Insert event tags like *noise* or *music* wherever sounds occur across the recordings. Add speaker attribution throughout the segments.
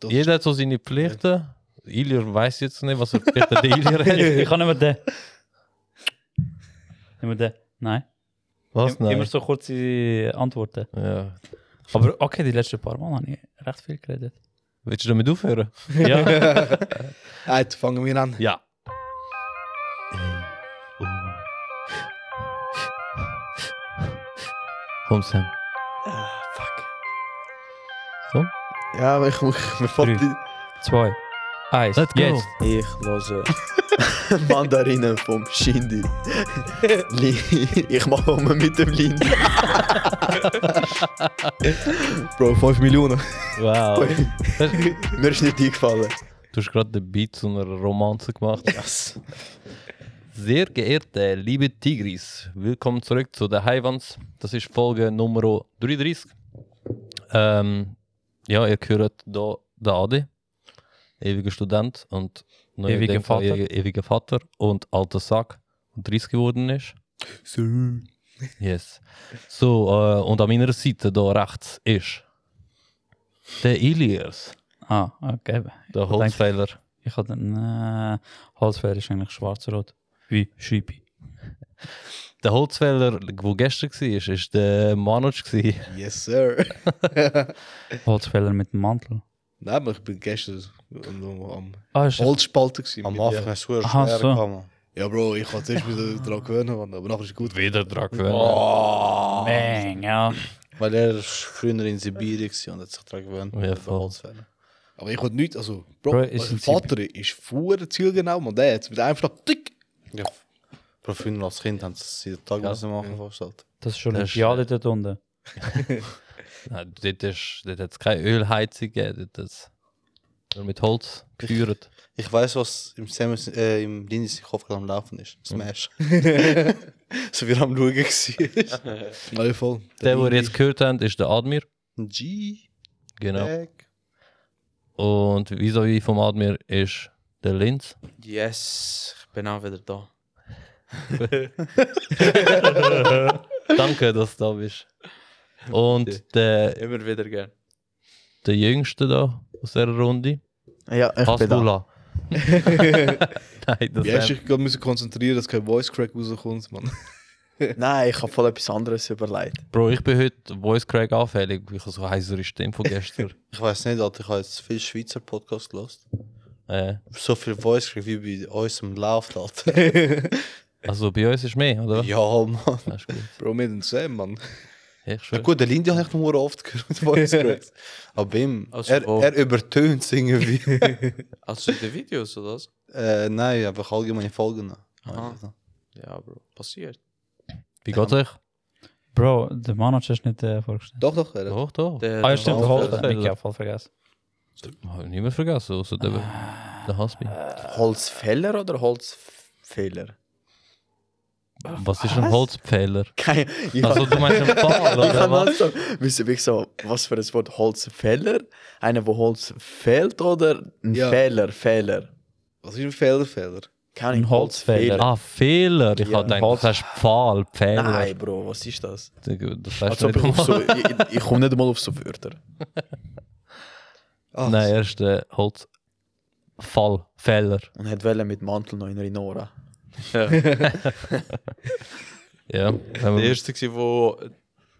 Speaker 1: Das
Speaker 2: Jeder hat so seine Pflichten. Ilir weiß jetzt nicht, was er Pflichten der Ilir hat.
Speaker 3: Ich kann nicht mehr den. Nicht mehr den. Nein.
Speaker 2: Was?
Speaker 3: Immer
Speaker 2: Nein.
Speaker 3: so kurze Antworten.
Speaker 2: Ja.
Speaker 3: Aber okay, die letzten paar Mal habe ich recht viel geredet.
Speaker 2: Willst du damit aufhören?
Speaker 3: Ja.
Speaker 1: Uit, fangen wir an.
Speaker 2: Ja. Komm, Sam.
Speaker 1: fuck.
Speaker 2: Komm.
Speaker 1: Ja, aber ich muss mir
Speaker 3: Drie.
Speaker 1: die.
Speaker 3: Zwei. Eins.
Speaker 2: Let's go.
Speaker 3: Jetzt.
Speaker 4: Ich höre
Speaker 1: Mandarinen vom Shindy. Li- ich mache um mit dem Lindy. Bro, 5 Millionen.
Speaker 2: Wow.
Speaker 1: mir ist nicht eingefallen.
Speaker 2: Du hast gerade den Beat zu einer Romanze
Speaker 3: *laughs*
Speaker 2: gemacht.
Speaker 1: Yes.
Speaker 2: Sehr geehrte liebe Tigris, willkommen zurück zu den Haiwans. Das ist Folge Nummer 33. Ähm, ja, ihr hört da den Adi, ewiger Student und neuer
Speaker 3: Ewiger
Speaker 2: Denker,
Speaker 3: Vater.
Speaker 2: ewiger- ewiger Vater und alter Sack, der 30 geworden ist.
Speaker 1: So.
Speaker 2: Yes. So, äh, und an meiner Seite da rechts ist der Ilias,
Speaker 3: Ah, okay.
Speaker 2: der Holzfäller.
Speaker 3: Ich hatte einen äh, Halsfeder, ist eigentlich schwarz-rot. Wie Schreibe.
Speaker 2: Der Holzfäller, der gestern war, ist der Manoj. gewesen.
Speaker 1: Yes, sir. *laughs*
Speaker 3: Holzfäller mit dem Mantel.
Speaker 1: Nein, aber ich bin gestern am- am
Speaker 3: Ah, ist das
Speaker 1: Holzspalten. gewesen.
Speaker 4: Am Anfang ist es schwer
Speaker 3: Aha, so.
Speaker 4: gekommen.
Speaker 1: Ja, Bro, ich hatte zuerst *laughs* wieder daran gewöhnen, Mann, aber nachher ist es gut.
Speaker 2: Wieder dran gewöhnt.
Speaker 1: Oh.
Speaker 3: Bang, Ah, ja.
Speaker 4: Weil er ist früher in Sibirien gewesen und hat sich daran gewöhnt.
Speaker 2: Ja, voll.
Speaker 1: Aber ich wollte nichts, also, Bro,
Speaker 3: Bro, ist
Speaker 1: mein
Speaker 3: in
Speaker 1: Vater ist fuhr zielgenau, man, der hat mit einem Schlag, tick,
Speaker 4: Ja. Aber früher als Kind haben sie jeden Tag
Speaker 2: Ja.
Speaker 4: müssen machen fast halt.
Speaker 3: Das ist schon
Speaker 2: Das ist,
Speaker 3: Olympiade dort unten.
Speaker 2: Nein, dort, ist, dort hat es keine Ölheizung gegeben. Dort hat's nur mit Holz gefeuert.
Speaker 4: Ich weiß, was im Samus, äh, im Linus Kopf gerade am Laufen ist.
Speaker 1: Hm.
Speaker 4: Smash. so wie er am Schauen
Speaker 1: *laughs*
Speaker 4: war.
Speaker 1: neu voll.
Speaker 2: Der, den wir jetzt gehört haben, ist der Admir.
Speaker 4: G.
Speaker 2: Genau.
Speaker 4: Back.
Speaker 2: Und vis-à-vis vom Admir ist der
Speaker 4: *laughs*
Speaker 2: Linz.
Speaker 5: Yes, ich bin auch wieder da.
Speaker 2: Danke, dass du da bist. Und der,
Speaker 5: Immer wieder gern.
Speaker 2: der Jüngste da aus dieser Runde,
Speaker 4: Ja, ich
Speaker 2: Hasbullah.
Speaker 4: *laughs*
Speaker 2: *laughs* Nein, das
Speaker 1: Ja,
Speaker 2: ist
Speaker 1: ich gerade müssen konzentrieren, dass kein Voice Crack rauskommt, man.
Speaker 6: Nein, ich habe voll etwas anderes überlegt.
Speaker 2: Bro, ich bin heute Voice Crack anfällig. Ich habe so eine heisere Stimme von gestern.
Speaker 4: Ich weiß nicht, Alter, ich habe jetzt viel Schweizer Podcast gelost.
Speaker 2: äh,
Speaker 4: So viel Voice gekriegt, wie bei uns im Lauf, Alter.
Speaker 1: *laughs*
Speaker 2: also bei uns ist mehr, oder? was?
Speaker 4: ja, Mann.
Speaker 2: Das ist gut.
Speaker 1: Bro, mit dem Sam, man.
Speaker 2: Ja, ich
Speaker 4: Ja,
Speaker 2: schwöre.
Speaker 4: gut, der Lindy habe ich nur oft gehört,
Speaker 1: *laughs*
Speaker 4: Voice Cracks. Aber bei ihm,
Speaker 5: Also,
Speaker 4: er,
Speaker 5: oh.
Speaker 4: er übertönt singen wie.
Speaker 1: *laughs*
Speaker 5: Also in den Videos oder was?
Speaker 4: äh, nein, einfach allgemeine Folgen. also.
Speaker 5: Aha. Ja, Bro, passiert.
Speaker 2: Wie geht's euch?
Speaker 3: Bro, der Manager ist nicht äh, vorgestellt.
Speaker 1: Doch, doch, er.
Speaker 2: Doch, doch.
Speaker 5: Der,
Speaker 3: Ah, ja,
Speaker 5: der
Speaker 3: stimmt, der
Speaker 5: Walter.
Speaker 3: Holzfäller. Ich habe voll vergessen.
Speaker 2: Habe ich nicht mehr vergessen, außer der, der Hasbi.
Speaker 6: Holzfäller oder Holzfehler?
Speaker 2: Was ist ein Holzpfähler?
Speaker 6: Keine ich
Speaker 2: Also
Speaker 6: also,
Speaker 2: du meinst einen Pfahl,
Speaker 1: *laughs*
Speaker 6: ich
Speaker 2: oder
Speaker 6: kann
Speaker 2: was?
Speaker 6: mal so, wissen wir so, was für ein Wort Holzfäller? Einer, wo Holz fehlt oder ein
Speaker 1: Ja.
Speaker 6: Fehler, Fehler?
Speaker 1: Was ist ein Fehlerfehler?
Speaker 6: Keine
Speaker 3: Ein Holzfäller.
Speaker 2: Ah, Fehler. Ich
Speaker 6: Ja,
Speaker 2: habe gedacht,
Speaker 3: Holz-
Speaker 2: das heißt Pfahl, Pfähler.
Speaker 6: Nein, Bro, was ist das? Also,
Speaker 2: Das
Speaker 6: Als
Speaker 2: heißt
Speaker 1: Also,
Speaker 6: ob
Speaker 2: nicht
Speaker 6: ich, auf
Speaker 2: mal.
Speaker 6: so, ich, ich- *laughs* ich komme nicht mal auf so Wörter.
Speaker 1: Ah,
Speaker 2: Nein, er ist der Holzfall, Fehler.
Speaker 6: Und hat Welle mit Mantel noch in Rinora.
Speaker 2: Ja. wenn
Speaker 5: Der
Speaker 2: wir-
Speaker 5: erste, der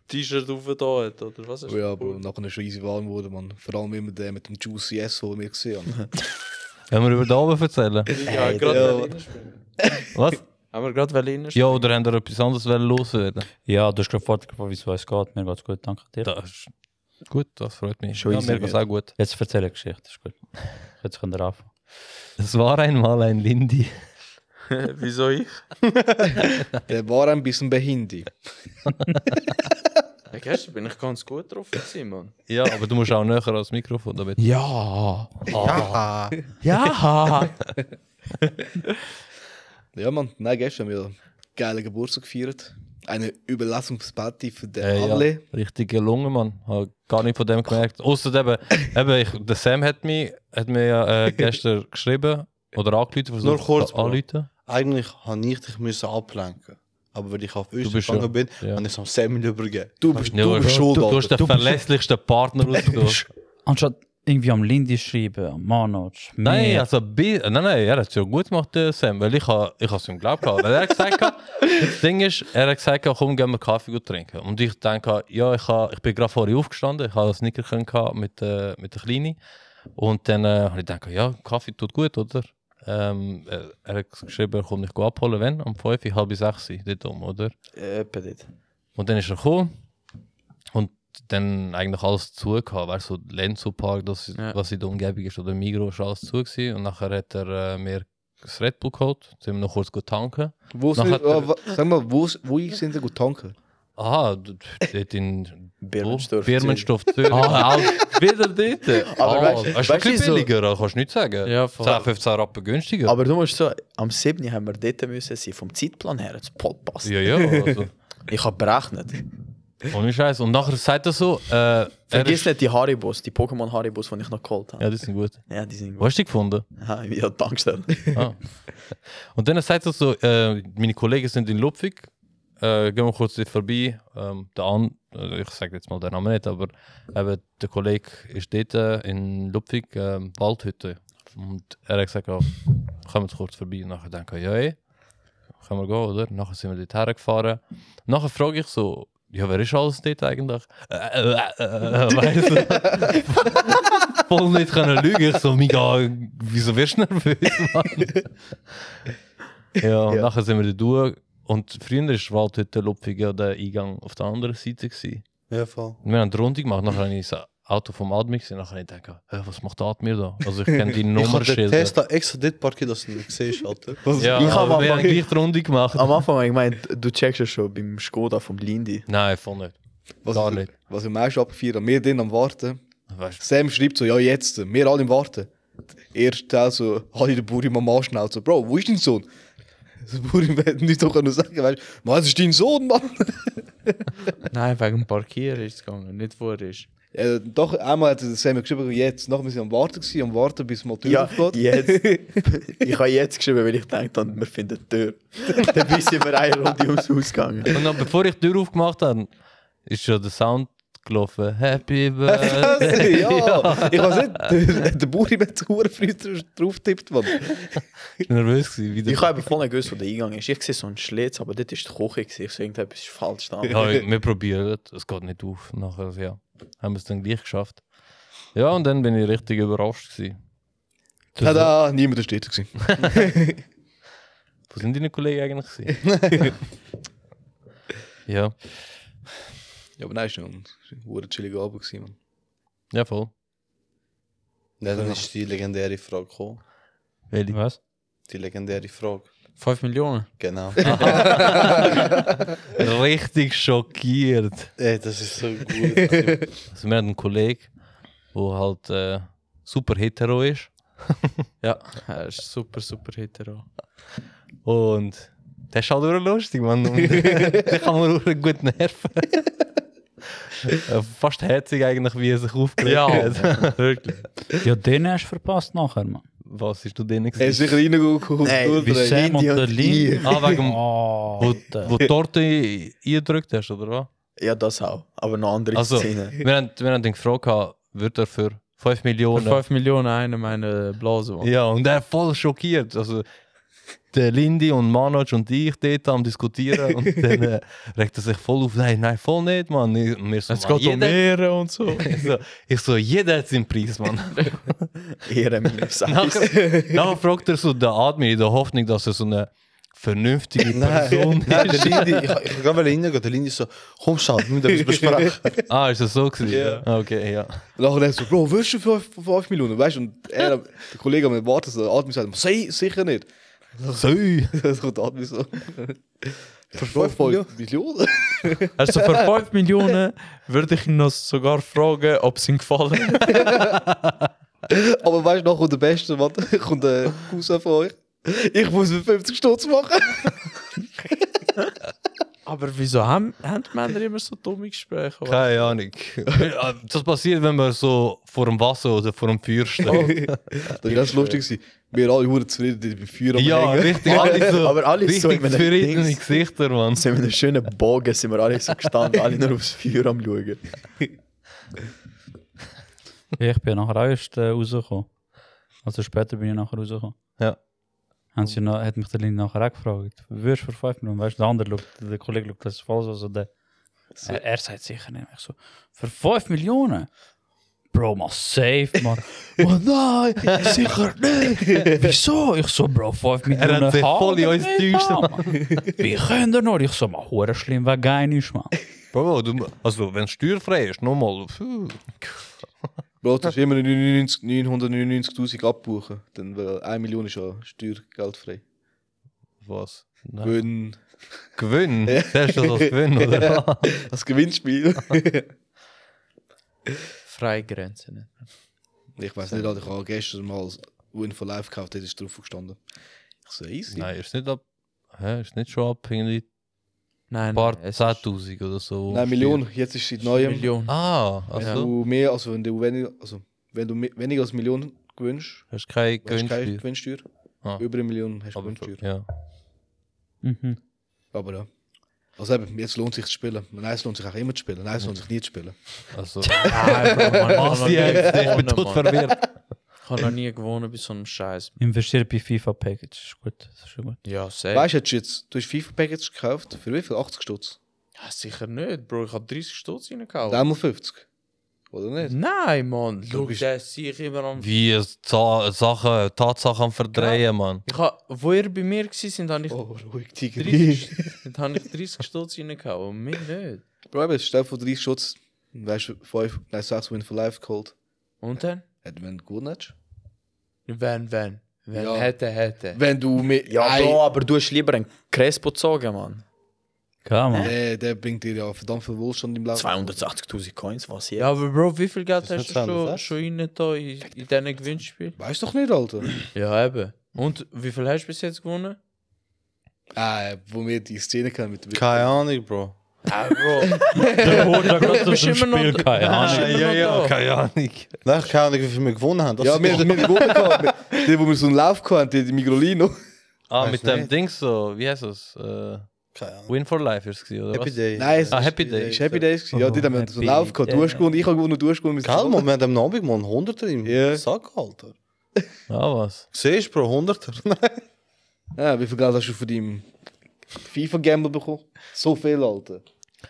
Speaker 5: T-Shirt aufgetan hat, oder was ist
Speaker 1: Oh ja, Bro, nachher ist schon easy warm geworden, man. Vor allem immer der mit dem Juicy S, den wir gesehen
Speaker 4: *laughs*
Speaker 1: haben.
Speaker 2: Wenn wir über den Abend erzählen.
Speaker 5: Ja,
Speaker 6: Ey,
Speaker 5: gerade
Speaker 6: der-
Speaker 5: wollen reinspringen.
Speaker 2: Was?
Speaker 5: Haben wir gerade wollen reinspringen?
Speaker 2: Ja, oder haben wir etwas anderes wollen loswerden?
Speaker 3: Ja, dus du hast gerade vorgestellt, wieso es geht. Mir geht's gut, danke dir.
Speaker 2: Das ist gut, das freut mich.
Speaker 6: Schon
Speaker 2: ja,
Speaker 6: easy
Speaker 2: mir geht's auch gut.
Speaker 3: Jetzt erzähle ich Geschichte, ist gut. Jetzt könnt ihr anfangen.
Speaker 2: Es war einmal ein Lindy.
Speaker 5: Wieso ich?
Speaker 1: der war ein bisschen behindert.
Speaker 5: Ja, gestern bin ich ganz gut drauf gewesen, Mann.
Speaker 2: Ja, aber du musst auch näher ans Mikrofon, damit.
Speaker 3: Ja!
Speaker 4: Ja.
Speaker 3: Ja!
Speaker 1: Ja, man, nein, gestern haben wir einen geilen Geburtstag gefeiert. Eine Überlassungsparty für den
Speaker 2: Äh, ja.
Speaker 1: Alle.
Speaker 2: Richtig gelungen, Mann. Habe gar nicht von dem gemerkt. Außer eben, eben ich, der Sam hat, mich, hat mir ja äh, gestern geschrieben oder angerufen. versucht
Speaker 4: Nur kurz,
Speaker 2: zu
Speaker 4: Bro.
Speaker 2: anrufen.
Speaker 4: Eigentlich habe ich dich müssen ablenken. Aber wenn ich auf uns
Speaker 2: Du bist
Speaker 4: gegangen
Speaker 2: schon-
Speaker 4: bin,
Speaker 2: ja.
Speaker 4: habe ich es am Samuel übergeben.
Speaker 1: Du bist,
Speaker 2: Ja,
Speaker 1: du bist
Speaker 2: Bro,
Speaker 1: schuld,
Speaker 2: du, du hast
Speaker 1: Alter.
Speaker 2: den verlässlichsten Partner rausgekommen.
Speaker 3: Anstatt irgendwie am Lindy schreiben, am Manoj.
Speaker 2: Nein,
Speaker 3: mir.
Speaker 2: also bi- nein, nein, er hat es ja gut gemacht, äh, Sam, weil ich ha- ich es ihm glaubt habe. Weil er hat gesagt, hat, das Ding ist, er hat gesagt, hat, komm, gehen wir Kaffee gut trinken. Und ich denke, ja, ich, ha, ich bin gerade vorher aufgestanden, ich habe das Nickerchen gehabt mit, äh, mit der Kleinen. Und dann äh, habe ich gedacht, ja, Kaffee tut gut, oder? Ähm, er- er hat geschrieben, er kommt mich abholen, wenn? Um 5, Uhr, halb 6 Uhr, dort um, oder?
Speaker 1: Etwa dort.
Speaker 2: Und dann ist er gekommen und dann eigentlich alles zu gehabt, weißt du, so Lenzo-Park, das,
Speaker 1: Ja.
Speaker 2: was in der Umgebung ist, oder Migros, ist alles zu gewesen. Und nachher hat er äh, mir das Red Bull geholt, sind wir noch kurz getanken.
Speaker 4: Wo
Speaker 2: Nachher-
Speaker 4: sind,
Speaker 1: äh,
Speaker 4: oh, wa- sag mal, wo, wo sind sie gut tanken?
Speaker 2: Aha, d- d- dort in
Speaker 6: Oh,
Speaker 1: Birnenstoff. *laughs*
Speaker 2: Birmenstoff Zürich. Ah, auch wieder dort.
Speaker 1: Aber
Speaker 2: Aber ah,
Speaker 1: weißt-
Speaker 2: weißt, ist
Speaker 1: weißt du,
Speaker 2: viel
Speaker 1: so-
Speaker 2: billiger, kannst du nicht sagen.
Speaker 7: Ja, voll.
Speaker 2: 10, 15 Rappen günstiger.
Speaker 1: Aber du musst so, am 7. haben wir dort müssen sein, vom Zeitplan her, das Podcast.
Speaker 2: ja, ja. Also.
Speaker 1: Ich habe berechnet.
Speaker 2: Ohne Scheiß. Und nachher sagt er so, äh, er
Speaker 1: Vergiss
Speaker 2: ist-
Speaker 1: nicht die Haribos, die Pokémon Haribos, die ich noch geholt habe.
Speaker 2: Ja, das sind gut.
Speaker 1: Ja, die sind
Speaker 2: Wo
Speaker 1: gut.
Speaker 2: hast du die gefunden?
Speaker 1: Ja, ich
Speaker 6: *laughs*
Speaker 1: habe Tankstelle.
Speaker 2: Ah. Und dann sagt er so, äh, meine Kollegen sind in Lupfig, äh, gehen wir kurz dort vorbei. Ähm, der an, äh, ich sage jetzt mal den Namen nicht, aber eben, der Kollege ist dort äh, in Lupfig, ähm, Waldhütte. Und er hat gesagt, oh, kommen wir kurz vorbei. Und nachher denke ich, ja, ey, können wir gehen, oder? Nachher sind wir dort hergefahren. Nachher frage ich so, ja, wer ist alles dort eigentlich? Äh, äh, äh, äh, weißt du? voll nicht können lügen. Ich so, mega, wieso wirst du nervös, Mann? ja, und nachher sind wir da durch. Und früher war halt heute der Lupfig ja der Eingang auf der anderen Seite. Gewesen.
Speaker 4: Ja, voll.
Speaker 2: Und wir haben die Runde gemacht, nachher habe ich das Auto vom Admir gesehen. Nachher habe ich gedacht, hä, was macht der Admir da? Also ich kenne die
Speaker 4: Ich habe den
Speaker 2: Nummernschilder.
Speaker 4: Tesla extra dort parkiert, dass du ihn nicht siehst, Alter. Was?
Speaker 2: Ja,
Speaker 1: Ich
Speaker 2: ich
Speaker 1: hab
Speaker 2: habe
Speaker 1: am
Speaker 2: wir haben
Speaker 1: Anfang-
Speaker 2: gleich die Runde gemacht.
Speaker 1: Am Anfang habe ich gemeint, du checkst ja schon beim Skoda vom Lindy.
Speaker 2: Nein, voll nicht.
Speaker 4: Was,
Speaker 2: Gar nicht.
Speaker 4: was ich am meisten abgefeiert habe, wir den am Warten.
Speaker 2: Weißt
Speaker 4: Sam schreibt so, ja jetzt, wir alle im Warten. Erst auch so, alle der Buri Mama schnauzt so, Bro, wo ist dein Sohn? *laughs* Der Buri hätte nicht so können sagen, weißt du, Mann, es ist dein Sohn, Mann. *laughs*
Speaker 1: Nein, wegen dem Parkieren ist es gegangen, nicht vor ist.
Speaker 4: Äh, doch, einmal hat der Sam mir geschrieben, jetzt, nachher wir sind am Warten gewesen, am Warten, bis mal die Tür
Speaker 1: Ja,
Speaker 6: *laughs*
Speaker 4: aufgeht.
Speaker 1: jetzt. ich habe jetzt geschrieben, weil ich gedacht habe, wir finden
Speaker 6: *laughs*
Speaker 1: die Tür. Dann sind wir eine Runde ums Haus gegangen.
Speaker 2: du? Und dann, bevor ich die Tür aufgemacht habe, ist schon der Sound gelaufen. Happy Birthday.
Speaker 4: *laughs*
Speaker 2: *laughs*
Speaker 4: ja, ich weiß nicht, der, der Buri hat zu Huren früh drauf getippt, Mann.
Speaker 2: Ich war nervös. gewesen, wie der-
Speaker 1: Ich habe eben voll nicht gewusst, wo der Eingang ist. Ich sehe so einen Schlitz, aber dort ist die Küche. gewesen. Ich sehe, irgendetwas ist falsch da.
Speaker 2: Ja, wir probieren es. Es geht nicht auf. Nachher, also ja. Haben wir es dann gleich geschafft. Ja, und dann bin ich richtig überrascht. Gewesen. Das-
Speaker 4: Tada, niemand ist dort gewesen.
Speaker 2: Wo sind deine Kollegen eigentlich? gewesen? ja,
Speaker 4: Ja, aber nein, es war ein Huren chilliger Abend gewesen, Mann.
Speaker 2: ja, voll.
Speaker 4: Ja, dann ist die legendäre Frage gekommen.
Speaker 2: Welche?
Speaker 3: Was?
Speaker 4: Die legendäre Frage.
Speaker 3: 5 Millionen?
Speaker 4: Genau.
Speaker 2: Richtig schockiert.
Speaker 4: Ey, das ist so gut.
Speaker 2: Also, wir haben einen Kollegen, der halt äh, super hetero ist.
Speaker 3: Ja, er ist super, super hetero.
Speaker 2: Und der ist halt auch lustig, Mann. *laughs* Und den kann man auch gut nerven. Äh, Fast herzig eigentlich, wie er sich aufgeregt
Speaker 3: Ja.
Speaker 2: hat. Wirklich.
Speaker 3: Ja, den hast du verpasst nachher, Mann.
Speaker 2: Was ist du denen
Speaker 4: Er ist sicher reingeguckt.
Speaker 1: Nein,
Speaker 3: Bei Sam und
Speaker 1: Lindy
Speaker 3: der
Speaker 1: und
Speaker 3: Lindy.
Speaker 2: Ah, wegen dem-
Speaker 3: Oh,
Speaker 2: *laughs* wo,
Speaker 3: Alter.
Speaker 2: wo die Torte i- eingedrückt hast, oder was?
Speaker 1: Ja, das auch. Aber noch andere
Speaker 2: Also,
Speaker 1: Szenen.
Speaker 2: Wir haben, wir haben ihn gefragt, wird er für 5
Speaker 5: Für
Speaker 2: Millionen.
Speaker 5: 5 Millionen einen meine Blase. Mann.
Speaker 2: Ja, und er voll schockiert. Also, der Lindy und Manoj und ich dort am diskutieren *laughs* und dann äh, regt er sich voll auf. Nein, nein, voll nicht, Mann. Ich, mir so,
Speaker 5: Es
Speaker 2: Mann,
Speaker 5: geht um Meere und
Speaker 2: *laughs*
Speaker 5: so.
Speaker 2: ich so, ich so, jeder hat seinen Preis,
Speaker 1: *laughs*
Speaker 2: Mann.
Speaker 1: Ehre minus eins.
Speaker 2: nachher, nachher fragt er so den Admin in der Hoffnung, dass er so eine vernünftige
Speaker 1: *laughs*
Speaker 2: Person
Speaker 4: Nein, der Lindy, ich, ich gerade reingehen, der Lindy so, komm schon, wir müssen etwas besprechen.
Speaker 2: Ah, ist das so gewesen? Ah, Okay, ja.
Speaker 4: Und nachher er so, Bro, wirst du für 5 Millionen, weißt du? Und er, der Kollege am Warten, so, der Admin sagt, sei sicher nicht.
Speaker 2: So. Er
Speaker 4: Das kommt der Admin so. Für 5 Millionen?
Speaker 5: Also für 5 Millionen würde ich ihn noch sogar fragen, ob es ihm gefallen hat.
Speaker 4: Aber weißt du, nachher kommt der Beste, was? Kommt der Cousin von euch? Ich muss mir 50 Stutz machen.
Speaker 5: Aber wieso haben, haben die Männer immer so dumme Gespräche? Mann?
Speaker 2: Keine Ahnung. Das passiert, wenn man so vor dem Wasser oder vor dem Feuer
Speaker 1: Oh,
Speaker 2: steht.
Speaker 4: Das war ganz lustig. gewesen. Wir alle Huren zufrieden, die beim Feuer am
Speaker 2: ja,
Speaker 4: Hängen.
Speaker 2: richtig. Alle so,
Speaker 1: aber alle so
Speaker 2: richtig
Speaker 1: in einem
Speaker 2: zufriedene
Speaker 1: Dings.
Speaker 2: Gesichter, Mann.
Speaker 1: sind wir in einem schönen Bogen, sind wir alle so gestanden, alle nur aufs Feuer am Schauen.
Speaker 3: Ja, ich bin nachher auch erst äh, rausgekommen. Also später bin ich nachher rausgekommen.
Speaker 2: Ja.
Speaker 3: Haben sie noch, hat mich der Linde nachher auch gefragt, würdest du für 5 Millionen? Weißt du, der andere schaut, der Kollege schaut das ist voll so, so der, eh, er, er sagt sicher nicht. Ich so, für 5 Millionen? Bro, mal safe, man. oh nein, sicher nicht. Wieso? Ich so, Bro, 5 Millionen.
Speaker 2: hat sich
Speaker 3: kann
Speaker 2: voll in
Speaker 3: er
Speaker 2: uns
Speaker 3: nicht
Speaker 2: getäuscht,
Speaker 3: haben, Mann. *laughs* Wie können er noch? Ich so, mal, hure schlimm, wer geil ist, man.
Speaker 2: Bro, du, also wenn es steuerfrei ist, nochmal. puh.
Speaker 4: Bro, das ist immer 99 999.000 abbuchen. Dann, weil 1 Million ist ja steuergeldfrei.
Speaker 2: Was? Nein.
Speaker 4: Gewinn.
Speaker 2: Gewinn? Zählst du das als Gewinn,
Speaker 1: *laughs*
Speaker 2: oder?
Speaker 4: Als Gewinnspiel.
Speaker 5: Freigrenzen.
Speaker 4: ich weiß nicht, Alter, ich habe gestern mal Win for Life gekauft, dort ist drauf gestanden. Ich so, easy.
Speaker 2: Nein, ist nicht ab. Hä, ist nicht schon ab irgendwie
Speaker 5: Nein,
Speaker 2: ein paar
Speaker 5: nein, es ist-
Speaker 2: 10.000 oder so.
Speaker 4: Nein, Million. Jetzt ist seit neuem.
Speaker 5: Million.
Speaker 2: Ah,
Speaker 4: Wenn
Speaker 2: also
Speaker 4: du mehr, also wenn du weniger, also wenn du mi- weniger als Million gewinnst,
Speaker 2: hast du keine
Speaker 4: hast du keine
Speaker 2: Gewinnsteuer.
Speaker 4: Gewinnsteuer.
Speaker 2: Ah.
Speaker 4: Über eine Million hast du
Speaker 2: Aber
Speaker 4: Gewinnsteuer.
Speaker 2: ja.
Speaker 3: Mhm.
Speaker 4: Aber ja. Also eben, jetzt lohnt sich zu spielen. Nein, es lohnt sich auch immer zu spielen. Nein, es lohnt sich nie zu spielen.
Speaker 2: Also,
Speaker 3: Ah,
Speaker 5: Nein, Bro, Mann,
Speaker 2: *laughs*
Speaker 5: ich hab noch nie
Speaker 2: ich bin
Speaker 5: gewonnen,
Speaker 2: tot
Speaker 5: Mann.
Speaker 2: verwirrt.
Speaker 5: Ich habe noch nie gewonnen bei so einem Scheiß.
Speaker 3: Investiere bei FIFA Package, ist gut, das ist schon gut.
Speaker 5: Ja, safe.
Speaker 4: Weißt du, hättest du jetzt, du hast FIFA Package gekauft, für wie viel? 80 Stutz?
Speaker 5: Ja, sicher nicht, Bro. Ich habe 30 Stutz reingehauen.
Speaker 4: Einmal 50. Oder nicht?
Speaker 5: Nein, Mann. Schau,
Speaker 4: bist-
Speaker 5: der sehe ich immer am...
Speaker 2: Wie es Za- Sachen, Tatsachen am verdrehen, Mann.
Speaker 5: Ich hab, wo ihr bei mir war, habe ich,
Speaker 4: Oh, ruhig, Tiger.
Speaker 5: 30 dann hab ich 30 Stutz reingehauen und mir nicht.
Speaker 4: Bro, eben, statt von 30 Stutz, weißt du, 5, nein, 6 Win for Life geholt.
Speaker 5: Und dann?
Speaker 4: Hätte wenn du gewonnen hättest.
Speaker 5: Wenn, wenn. Wenn
Speaker 4: Ja.
Speaker 5: hätte, hätte.
Speaker 4: Wenn du mit.
Speaker 6: Ja,
Speaker 4: Nein,
Speaker 6: Bro,
Speaker 5: aber du hast lieber einen Crespo gezogen, Mann.
Speaker 3: Klar, man.
Speaker 4: Der, der bringt dir ja verdammt viel Wohlstand im Leben.
Speaker 6: 280.000 Coins, was hier?
Speaker 5: Ja, aber Bro, wie viel Geld hast
Speaker 2: nicht
Speaker 5: du schon,
Speaker 2: 260?
Speaker 5: schon rein da in, in diesen Gewinnspiel?
Speaker 4: Weißt doch nicht, Alter.
Speaker 5: Ja, eben. Und wie viel hast du bis jetzt gewonnen?
Speaker 4: Ah, wo wir die Szene kennen mit dem.
Speaker 6: Keine Ahnung, Bro.
Speaker 5: Ah, Bro.
Speaker 3: Der Hurtag hat
Speaker 5: bist
Speaker 3: das im
Speaker 5: immer noch
Speaker 3: Spiel,
Speaker 5: da.
Speaker 3: keine Ahnung.
Speaker 5: Nein, Ah, ja, ja,
Speaker 2: Keine Ahnung.
Speaker 6: Nein, keine Ahnung, wie viel wir gewonnen haben. Das
Speaker 4: Ja,
Speaker 6: ist
Speaker 4: wir
Speaker 6: doch-
Speaker 4: haben gewonnen gehabt. Der, wo wir so einen Lauf gehabt haben, der die Migrolino.
Speaker 2: Ah,
Speaker 6: Weiß
Speaker 2: mit dem
Speaker 6: nicht.
Speaker 2: Ding so, wie heißt das? Äh,
Speaker 6: Keine Ahnung.
Speaker 2: Win for Life ist es, gewesen, oder?
Speaker 6: Happy
Speaker 2: was?
Speaker 6: Day.
Speaker 4: Nein, es
Speaker 2: Ah, Happy Day.
Speaker 4: ist Happy Days. gewesen. Ja, die haben wir so
Speaker 3: Happy
Speaker 4: einen Lauf gehabt. Du hast gewonnen, ich habe gewonnen, du hast gewonnen. wir sind
Speaker 6: Calmo, wir haben am Abend mal einen 100er im
Speaker 4: Ja.
Speaker 6: Sack, Alter.
Speaker 2: Ah, was?
Speaker 6: Siehst du, Bro, *laughs* 100er.
Speaker 4: Ja, wie viel Geld hast du von deinem FIFA-Gamble bekommen? So viel, Alter.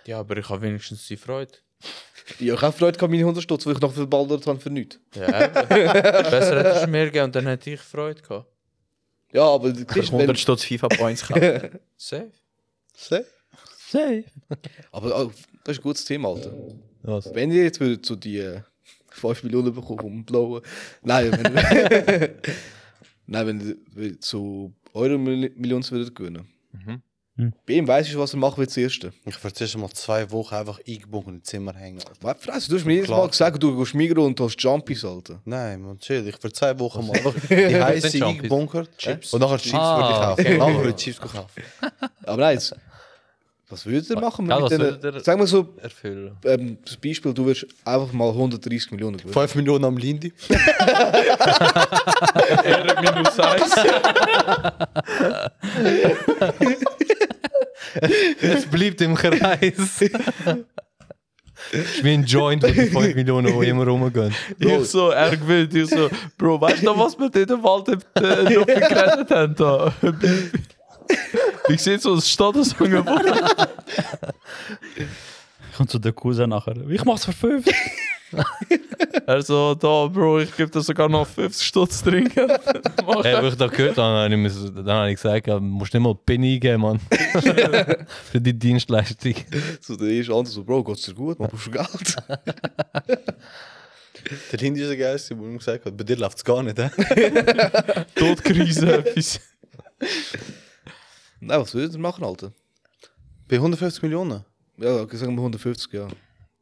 Speaker 5: Ja, aber ich habe wenigstens die Freude.
Speaker 4: Ja, ich habe Freude gehabt, meine 100 Stutz, weil ich noch verballert habe für nichts.
Speaker 5: Ja, *laughs* eben. Besser hättest du mir gegeben und dann hätte ich Freude gehabt.
Speaker 4: Ja, aber du
Speaker 6: Ich
Speaker 4: kriegst, wenn,
Speaker 6: 100 Stutz FIFA Points gehabt.
Speaker 5: Safe.
Speaker 6: Seh?
Speaker 3: Safe.
Speaker 4: aber oh, das ist ein gutes Thema, Alter.
Speaker 2: was?
Speaker 4: Wenn ihr jetzt würdet so die *laughs* äh, 5 Millionen bekommen vom Blauen. Nein, wenn,
Speaker 2: *laughs*
Speaker 4: Nein, wenn ihr wenn zu Euro Millionen würdet gewinnen.
Speaker 2: Mhm.
Speaker 3: Mhm.
Speaker 4: Bei ihm weiss ich, was er machen will als Erste.
Speaker 6: Ich werde zuerst mal zwei Wochen einfach eingebunden im Zimmer hängen. Alter.
Speaker 4: Weißt du, Fresse, du hast mir jedes
Speaker 6: Klar.
Speaker 4: Mal gesagt, du gehst Migros und du hast Jumpies, Alter.
Speaker 6: Nein, man, chill. Ich werde zwei Wochen *laughs* mal einfach die heiße
Speaker 2: Sind Jumpies?
Speaker 6: eingebunkert.
Speaker 5: Chips.
Speaker 6: Und nachher Chips
Speaker 2: Ah,
Speaker 6: würde ich kaufen.
Speaker 2: okay.
Speaker 6: Nachher würde ich Chips kaufen.
Speaker 4: Aber nein, jetzt, was würdet ihr machen?
Speaker 2: Ja,
Speaker 4: mit
Speaker 2: was
Speaker 4: denen-
Speaker 2: würdet ihr-
Speaker 4: Sagen wir so,
Speaker 2: Erfüllen.
Speaker 4: ähm, das Beispiel, du wirst einfach mal 130 Millionen gewinnen.
Speaker 6: 5 Millionen am Lindy.
Speaker 8: Er minus eins.
Speaker 2: Es bleibt im Kreis. ich bin ein Joint, wo die 5 Millionen Euro immer rumgehen.
Speaker 8: Ich so, er gewinnt. Ich so, Bro, weißt du, was wir dort im Wald
Speaker 5: *laughs*
Speaker 8: äh, noch geredet haben? Da? Ich sehe so ein Statusangebot.
Speaker 3: Ich komme zu der Cousin nachher. Ich mach's für 5. *laughs*
Speaker 8: Er so, da, Bro, ich gebe dir sogar noch 50 Stutz trinken. Mach
Speaker 2: Hey, wo ich das gehört habe, dann habe ich, mir- dann habe ich gesagt, ja, du musst nicht mal PIN eingeben, Mann. *laughs* Für die Dienstleistung.
Speaker 4: So, der erste andere so, Bro, geht's dir gut? Man braucht schon Geld.
Speaker 2: *laughs*
Speaker 6: Der Lindy ist der Geist, der mir gesagt hat, bei dir läuft es gar nicht. hä?
Speaker 8: Todkrise etwas.
Speaker 4: Nein, was würdet ihr machen, Alter?
Speaker 6: Bei 150 Millionen.
Speaker 4: Ja, okay, sagen wir 150, ja.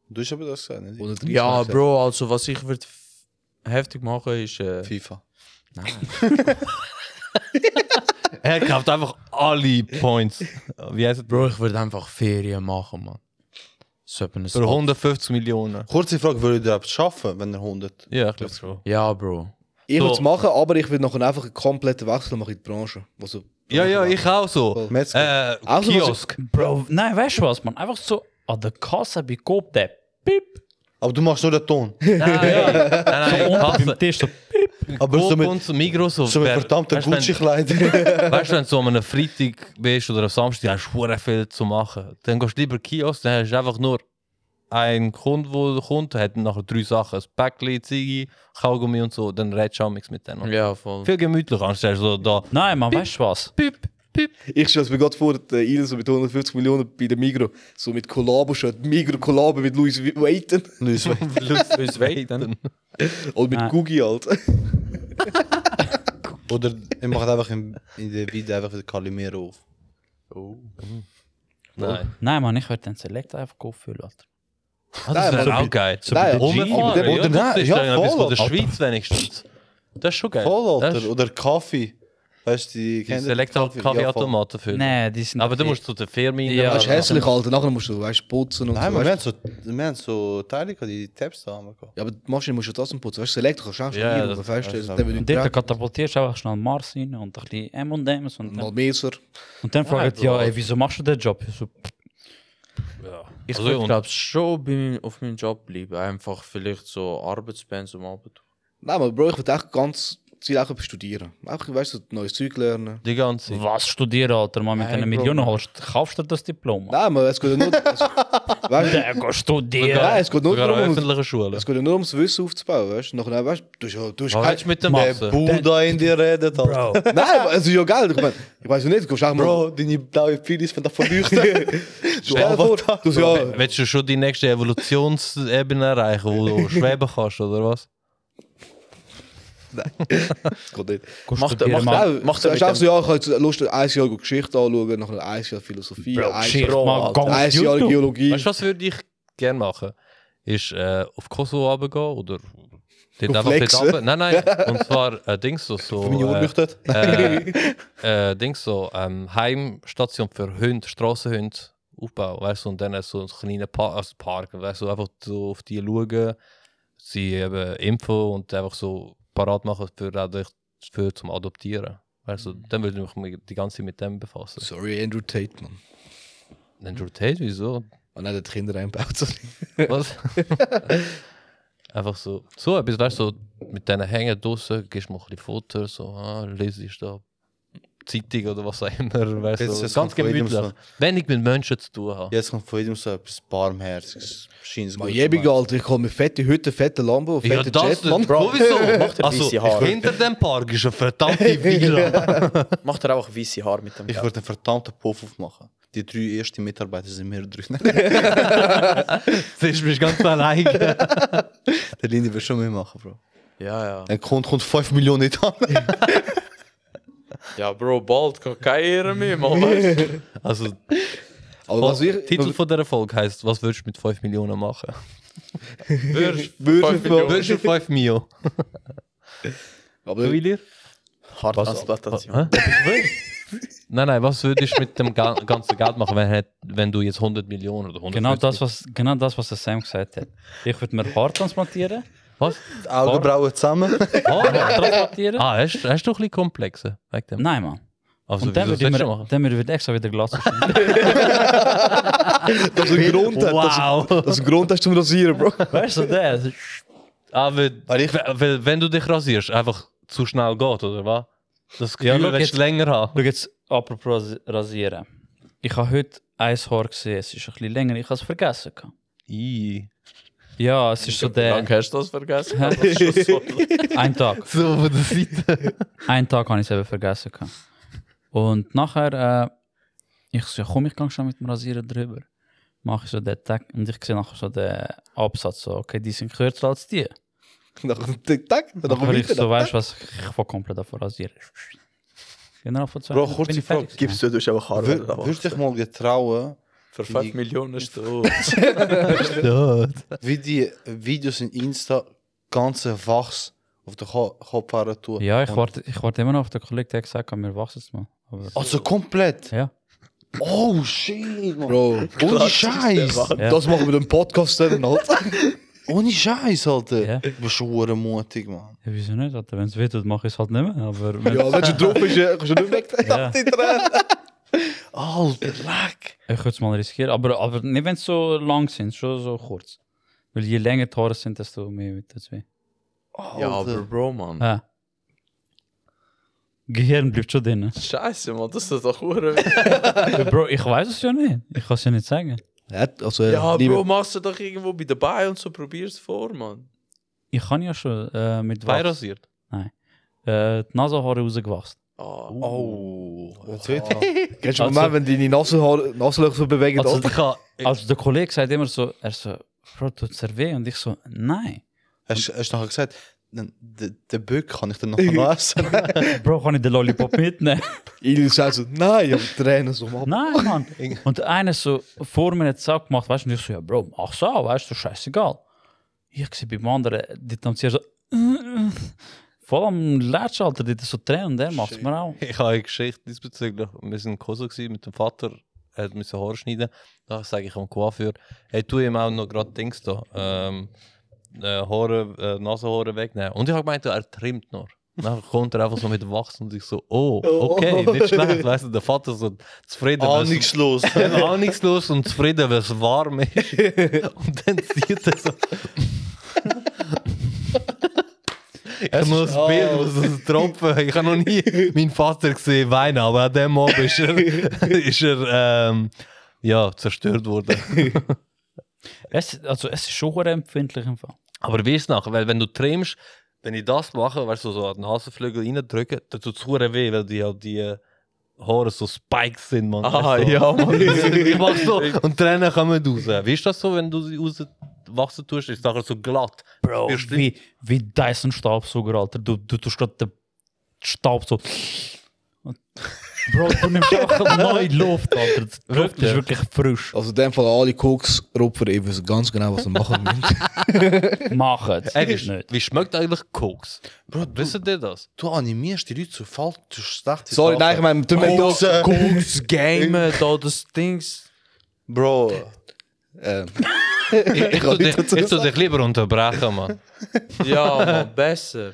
Speaker 6: Du hast aber das gesagt, nicht?
Speaker 4: 130,
Speaker 5: Ja,
Speaker 4: hast du
Speaker 5: Bro, also was ich würde heftig machen ist. Äh,
Speaker 6: FIFA.
Speaker 2: Er kauft einfach alle Points. Wie heißt es?
Speaker 5: Bro, ich würde einfach Ferien machen, Mann. So etwa ein
Speaker 2: Für 150 Millionen.
Speaker 6: Kurze Frage, würdet ihr das schaffen, wenn er 100?
Speaker 2: Ja, ich glaube schon.
Speaker 5: Ja, Bro.
Speaker 4: Ich würde es
Speaker 2: So.
Speaker 4: machen, aber ich will nachher einfach einen kompletten Wechsel machen in die Branche. Also,
Speaker 2: Ja, ja, ich auch
Speaker 9: Oh.
Speaker 2: so.
Speaker 6: Metzger.
Speaker 2: Äh,
Speaker 4: Also, was-
Speaker 2: Kiosk.
Speaker 3: Bro, nein, weißt du was, man? Einfach so an der Kasse bei Coop, der Pip.
Speaker 9: Aber du machst nur den Ton.
Speaker 2: Ah,
Speaker 9: *laughs*
Speaker 2: Nein, nein, ich
Speaker 3: Unten
Speaker 2: hasse.
Speaker 3: beim Tisch so.
Speaker 9: Aber so mit,
Speaker 2: und Migros auf
Speaker 9: so mit
Speaker 2: Ber-
Speaker 9: verdammten
Speaker 2: Weißt du, wenn-
Speaker 9: Gucci-Kleidern.
Speaker 2: Weißt du, wenn du so an einem Freitag bist oder am Samstag, hast du verdammt viel zu machen. Dann gehst du lieber in den Kiosk, dann hast du einfach nur einen Kunden, der kommt, der hat dann nachher drei Sachen: ein Päckchen, Ziege, Kaugummi und so. Dann redest du auch nichts mit denen.
Speaker 5: Ja, voll.
Speaker 2: Viel gemütlicher, anstatt so da.
Speaker 3: Nein, man, weißt du was?
Speaker 4: Ich stelle mir gerade vor, der Elon so mit 150 Millionen bei der Migro, so mit Kollabo-Shirt, Migro-Kollabo mit Louis Vuitton
Speaker 2: *laughs*
Speaker 5: Uns weiden.
Speaker 4: und mit
Speaker 3: Ah.
Speaker 4: Gugi halt.
Speaker 9: Oder er macht einfach in, in der Video einfach den Calimero auf.
Speaker 2: Nein.
Speaker 3: Nein, man, ich werde den Select einfach kaufen, Alter.
Speaker 2: Ah, das
Speaker 4: Nein,
Speaker 2: wäre
Speaker 4: aber
Speaker 2: auch geil. So
Speaker 4: Nein, aber-
Speaker 2: Rumfahren,
Speaker 9: Oder
Speaker 2: ja, das
Speaker 9: nein,
Speaker 2: ist
Speaker 9: ja,
Speaker 2: dann etwas
Speaker 9: voll,
Speaker 2: von der
Speaker 9: Alter.
Speaker 2: Schweiz wenigstens. Das ist schon geil.
Speaker 9: Voll,
Speaker 2: Das
Speaker 9: Alter.
Speaker 2: ist-
Speaker 9: Oder Kaffee. Weißt du, die
Speaker 2: Die
Speaker 9: kennt ihr
Speaker 2: Selektor
Speaker 9: den Kaffee? Ja, voll.
Speaker 2: Kaffeeautomaten für.
Speaker 3: Nein, die sind.
Speaker 2: Aber du musst zu der Firma rein.
Speaker 3: Ja.
Speaker 4: Das ist
Speaker 3: aber-
Speaker 4: hässlich, Alter. Nachher musst du, weißt du, putzen und
Speaker 9: Nein,
Speaker 4: so.
Speaker 9: wir
Speaker 4: Weißt,
Speaker 9: haben so, wir haben so Teile gehabt, die Tabs da haben wir gehabt.
Speaker 4: ja, aber die Maschine musst du trotzdem putzen. Weißt du, das Elektro kannst du auch schon
Speaker 2: Ja,
Speaker 4: yeah,
Speaker 2: ja,
Speaker 4: einrufen,
Speaker 2: das-
Speaker 4: weißt
Speaker 9: das-
Speaker 4: du. dann wird
Speaker 3: Und
Speaker 4: die
Speaker 3: dort
Speaker 4: Dreck-
Speaker 3: katapultierst du einfach schnell Mars rein und ein bisschen M&M's und
Speaker 4: Noch
Speaker 3: dann,
Speaker 4: mehr so.
Speaker 3: und dann fragen die, ja,
Speaker 2: Bro.
Speaker 3: ey, wieso machst du den Job? Ich so,
Speaker 5: Ich
Speaker 2: Also,
Speaker 5: also,
Speaker 2: und-
Speaker 5: glaube schon bei meinem- auf meinem Job bleiben. Einfach vielleicht so Arbeitspensum Arbeit.
Speaker 4: Nein, aber Bro, ich würde echt ganz viel auch etwas studieren. Auch, weißt du, neues Zeug lernen.
Speaker 2: Die ganze Zeit.
Speaker 3: was studieren, Alter, man, mit
Speaker 5: Nein,
Speaker 3: diesen
Speaker 5: Bro.
Speaker 3: Millionen holst, kaufst du das Diplom?
Speaker 4: Nein, aber es geht ja nur... es, weißt, du,
Speaker 3: Der geht studieren.
Speaker 4: nein, es geht nur
Speaker 2: Sogar an
Speaker 4: darum, um-
Speaker 2: öffentlichen Schulen.
Speaker 4: es geht ja nur ums Wissen aufzubauen, weißt du. Nachher, weißt du, du, hast ja- du hast
Speaker 2: Was
Speaker 4: kein...
Speaker 2: willst du mit der
Speaker 9: Der
Speaker 2: Masse?
Speaker 9: Buddha in dir redet, Alter.
Speaker 3: Bro,
Speaker 4: Nein, aber es ist ja geil. Ich meine, ich weiß ja nicht, du kommst auch mal...
Speaker 9: Bro, deine blaue Pilis von
Speaker 4: *laughs*
Speaker 9: der Verleuchtung.
Speaker 4: du Avatar. Du, ja,
Speaker 2: Willst du schon die nächste Evolutionsebene erreichen, wo du schweben kannst, oder was?
Speaker 4: das geht nicht.
Speaker 3: gehst
Speaker 1: Mach- mach-
Speaker 3: studieren, Mann.
Speaker 4: Neau,
Speaker 1: macht
Speaker 4: du
Speaker 1: er
Speaker 4: hast
Speaker 1: mit
Speaker 4: auch so, ja, ich habe jetzt Lust, ein Jahr Geschichte anschauen, nachher ein Jahr Philosophie,
Speaker 3: Bro,
Speaker 4: ein,
Speaker 3: Geschichte,
Speaker 4: Jahr,
Speaker 3: Mann, ganz
Speaker 4: ein Jahr
Speaker 3: YouTube.
Speaker 4: Geologie.
Speaker 2: Weißt du, was würde ich gerne machen? Ist äh, auf Kosovo runtergehen oder dort
Speaker 4: Auf
Speaker 2: einfach dort
Speaker 4: Flexen.
Speaker 2: runter. Nein, nein.
Speaker 4: *laughs*
Speaker 2: Und zwar äh, Dings so. so
Speaker 9: Meine Uhr
Speaker 2: äh,
Speaker 9: leuchtet.
Speaker 2: äh,
Speaker 4: *laughs*
Speaker 2: äh, Dings so, ähm, Heimstation für Hunde, Strassenhunde aufbauen, weißt du, und dann so einen kleinen pa also Park, weißt du, einfach so auf die schauen, sie eben impfen und einfach so parat machen für, für zum Adoptieren. Weißt
Speaker 4: Mhm.
Speaker 2: du, dann würde ich mich die ganze Zeit mit dem befassen.
Speaker 4: Sorry, Andrew Tate, Mann.
Speaker 2: Andrew Tate, wieso?
Speaker 4: Und er hat die Kinder eingebaut. sorry.
Speaker 2: Was? *laughs* Einfach so, so etwas, weißt du, so mit diesen Hängen draussen, gehst mal ein bisschen Futter, so, ah, lesest da Zeitung oder was auch immer, weißt
Speaker 9: Jetzt
Speaker 2: du,
Speaker 9: ist
Speaker 2: ganz
Speaker 9: es von jedem
Speaker 2: gemütlich. Wenig mit Menschen zu tun haben.
Speaker 9: Jetzt kommt von jedem so etwas Barmherziges. Scheint es
Speaker 4: Mal
Speaker 9: gut zu
Speaker 4: jebig,
Speaker 9: meinen.
Speaker 4: Alter, ich komme mit fette Hütte, fette Lambo, fette
Speaker 2: Ja, das,
Speaker 4: Jet, *laughs* Mann.
Speaker 2: Bro, wieso? Also,
Speaker 1: weisse Haare.
Speaker 2: hinter dem Park ist eine
Speaker 4: *laughs*
Speaker 2: verdammte Villa.
Speaker 1: Macht er einfach weiße Haare mit dem
Speaker 9: Ich
Speaker 1: Geld.
Speaker 9: würde einen verdammten Puff aufmachen. Die drei ersten Mitarbeiter sind mir *laughs* drin.
Speaker 2: Siehst du mich ganz allein.
Speaker 9: Der Lindy wird schon mitmachen, Bro.
Speaker 5: Ja, ja.
Speaker 9: Ein Kunde kommt 5 Millionen nicht an.
Speaker 5: Ja, Bro, bald kann keine Ehre mehr, *laughs* man weiß.
Speaker 2: Also,
Speaker 4: Aber was ich...
Speaker 2: Titel von dieser Folge heisst, was würdest du mit 5 Millionen machen?
Speaker 5: Würdest
Speaker 4: *laughs* Würdest du-
Speaker 2: Würdest du 5 Mio?
Speaker 4: Aber
Speaker 1: Haartransplantation.
Speaker 2: Hä? Nein, nein, was würdest du mit dem ga- ganzen Geld machen, wenn, hätt- wenn du jetzt 100 Millionen oder 100
Speaker 3: Genau das, was, genau das, was der Sam gesagt hat. Ich würde mir Haar transplantieren.
Speaker 2: Was?
Speaker 9: Augenbrauen zusammen.
Speaker 3: Haar transplantieren?
Speaker 2: Ah, hast, hast du ein bisschen komplexe? Wegen dem.
Speaker 3: Nein, Mann.
Speaker 2: Also,
Speaker 3: Und dann
Speaker 2: wieso
Speaker 3: würde ich
Speaker 2: sollst du
Speaker 3: mir,
Speaker 2: machen?
Speaker 3: dann würde ich extra wieder Glas schneiden.
Speaker 4: das ist ein Grund, hat,
Speaker 2: Wow!
Speaker 4: das, das ist ein Grund hast zum Rasieren, Bro.
Speaker 3: Weißt du, der? so-
Speaker 2: *laughs* Ah, weil, weil, weil, wenn du dich rasierst, einfach zu schnell geht, oder was? Das Gefühl
Speaker 3: schau,
Speaker 2: ja, willst
Speaker 3: jetzt-
Speaker 2: du länger haben.
Speaker 3: Schau jetzt, apropos Ras- Rasieren. Ich habe heute ein Haar gesehen, es ist ein bisschen länger, ich habe es vergessen. gehabt.
Speaker 2: Ii.
Speaker 3: Ja, es ist so
Speaker 5: Wie
Speaker 3: der.
Speaker 5: lange hast du das vergessen?
Speaker 3: Hä?
Speaker 5: Das ist schon so lang. *laughs*
Speaker 3: Ein Tag.
Speaker 9: *laughs*
Speaker 2: So von der Seite.
Speaker 3: Einen Tag habe ich es eben vergessen. gehabt. Und nachher, äh, ich so, ja komm, ich gehe schon mit dem Rasieren drüber. Mache ich so den Tag und ich sehe nachher so den Absatz, so, okay, die sind kürzer als die.
Speaker 4: Nach dem Tick-Tack, nach
Speaker 3: Nachher
Speaker 4: dem
Speaker 3: ich so,
Speaker 4: Weiter.
Speaker 3: weißt du was, ich will komplett davon rasieren. Genau von zwei
Speaker 9: Bro,
Speaker 3: Minuten
Speaker 9: kurze
Speaker 3: bin ich
Speaker 9: Frage.
Speaker 3: fertig
Speaker 1: Gibst
Speaker 3: gewesen.
Speaker 1: du, du hast einfach Haare.
Speaker 9: Wür-
Speaker 1: werden
Speaker 9: Würdest
Speaker 1: wachsen.
Speaker 9: du dich mal getrauen,
Speaker 5: Für 5 Millionen ist du.
Speaker 9: wie die Videos in Insta ganze Wachs auf den Ko- Kopf her tun?
Speaker 3: Ja, ich
Speaker 9: Und-
Speaker 3: warte, ich warte immer noch auf den Kollegen, der gesagt hat, wir wachsen jetzt mal. Aber,
Speaker 9: Also komplett?
Speaker 3: Ja.
Speaker 9: Oh, shit, man.
Speaker 4: Bro,
Speaker 9: Ohne Scheiß.
Speaker 3: Ja.
Speaker 4: das machen wir im Podcast dann, Alter.
Speaker 9: Ohne Scheiß, Alter.
Speaker 3: Ja.
Speaker 9: Du bist schon mutig, man.
Speaker 3: Ja, wieso nicht? Alter? Wenn es wehtut, mache ich es halt nicht mehr.
Speaker 9: *laughs*
Speaker 3: Aber wenn,
Speaker 4: Ja, wenn du drauf bist, ja, kannst du nicht weg.
Speaker 3: Ja.
Speaker 9: Alter, leck.
Speaker 3: ich würde es mal riskieren. Aber, aber nicht, wenn es so lang sind, schon so kurz. Weil je länger die Haare sind, desto mehr wird das weh.
Speaker 5: Ja, aber Bro, Mann.
Speaker 3: Ah. Gehirn bleibt schon drin.
Speaker 5: Scheiße, Mann, das ist doch *laughs* hure.
Speaker 3: Bro, ich weiß es ja nicht. Ich kann es ja nicht sagen. *laughs*
Speaker 9: Er hat, also,
Speaker 3: eh,
Speaker 9: er
Speaker 5: Ja,
Speaker 9: hat nie
Speaker 5: Bro, machst du doch irgendwo bei dabei und so probier's vor, Mann.
Speaker 3: Ich kann ja schon äh, mit
Speaker 2: Zwei
Speaker 3: Wachs äh,
Speaker 2: rasiert.
Speaker 3: die Nasenhaare rausgewachsen.
Speaker 5: Ah,
Speaker 9: Oh.
Speaker 4: Kennst du den Moment, wenn deine Nasenhaar- Nasenlöcher so bewegen?
Speaker 3: Also,
Speaker 4: ab?
Speaker 3: also der Kollege sagt immer so, er so, Bro, tut's dir weh? Und ich so, nein.
Speaker 9: Hast hast du nachher gesagt, den, den, den Böck kann ich dann nachher noch essen?
Speaker 3: Bro, kann ich den Lollipop mitnehmen?
Speaker 4: Ich sage so, nein, aber die Tränen so mal.
Speaker 3: nein, Mann. Und einer so vor mir hat Sack gemacht, weißt du, und ich so, ja, Bro, mach so, weißt du, scheißegal. Ich sehe beim anderen, die tanziert *laughs* so, voll am Latsch, Alter, die so Tränen, der macht's mir auch.
Speaker 2: *laughs* Ich habe eine Geschichte diesbezüglich. Wir sind in Kosovo gewesen mit dem Vater. Er hat müssen Haare schneiden. Da sage ich am Coiffeur, hey, tu ihm auch noch gerade Dings da. Ähm, äh, Haare, äh, Nasenhaare wegnehmen. Und ich habe gemeint, er trimmt noch. Dann kommt er einfach so mit Wachs und ich so, oh, okay, nicht schlecht. Weißt du, der Vater so zufrieden.
Speaker 9: Ah,
Speaker 2: weil's-
Speaker 9: nichts los.
Speaker 2: Er ist auch nichts los und zufrieden, weil es warm ist. Und dann sieht er so. Ich habe noch ein Bild, wo so ein Tropfen. Ich habe noch nie meinen Vater gesehen weinen, aber an dem Abend ist er, *laughs* ist er ähm, ja, zerstört worden.
Speaker 3: Es, also, es ist schon verdammt empfindlich im Fall.
Speaker 2: Aber wie ist nachher? Weil wenn du trimmst, wenn ich das mache, weißt du, so an den Hasenflügel reindrücken, dann tut es weh, weil die halt die Haare so Spikes sind, man.
Speaker 5: ah ja,
Speaker 2: *laughs*
Speaker 5: Mann.
Speaker 2: Ich mach so und Tränen kommen raus. Wie ist das so, wenn du sie rauswachsen tust? Ist es nachher so glatt?
Speaker 3: Bro,
Speaker 2: Spürst du-
Speaker 3: wie, wie Dyson-Staubsauger, Alter. Du, du tust gerade den Staub so. Und- *laughs* Bro, du nimmst einfach neue Luft, Alter. Die Luft ist wirklich frisch.
Speaker 4: Also in dem Fall alle Koks-Rupfer, ich weiß ganz genau, was sie machen *laughs* müssen.
Speaker 3: Mach es.
Speaker 2: Ey, wie,
Speaker 3: Äh, nicht.
Speaker 2: wie schmeckt eigentlich Koks?
Speaker 9: Bro,
Speaker 2: Wissen die
Speaker 9: *laughs*
Speaker 2: das?
Speaker 9: Du animierst die Leute zu Fall, zu schlecht.
Speaker 4: Sorry, nein, ich meine, tun wir
Speaker 9: Koks, äh,
Speaker 5: Koks, Gamer, da das Dings.
Speaker 9: Bro.
Speaker 2: Ich, ich, tu dich, ich tu dich lieber unterbrechen, Mann.
Speaker 5: *laughs* Ja, Mann, besser.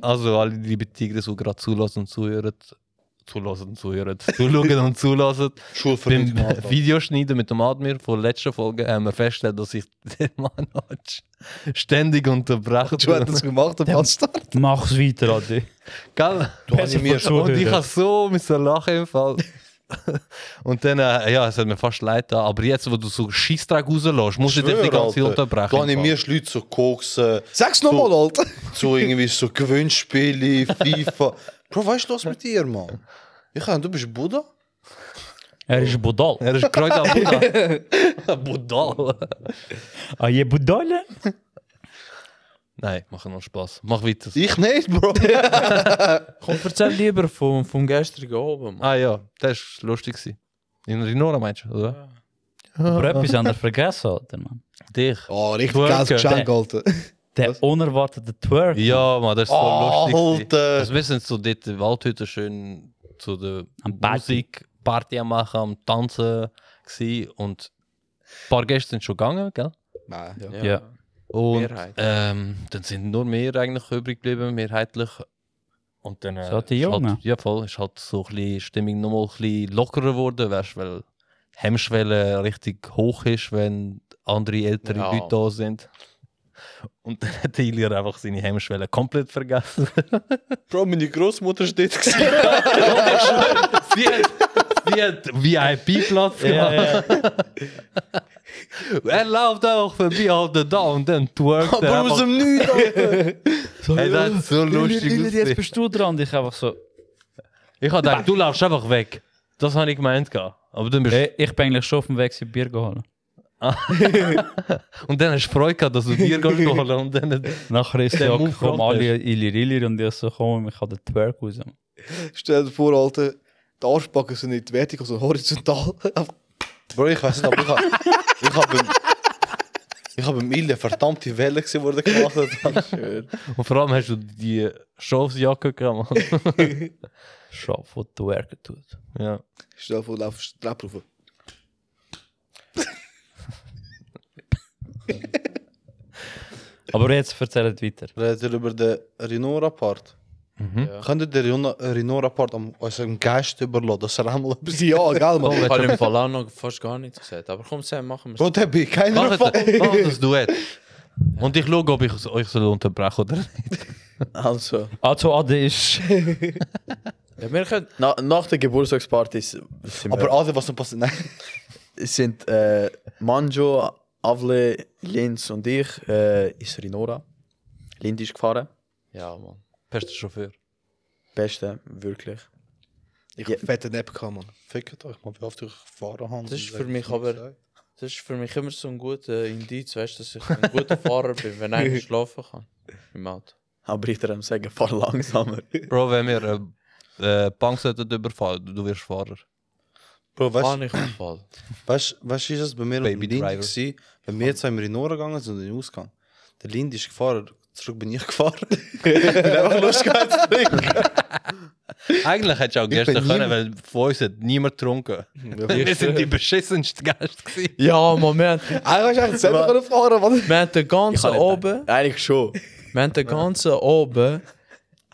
Speaker 2: Also, alle liebe Tigris, die gerade zulassen und zuhören. Zulassen und zuhören. Zuschauen und zulassen. Beim Videoschneiden mit dem Admir von letzter Folge haben wir festgestellt, dass ich *laughs* den Mann ständig unterbreche.
Speaker 4: Du hast das gemacht, der Bastard.
Speaker 3: Mach's weiter, Adi.
Speaker 2: Gell?
Speaker 9: Du
Speaker 3: Besser
Speaker 9: animierst.
Speaker 3: von
Speaker 2: Und ich
Speaker 3: Zuhörer.
Speaker 2: habe so müssen lachen im Fall. *laughs* Und dann, äh, ja, es hat mir fast leid getan. Aber jetzt, wo du so Scheißdrag rauslässt, musst du dich die
Speaker 9: Schwör,
Speaker 2: ganze Zeit
Speaker 9: Alter.
Speaker 2: unterbrechen.
Speaker 9: Du
Speaker 2: im Fall.
Speaker 9: animierst Leute zu Koks, äh,
Speaker 4: Sag's nochmal, Alter.
Speaker 9: zu irgendwie so Gewinnspiele, FIFA. Bro, was ist los mit dir, Mann? Ich meine, du bist Buddha?
Speaker 3: Er ist Budal.
Speaker 2: Er ist
Speaker 9: *laughs*
Speaker 2: Kräuter Buddha. Budal.
Speaker 3: Ah, je Budale?
Speaker 2: Nein, mach noch Spaß. Mach weiter.
Speaker 9: Ich nicht, Bro.
Speaker 5: Komm, erzähl lieber vom, vom gestrigen Abend, Mann.
Speaker 2: Ah ja, das war lustig. gewesen. In Rinora meinst du, oder?
Speaker 3: Aber etwas haben wir vergessen, Alter, Mann.
Speaker 2: Dich.
Speaker 4: Oh, richtig
Speaker 2: Twerken.
Speaker 4: geiles Geschenk, Alter. *laughs*
Speaker 3: Der unerwartete Twerk.
Speaker 2: Ja, Mann, das ist so
Speaker 9: Oh,
Speaker 2: lustig. gewesen.
Speaker 9: Alter.
Speaker 2: Also wir sind so dort in Waldhütte schön zu der
Speaker 3: Am Party.
Speaker 2: Musik, Party am machen, am Tanzen gsi und ein paar Gäste sind schon gegangen, gell?
Speaker 4: Nein, ja.
Speaker 3: Ja.
Speaker 2: Und
Speaker 5: Mehrheit.
Speaker 2: ähm, dann sind nur wir eigentlich übrig geblieben, mehrheitlich. Und dann äh,
Speaker 3: So die
Speaker 2: ist
Speaker 3: Jungen.
Speaker 2: Halt, ja, voll, ist halt so ein bisschen Stimmung nochmal ein bisschen lockerer geworden, weißt, weil die Hemmschwelle richtig hoch ist, wenn andere ältere
Speaker 5: Ja.
Speaker 2: Leute da sind. Und *laughs* dann hat der Ilir einfach seine Hemmschwelle komplett vergessen.
Speaker 9: Bro, meine Großmutter steht gesehen.
Speaker 2: sie hat, sie hat VIP-Platz gehabt. Er läuft auch vorbei auf den Da und dann
Speaker 1: Oh,
Speaker 2: twerkt er
Speaker 9: Bro,
Speaker 2: einfach.
Speaker 9: aus dem Nichts,
Speaker 6: *laughs*
Speaker 9: Alter.
Speaker 2: Hey, das ist so lustig
Speaker 3: Jetzt
Speaker 2: ausgesehen.
Speaker 3: bist du dran, ich einfach so.
Speaker 2: Ich habe gedacht, du läufst einfach weg. Das habe ich gemeint. gehabt. Aber dann bist
Speaker 3: Ey, Ich bin eigentlich schon auf dem Weg, sie Bier geholt.
Speaker 2: Und dann hast du Freude gehabt, dass du Bier gehst holen und dann...
Speaker 3: Nachher ist
Speaker 2: Der
Speaker 3: ja,
Speaker 2: Move
Speaker 3: kommen
Speaker 2: kommt
Speaker 3: alle Ilir Ilir und ich so, komm, ich habe den Twerk raus. Mann.
Speaker 4: Stell dir vor, Alter, die Arschbacken sind nicht vertikal, sondern *laughs* horizontal.
Speaker 9: Bro, ich weiß nicht, aber ich habe ich hab im, ich hab im Ile verdammte Welle gesehen, wurde gemacht hat.
Speaker 2: Und vor allem hast du die Schafsjacke gehabt, Mann.
Speaker 3: Schaf, wo Twerk tut.
Speaker 2: Ja.
Speaker 4: Stell dir vor, du laufst die Treppe rauf.
Speaker 3: Aber jetzt erzählt weiter.
Speaker 9: Redet ihr über den Renora-Part?
Speaker 2: Mhm.
Speaker 9: Ja. Könnt ihr den Renora- Renora-Part am- unserem Geist überlassen, dass er einmal
Speaker 4: Bis Ja, gell,
Speaker 5: Komm,
Speaker 4: Mann.
Speaker 5: ich habe im Fall auch noch fast gar nichts gesagt. Aber komm, Sam, machen wir
Speaker 9: Bro, der bin keiner
Speaker 2: Mach
Speaker 9: von...
Speaker 2: das, mach das Duett. Und ich schaue, ob ich es- euch soll unterbrechen oder nicht.
Speaker 6: Also,
Speaker 3: Also, Ade ist.
Speaker 5: Ja, wir können...
Speaker 6: na, nach der Geburtstagsparty sind
Speaker 9: Aber
Speaker 6: wir,
Speaker 9: Ade, was noch
Speaker 6: *laughs*
Speaker 9: passiert? Nein.
Speaker 6: sind äh, Manjo, Avle, Linz und ich äh, in Srinora. Lind ist gefahren.
Speaker 5: Ja, Mann.
Speaker 2: Bester Chauffeur.
Speaker 6: Beste, wirklich.
Speaker 9: Ich
Speaker 6: Ja.
Speaker 9: hab fette Nap gehabt, Mann. Fickt euch mal, wie oft ich gefahren habe.
Speaker 5: Das ist für mich aber- Das ist für mich immer so ein guter Indiz, weißt du, dass ich ein guter Fahrer bin, wenn
Speaker 2: *laughs*
Speaker 5: einer schlafen kann. Im Auto.
Speaker 6: Aber ich würde ihm sagen, fahr langsamer.
Speaker 2: Bro, wenn wir äh, äh, Bank sollten überfallen, du- du wirst Fahrer.
Speaker 9: Bro, weißt
Speaker 5: Kann ich im Fall.
Speaker 9: Weißt du, was ist es bei mir
Speaker 2: Baby
Speaker 9: Baby Lind
Speaker 2: Driver.
Speaker 9: gewesen? Wenn wir jetzt einmal in Nora gegangen sind und in den Ausgang. Der Lind ist gefahren, zurück bin ich gefahren. ich bin einfach Lust gehabt zu trinken.
Speaker 2: Eigentlich hättest du auch
Speaker 9: bin
Speaker 2: Gäste können,
Speaker 9: niemand-
Speaker 2: weil von uns hat niemand getrunken. *laughs* Wir sind die beschissensten Gäste gewesen.
Speaker 5: Ja, Mann, wir haben,
Speaker 9: Eigentlich hätte ich selber können fahren können.
Speaker 5: wir haben den ganzen oben...
Speaker 6: Eigentlich schon.
Speaker 5: Wir haben den ganzen oben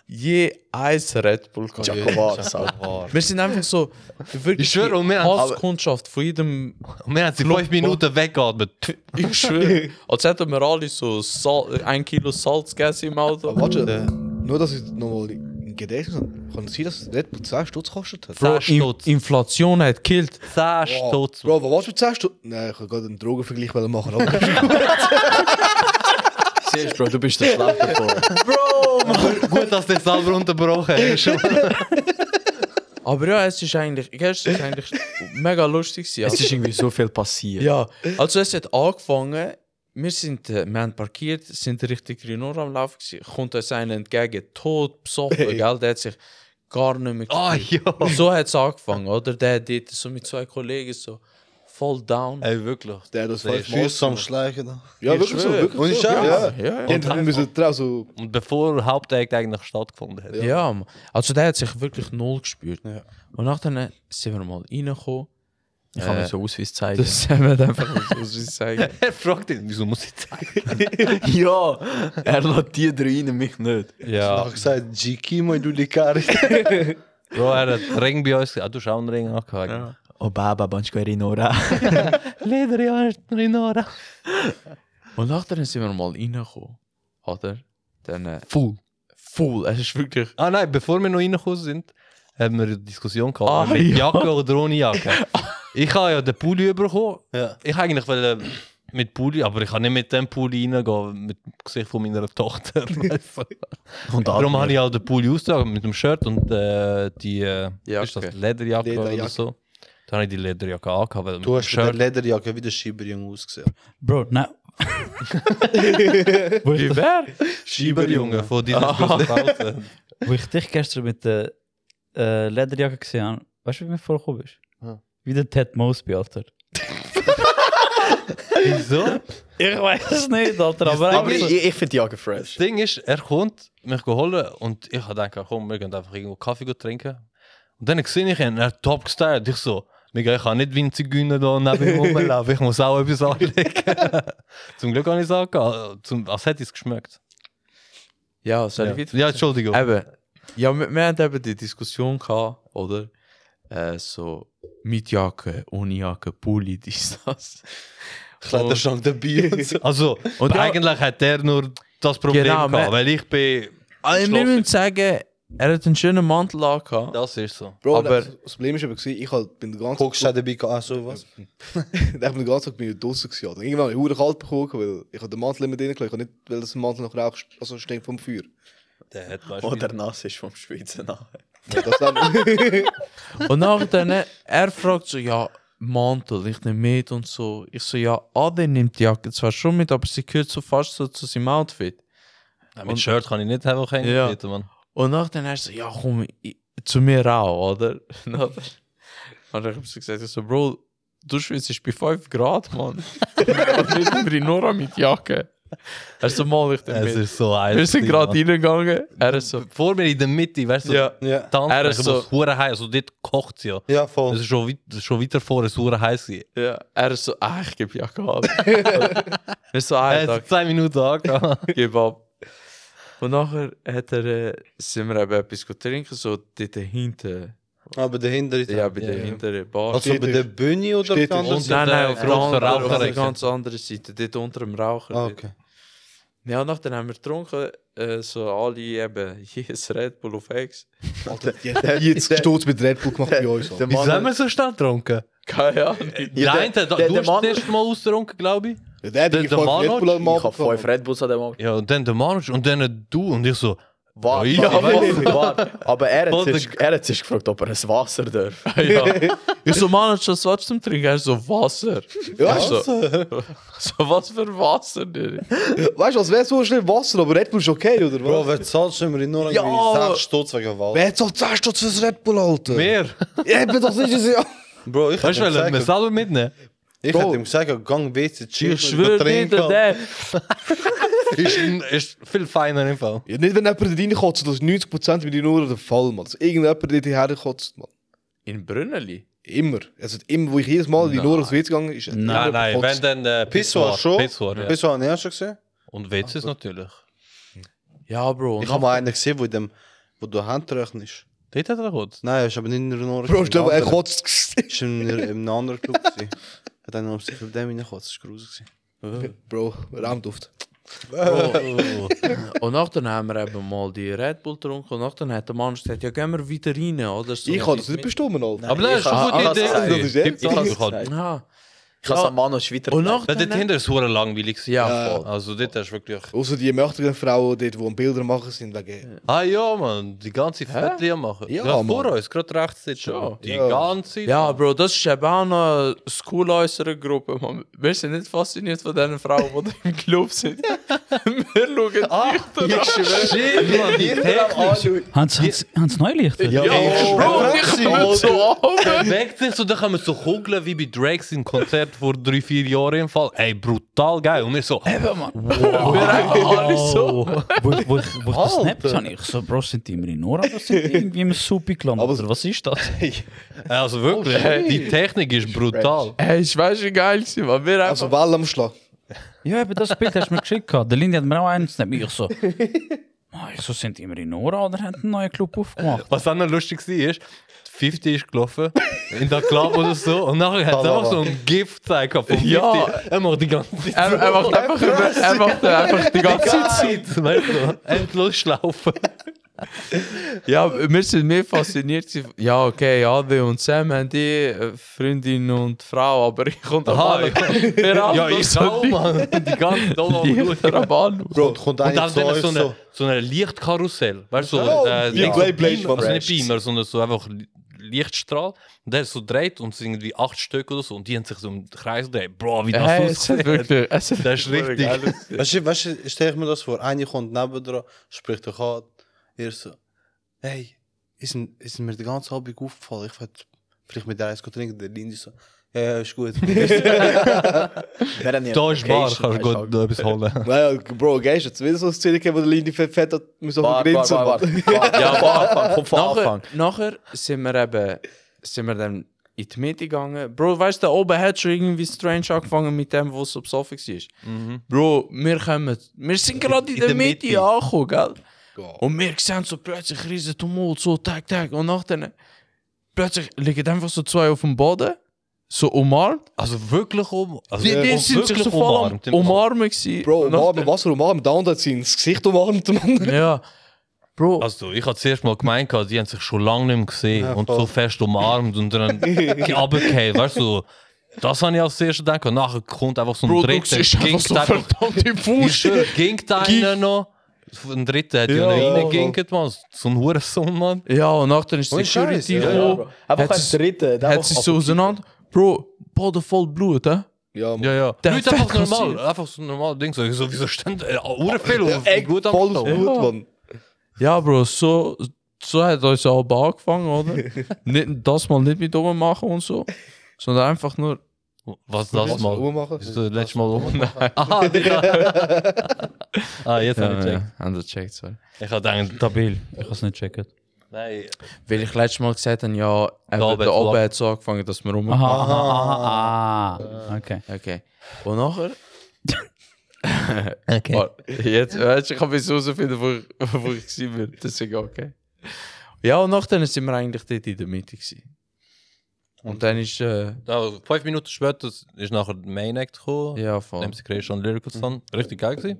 Speaker 5: je eins Red Bull gehabt.
Speaker 6: Jakobar, sag.
Speaker 5: Wir sind einfach so wirklich
Speaker 2: Ich schwöre, und wir haben-
Speaker 5: Hasskundschaft von jedem.
Speaker 2: Und wir haben sie fünf Minuten weggeatmet.
Speaker 5: Ich schwöre. Als hätten wir alle so Sal ein Kilo Salz gegessen im Auto.
Speaker 4: Aber warte, nur dass ich nochmal im Gedächtnis habe, kann es sein, dass Red Bull 10 Stutz kostet hat?
Speaker 2: Zehn
Speaker 5: In
Speaker 2: Stutz.
Speaker 5: Inflation hat gekillt.
Speaker 2: Zehn Stutz.
Speaker 4: Bro, was warst du mit 10 Stutz? Nein, ich wollte gerade einen Drogenvergleich machen. Aber
Speaker 6: Siehst Bro, du bist der Schlecht *laughs* davon.
Speaker 2: Gut, dass du das selber unterbrochen hast.
Speaker 5: Aber ja, es ist eigentlich, gestern ist eigentlich mega lustig. gewesen.
Speaker 6: Es ist dus irgendwie so viel passiert.
Speaker 5: Ja, also es hat angefangen, wir, sind, äh, wir haben parkiert, sind richtig Rinor am Laufen gewesen. Kommt uns einer entgegen, tot, besoffen, gell? Der hat sich gar nicht mehr
Speaker 2: Ah,
Speaker 5: gefühlt.
Speaker 2: ja.
Speaker 5: So hat es angefangen, oder? Der hat dort so mit zwei Kollegen so voll down.
Speaker 2: Ey, wirklich.
Speaker 4: der hat das falsch
Speaker 9: Füße am Schleichen. da.
Speaker 4: Ja, wirklich so,
Speaker 5: schwöre.
Speaker 4: wirklich
Speaker 9: Ohne
Speaker 4: so.
Speaker 9: Scheiß.
Speaker 4: Ja,
Speaker 5: ja,
Speaker 4: Die haben müssen drauf so...
Speaker 2: Und bevor Hauptakt eigentlich stattgefunden hat.
Speaker 5: ja. ja, Mann. also der hat sich wirklich null gespürt. Und nachher sind wir mal reingekommen.
Speaker 6: Ich kann
Speaker 5: Äh,
Speaker 6: mir so Ausweis zeigen.
Speaker 5: *laughs* Das haben wir dann einfach so, muss ich sagen.
Speaker 2: Er fragt ihn, wieso muss ich zeigen?
Speaker 6: *laughs* ja, er lässt die drei rein, mich nicht.
Speaker 9: Ich
Speaker 2: Ja.
Speaker 9: habe gesagt, Jiki, mein du Likari.
Speaker 2: *laughs* Bro, er hat einen Ring bei uns gehabt. Ah, Du hast auch einen Ring angehabt.
Speaker 6: Oh, Baba, Banschko Erinora.
Speaker 2: Ah, Leder, ja, Rinora.
Speaker 5: Und nachher sind wir mal reingekommen, oder? Dann, äh, full. Full, es ist wirklich...
Speaker 2: Ah nein, bevor wir noch reingekommen sind, haben wir eine Diskussion gehabt.
Speaker 5: Ah,
Speaker 2: mit
Speaker 5: ja.
Speaker 2: Jacke oder ohne Jacke. ich habe ja den Pulli bekommen.
Speaker 9: Ja.
Speaker 2: Ich eigentlich wollte ähm, mit Pulli, aber ich kann nicht mit dem Pulli reingehen, mit dem Gesicht von meiner Tochter. Weißt du?
Speaker 6: Und
Speaker 2: Darum habe ich auch den Pulli ausgetragen mit dem Shirt und äh, die äh,
Speaker 5: Jacke.
Speaker 2: ist das Lederjacke, oder
Speaker 4: Lederjacke.
Speaker 2: so. Da habe ich die Lederjacke angehabt, weil mit
Speaker 9: Du
Speaker 2: dem
Speaker 9: hast mit der Lederjacke wie der Schieberjung ausgesehen.
Speaker 3: *laughs* Bro, nou. nein. wo, ich dich,
Speaker 5: Wer?
Speaker 2: Schieberjunge von dieser Grosspause.
Speaker 3: wo ich dich gestern mit der äh, Lederjacke gesehen habe, weißt du, wie mir vorgekommen bist? Wie der Ted Mosby, Alter.
Speaker 2: Wieso?
Speaker 3: Ich weiß es nicht, Alter, aber
Speaker 6: Aber
Speaker 3: eigentlich.
Speaker 6: ich, ich finde die Jacke fresh.
Speaker 2: Das Ding ist, er kommt, mich geholt und ich habe gedacht, komm, wir gehen einfach irgendwo Kaffee trinken. Und dann sehe ich ihn, er hat top gestylt. Ich so, Mega, ich kann nicht wie ein Zigeuner da neben ihm rumlaufen, ich muss auch etwas anlegen. *laughs* Zum Glück habe ich es angehabt, Zum- als hätte es geschmeckt.
Speaker 5: Ja, Äh, soll
Speaker 2: Ja,
Speaker 5: ich weiter?
Speaker 2: ja Entschuldigung.
Speaker 5: Eben, ja, wir, wir haben eben die Diskussion gehabt, oder? Äh, so, mit Jacke, ohne Jacke, Pulli, *laughs* dies, das. Oh,
Speaker 9: Kleiderschrank dabei und so.
Speaker 2: Also, und
Speaker 5: ja-
Speaker 2: eigentlich hat er nur das Problem
Speaker 5: Genau,
Speaker 2: gehabt,
Speaker 5: man-
Speaker 2: weil ich bin.
Speaker 5: Also, wir müssen sagen, er hat einen schönen Mantel angehabt.
Speaker 2: Das ist so.
Speaker 4: Bro,
Speaker 5: Aber-
Speaker 4: aber das Problem ist aber, gewesen, ich halt bin den ganzen
Speaker 9: Guckst du dabei, ah, sowas?
Speaker 4: Ich bin den ganzen Tag bin ich draußen gewesen. Alter. Irgendwann habe ich hure kalt bekommen, weil ich habe den Mantel immer drin gelassen. Ich habe nicht, weil das Mantel noch rauch, also stinkt vom Feuer.
Speaker 2: Der hat weißt du-
Speaker 1: Oh,
Speaker 6: Oder nass ist vom Schweizer
Speaker 1: nou.
Speaker 6: an.
Speaker 4: *laughs* *laughs* Ja, Das dann,
Speaker 5: Und nachher, er fragt so, ja, Mantel, ich nehme mit und so. Ich so, ja, Ade nimmt die Jacke zwar schon mit, aber sie gehört so fast so zu seinem Outfit.
Speaker 2: Ja, mit Shirt kann ich nicht haben, kein
Speaker 5: Ja.
Speaker 2: Bitte, Mann.
Speaker 5: Und nachher er so, ja komm, ich, zu mir auch, *laughs* oder? Nachher- Und dann hab ich so gesagt, ich so, Bro, du schwitzt bei 5
Speaker 2: *laughs*
Speaker 5: Grad, Mann. Und nicht über die Nora mit Jacke. Er so, mal ich den
Speaker 2: Es
Speaker 5: mit.
Speaker 2: ist so ein.
Speaker 5: Wir sind
Speaker 2: Ding,
Speaker 5: gerade
Speaker 2: Mann.
Speaker 5: reingegangen. Er ist so,
Speaker 2: Vor mir in der Mitte, weißt du,
Speaker 5: ja.
Speaker 9: Ja.
Speaker 2: tanzen.
Speaker 5: Er
Speaker 2: Er
Speaker 5: ist
Speaker 2: ist
Speaker 5: so-
Speaker 2: so. Hure heiß, also dort kocht es ja.
Speaker 9: Ja,
Speaker 2: Es
Speaker 9: voll.
Speaker 2: ist schon, weit, das ist schon weiter vor, es war heiß. gewesen.
Speaker 5: Ja, er ist so, ah, ich gebe
Speaker 2: *laughs*
Speaker 5: Jacke ab. Wir so, ah,
Speaker 2: Er
Speaker 5: danke.
Speaker 2: hat zwei Minuten angehabt.
Speaker 5: gib ab. Und nachher hat er, äh, sind wir eben etwas gut trinken, so dort hinten,
Speaker 9: Aber dahinter ist
Speaker 5: ja, bei der
Speaker 2: ja.
Speaker 5: hinteren Bar.
Speaker 9: Also bei der Bühne oder
Speaker 4: Steht
Speaker 9: auf der
Speaker 4: er.
Speaker 9: anderen
Speaker 5: Und
Speaker 9: Seite?
Speaker 5: nein,
Speaker 2: der
Speaker 5: nein, auf der
Speaker 2: große
Speaker 5: anderen, auf
Speaker 2: Raucher
Speaker 5: der
Speaker 2: ist.
Speaker 5: ganz anderen Seite, dort unter dem Raucher.
Speaker 9: Ah, okay.
Speaker 5: Ja, nachdem haben wir getrunken, äh, so alle eben, hier *laughs* ist Red Bull auf Ex.
Speaker 4: Alter, jetzt Sturz mit Red Bull gemacht bei uns.
Speaker 1: Der
Speaker 4: Alter.
Speaker 2: Wieso
Speaker 1: Mann,
Speaker 2: haben wir so schnell getrunken?
Speaker 5: Keine Ahnung. *laughs*
Speaker 2: Ja, der, der,
Speaker 1: der-
Speaker 2: du
Speaker 1: der
Speaker 2: hast
Speaker 1: Mann-
Speaker 2: das erste Mal ausgetrunken, glaube ich.
Speaker 4: Ja, Der hat
Speaker 2: der-
Speaker 4: die
Speaker 2: der
Speaker 4: fünf
Speaker 2: Mann
Speaker 4: Red Bull am
Speaker 6: Ich habe
Speaker 4: Abend
Speaker 6: fünf
Speaker 4: gemacht.
Speaker 6: Red Bulls an dem Abend.
Speaker 2: Ja, und dann der Marsch und dann äh, du und ich *laughs* so.
Speaker 1: Warte,
Speaker 2: Ja,
Speaker 1: warte,
Speaker 4: warte.
Speaker 1: warte, warte. Aber er hat,
Speaker 2: Warte.
Speaker 1: zuerst, er hat zuerst gefragt, ob er ein Wasser darf.
Speaker 5: ja. Ich so, Mann, hast du das Wasser zum Trinken? Er so, Wasser.
Speaker 4: Ja,
Speaker 5: Ich so, *laughs* so, was für Wasser, Digga?
Speaker 4: Weißt du, als wäre so schnell Wasser, aber Red Bull ist okay, oder was?
Speaker 9: Bro, wer zahlt schon immer in Norwegen?
Speaker 4: Ja.
Speaker 9: Ja! 6 Stutz wegen Wald.
Speaker 4: Wer zahlt 10 Stutz fürs Red Bull, Alter?
Speaker 2: Mehr?
Speaker 4: Eben, das ist es ja. *laughs*
Speaker 9: Bro, ich
Speaker 2: Weißt du,
Speaker 9: hätte ihm
Speaker 2: weil wir
Speaker 9: gesagt,
Speaker 2: selber mitnehmen.
Speaker 9: ich
Speaker 4: Bro.
Speaker 9: hätte ihm gesagt, gang WC, chill,
Speaker 5: Ich schwöre nicht,
Speaker 9: trinken.
Speaker 5: der.
Speaker 2: Ist, ist viel feiner im Fall.
Speaker 4: Ja, nicht, wenn jemand dort reinkotzt, das ist 90% bei dir nur der Fall, man. Dass irgendjemand dort herkotzt, man.
Speaker 5: In Brünneli?
Speaker 4: Immer. Also immer, wo ich jedes Mal in die Nora ins WC gegangen ist.
Speaker 2: Nein, nein, wenn dann äh,
Speaker 9: Pissoir schon.
Speaker 2: Pissoir, ja.
Speaker 9: Bist du an den ersten gesehen?
Speaker 2: Und WCs natürlich.
Speaker 5: Ja,
Speaker 9: *laughs*
Speaker 5: Bro.
Speaker 9: Ich habe mal einen gesehen, wo, in dem, wo du Hand rechnest.
Speaker 2: Dort hat er gut.
Speaker 9: Nein, ich habe nicht in der Norwegen.
Speaker 4: Bro, ich glaube, er kotzt.
Speaker 9: Ich war in einem anderen Club. gewesen. Hat einen auf sich auf dem hineingekotzt. Das war gruselig.
Speaker 4: *laughs* Bro, Raumduft.
Speaker 5: Oh. Und nachdem haben wir eben mal die Oh, Red Bull getrunken und nachdem hat der Mann gesagt, ja, gehen wir wieder rein, oder? So
Speaker 4: Ich kann das nicht bestimmen, Alter.
Speaker 2: Aber das ist eine
Speaker 4: ich
Speaker 2: gute
Speaker 4: hab's gesagt.
Speaker 2: Idee.
Speaker 4: Das
Speaker 2: gewesen.
Speaker 4: ist echt
Speaker 2: Ich hab's
Speaker 4: so.
Speaker 2: gesagt.
Speaker 5: Ah.
Speaker 6: Ich habe es am Mann noch weiter.
Speaker 5: Und
Speaker 2: Weil dort
Speaker 5: nachdem...
Speaker 2: hinter ist so langweilig. gewesen.
Speaker 5: Ja, voll.
Speaker 2: Also dort hast du wirklich...
Speaker 4: Außer die mächtigen Frauen dort, die am Bilder machen, sind wegen.
Speaker 2: Ah ja, man, die ganze Fettlinie machen.
Speaker 4: Ja,
Speaker 2: Ja,
Speaker 4: Mann.
Speaker 2: vor uns, gerade rechts sitzt schon. Die
Speaker 4: Ja.
Speaker 2: ganze
Speaker 5: Ja, Bro, das ist eben auch noch eine schoolhäusere Gruppe, man. Wir sind nicht fasziniert von diesen Frauen, die im Club *laughs* sind. wir schauen ah,
Speaker 2: Shit, man, die Technik.
Speaker 3: Hans, Hans, Hans Neulichter?
Speaker 1: Ja, oh,
Speaker 5: Bro, ich bin so oben.
Speaker 2: Weckt sich so, dann können wir so kugeln wie bei Drake's im Konzert vor drei, vier Jahren im Fall. Ey, brutal geil. Und wir so,
Speaker 5: Wir haben alle so.
Speaker 3: Wo, ich- wo, ich- wo ich das Snaps habe, ich so, Bro, sind die immer in Nora oder sind die irgendwie im Suppe gelandet? Oder was ist das?
Speaker 2: also wirklich, die Technik ist brutal.
Speaker 5: Hey, ich weiß, wie geil es war. Wir haben
Speaker 4: Also, Wall am Schlag.
Speaker 2: *laughs*
Speaker 3: Ja, eben das Bild hast du mir geschickt. gehabt. Der Lindy hat mir auch einen Snap. Ich so, ah, ich so, sind die immer in Nora oder haben einen neuen Club aufgemacht?
Speaker 2: Was dann noch lustig war, ist, 50 ist gelaufen in der Club oder so und nachher hat er auch so ein Gift gezeigt von 50.
Speaker 5: Ja.
Speaker 2: Er macht die ganze Zeit.
Speaker 5: er, er macht einfach, über, er macht einfach die ganze Zeit.
Speaker 2: Zeit, *laughs* weißt du, endlos schlaufen.
Speaker 5: Ja, wir sind mehr fasziniert. gewesen- Ja, okay, Adi und Sam haben die äh, Freundin und Frau, aber ich und der
Speaker 2: Aha,
Speaker 5: Mann.
Speaker 2: *laughs*
Speaker 5: Wir haben
Speaker 2: Ja,
Speaker 5: doch
Speaker 2: ich
Speaker 5: so
Speaker 2: auch,
Speaker 5: die-
Speaker 2: Mann. Die ganze Dollar
Speaker 5: die hinter der Bahn.
Speaker 9: Bro,
Speaker 2: Und
Speaker 9: kommt einer
Speaker 2: dann
Speaker 9: zu
Speaker 2: so,
Speaker 9: euch
Speaker 2: so,
Speaker 9: so.
Speaker 2: eine, so ein Lichtkarussell. Weißt du, so,
Speaker 4: Oh,
Speaker 2: äh,
Speaker 4: ja.
Speaker 2: nicht so
Speaker 4: Blade, Blade
Speaker 2: Beamer, also nicht
Speaker 4: Flash.
Speaker 2: Beamer, sondern so einfach Li- Lichtstrahl. Und der ist so dreht und es sind irgendwie acht Stück oder so und die haben sich so im Kreis gedreht. Bro, wie das
Speaker 5: Hey, es
Speaker 2: aussieht.
Speaker 5: ist wirklich. Es ist
Speaker 2: Das ist richtig.
Speaker 9: Weißt du, weißt du, stell ich mir das vor. Einer kommt neben dran, spricht dich an. Er so, hey, ist, mir- ist mir die ganze Abend aufgefallen. Ich wollte vielleicht mit der Eis trinken. Der Lindy so, ja, ja,
Speaker 2: *laughs*
Speaker 9: ist gut.
Speaker 2: Da ist Bar, kannst du gut etwas holen.
Speaker 4: Naja, Bro, gehst du jetzt wieder so eine Szene gegeben, wo der Lindy fett fett hat, muss auf den Grinsen. Mann.
Speaker 5: Ja,
Speaker 6: Anfang, von
Speaker 5: nachher,
Speaker 6: Anfang.
Speaker 5: nachher sind wir eben sind wir dann in die Mitte gegangen. Bro, weißt du, da oben hat schon irgendwie strange angefangen mit dem, was so besoffen war.
Speaker 2: Mhm.
Speaker 5: Bro, wir kommen. Wir sind gerade in, der Mitte, angekommen, gell? Und wir sehen so plötzlich riesen Tumult, so tag, tag. Und nachher plötzlich liegen einfach so zwei auf dem Boden, so umarmt.
Speaker 2: Also wirklich um. Also
Speaker 5: Die, die
Speaker 2: um-
Speaker 5: sind sich
Speaker 2: wirklich
Speaker 5: so voll am
Speaker 2: umarmt im Fall.
Speaker 5: umarmen gewesen.
Speaker 4: Bro,
Speaker 2: *laughs*
Speaker 5: Und nachher-
Speaker 4: umarmen, Wasser umarmen, der andere hat sein Gesicht umarmt, Mann.
Speaker 5: Ja. Bro,
Speaker 2: Also, ich habe zuerst mal gemeint, gehabt, die haben sich schon lange nicht mehr gesehen und so fest umarmt und dann runtergefallen, weißt du. so. Das habe ich als erstes gedacht und nachher kommt einfach so ein
Speaker 5: Bro, du
Speaker 2: Dritter,
Speaker 5: siehst *laughs* einfach
Speaker 2: ginkt
Speaker 5: so verdammte Fuß.
Speaker 2: einfach, ginkt einer noch, ein Dritter hat ja noch
Speaker 4: ja,
Speaker 2: reingeginkt, man, so ein Hurensohn, man.
Speaker 5: Ja, und nachher ist die
Speaker 9: Scheiße,
Speaker 5: Security
Speaker 9: ja,
Speaker 5: gekommen.
Speaker 6: Einfach
Speaker 5: Hat
Speaker 6: ein
Speaker 5: es-
Speaker 6: Dritter. der
Speaker 5: Hat
Speaker 6: auch
Speaker 5: sich so auseinander. Bro, Boden voll Blut, hä?
Speaker 4: *laughs* Ja,
Speaker 5: Ja, ja.
Speaker 2: Leute, einfach normal, einfach so ein normales Ding, so, wieso- wieso stand äh, Hurenfehl und
Speaker 4: Echt
Speaker 2: gut
Speaker 4: voll aufs
Speaker 2: angefangen.
Speaker 4: Blut, Mann.
Speaker 5: Ja, Bro, so, so hat uns ja Alba angefangen, oder?
Speaker 9: *laughs*
Speaker 5: nicht, das mal nicht mit oben machen und so. Sondern einfach nur.
Speaker 2: Was das
Speaker 4: Wasser
Speaker 2: mal?
Speaker 4: umarmen.
Speaker 2: Ist das letzte Mal um? *laughs* Aha, Digga. Ah, jetzt habe ich gecheckt.
Speaker 5: haben wir gecheckt, sorry.
Speaker 2: Ich habe gedacht,
Speaker 3: Stabil, ich habe es nicht checken.
Speaker 2: nein.
Speaker 5: Weil ich letztes Mal gesagt habe, ja, eben,
Speaker 2: Abend
Speaker 5: der
Speaker 2: lang.
Speaker 5: Abend hat so angefangen, dass wir rum.
Speaker 3: Aha, aha, aha, aha. Okay.
Speaker 5: Okay. Und nachher.
Speaker 2: Okay.
Speaker 5: Oh, jetzt, weißt du, ich kann mich so finden, wo, ich- wo ich gewesen bin. Deswegen okay. Ja, und nachher sind wir eigentlich dort in der Mitte. Gewesen. Und dann ist. Äh,
Speaker 2: Also, fünf Minuten später ist nachher der Main Act gekommen.
Speaker 5: ja, voll.
Speaker 2: MC Creation und Lyrical Son. Richtig geil gewesen.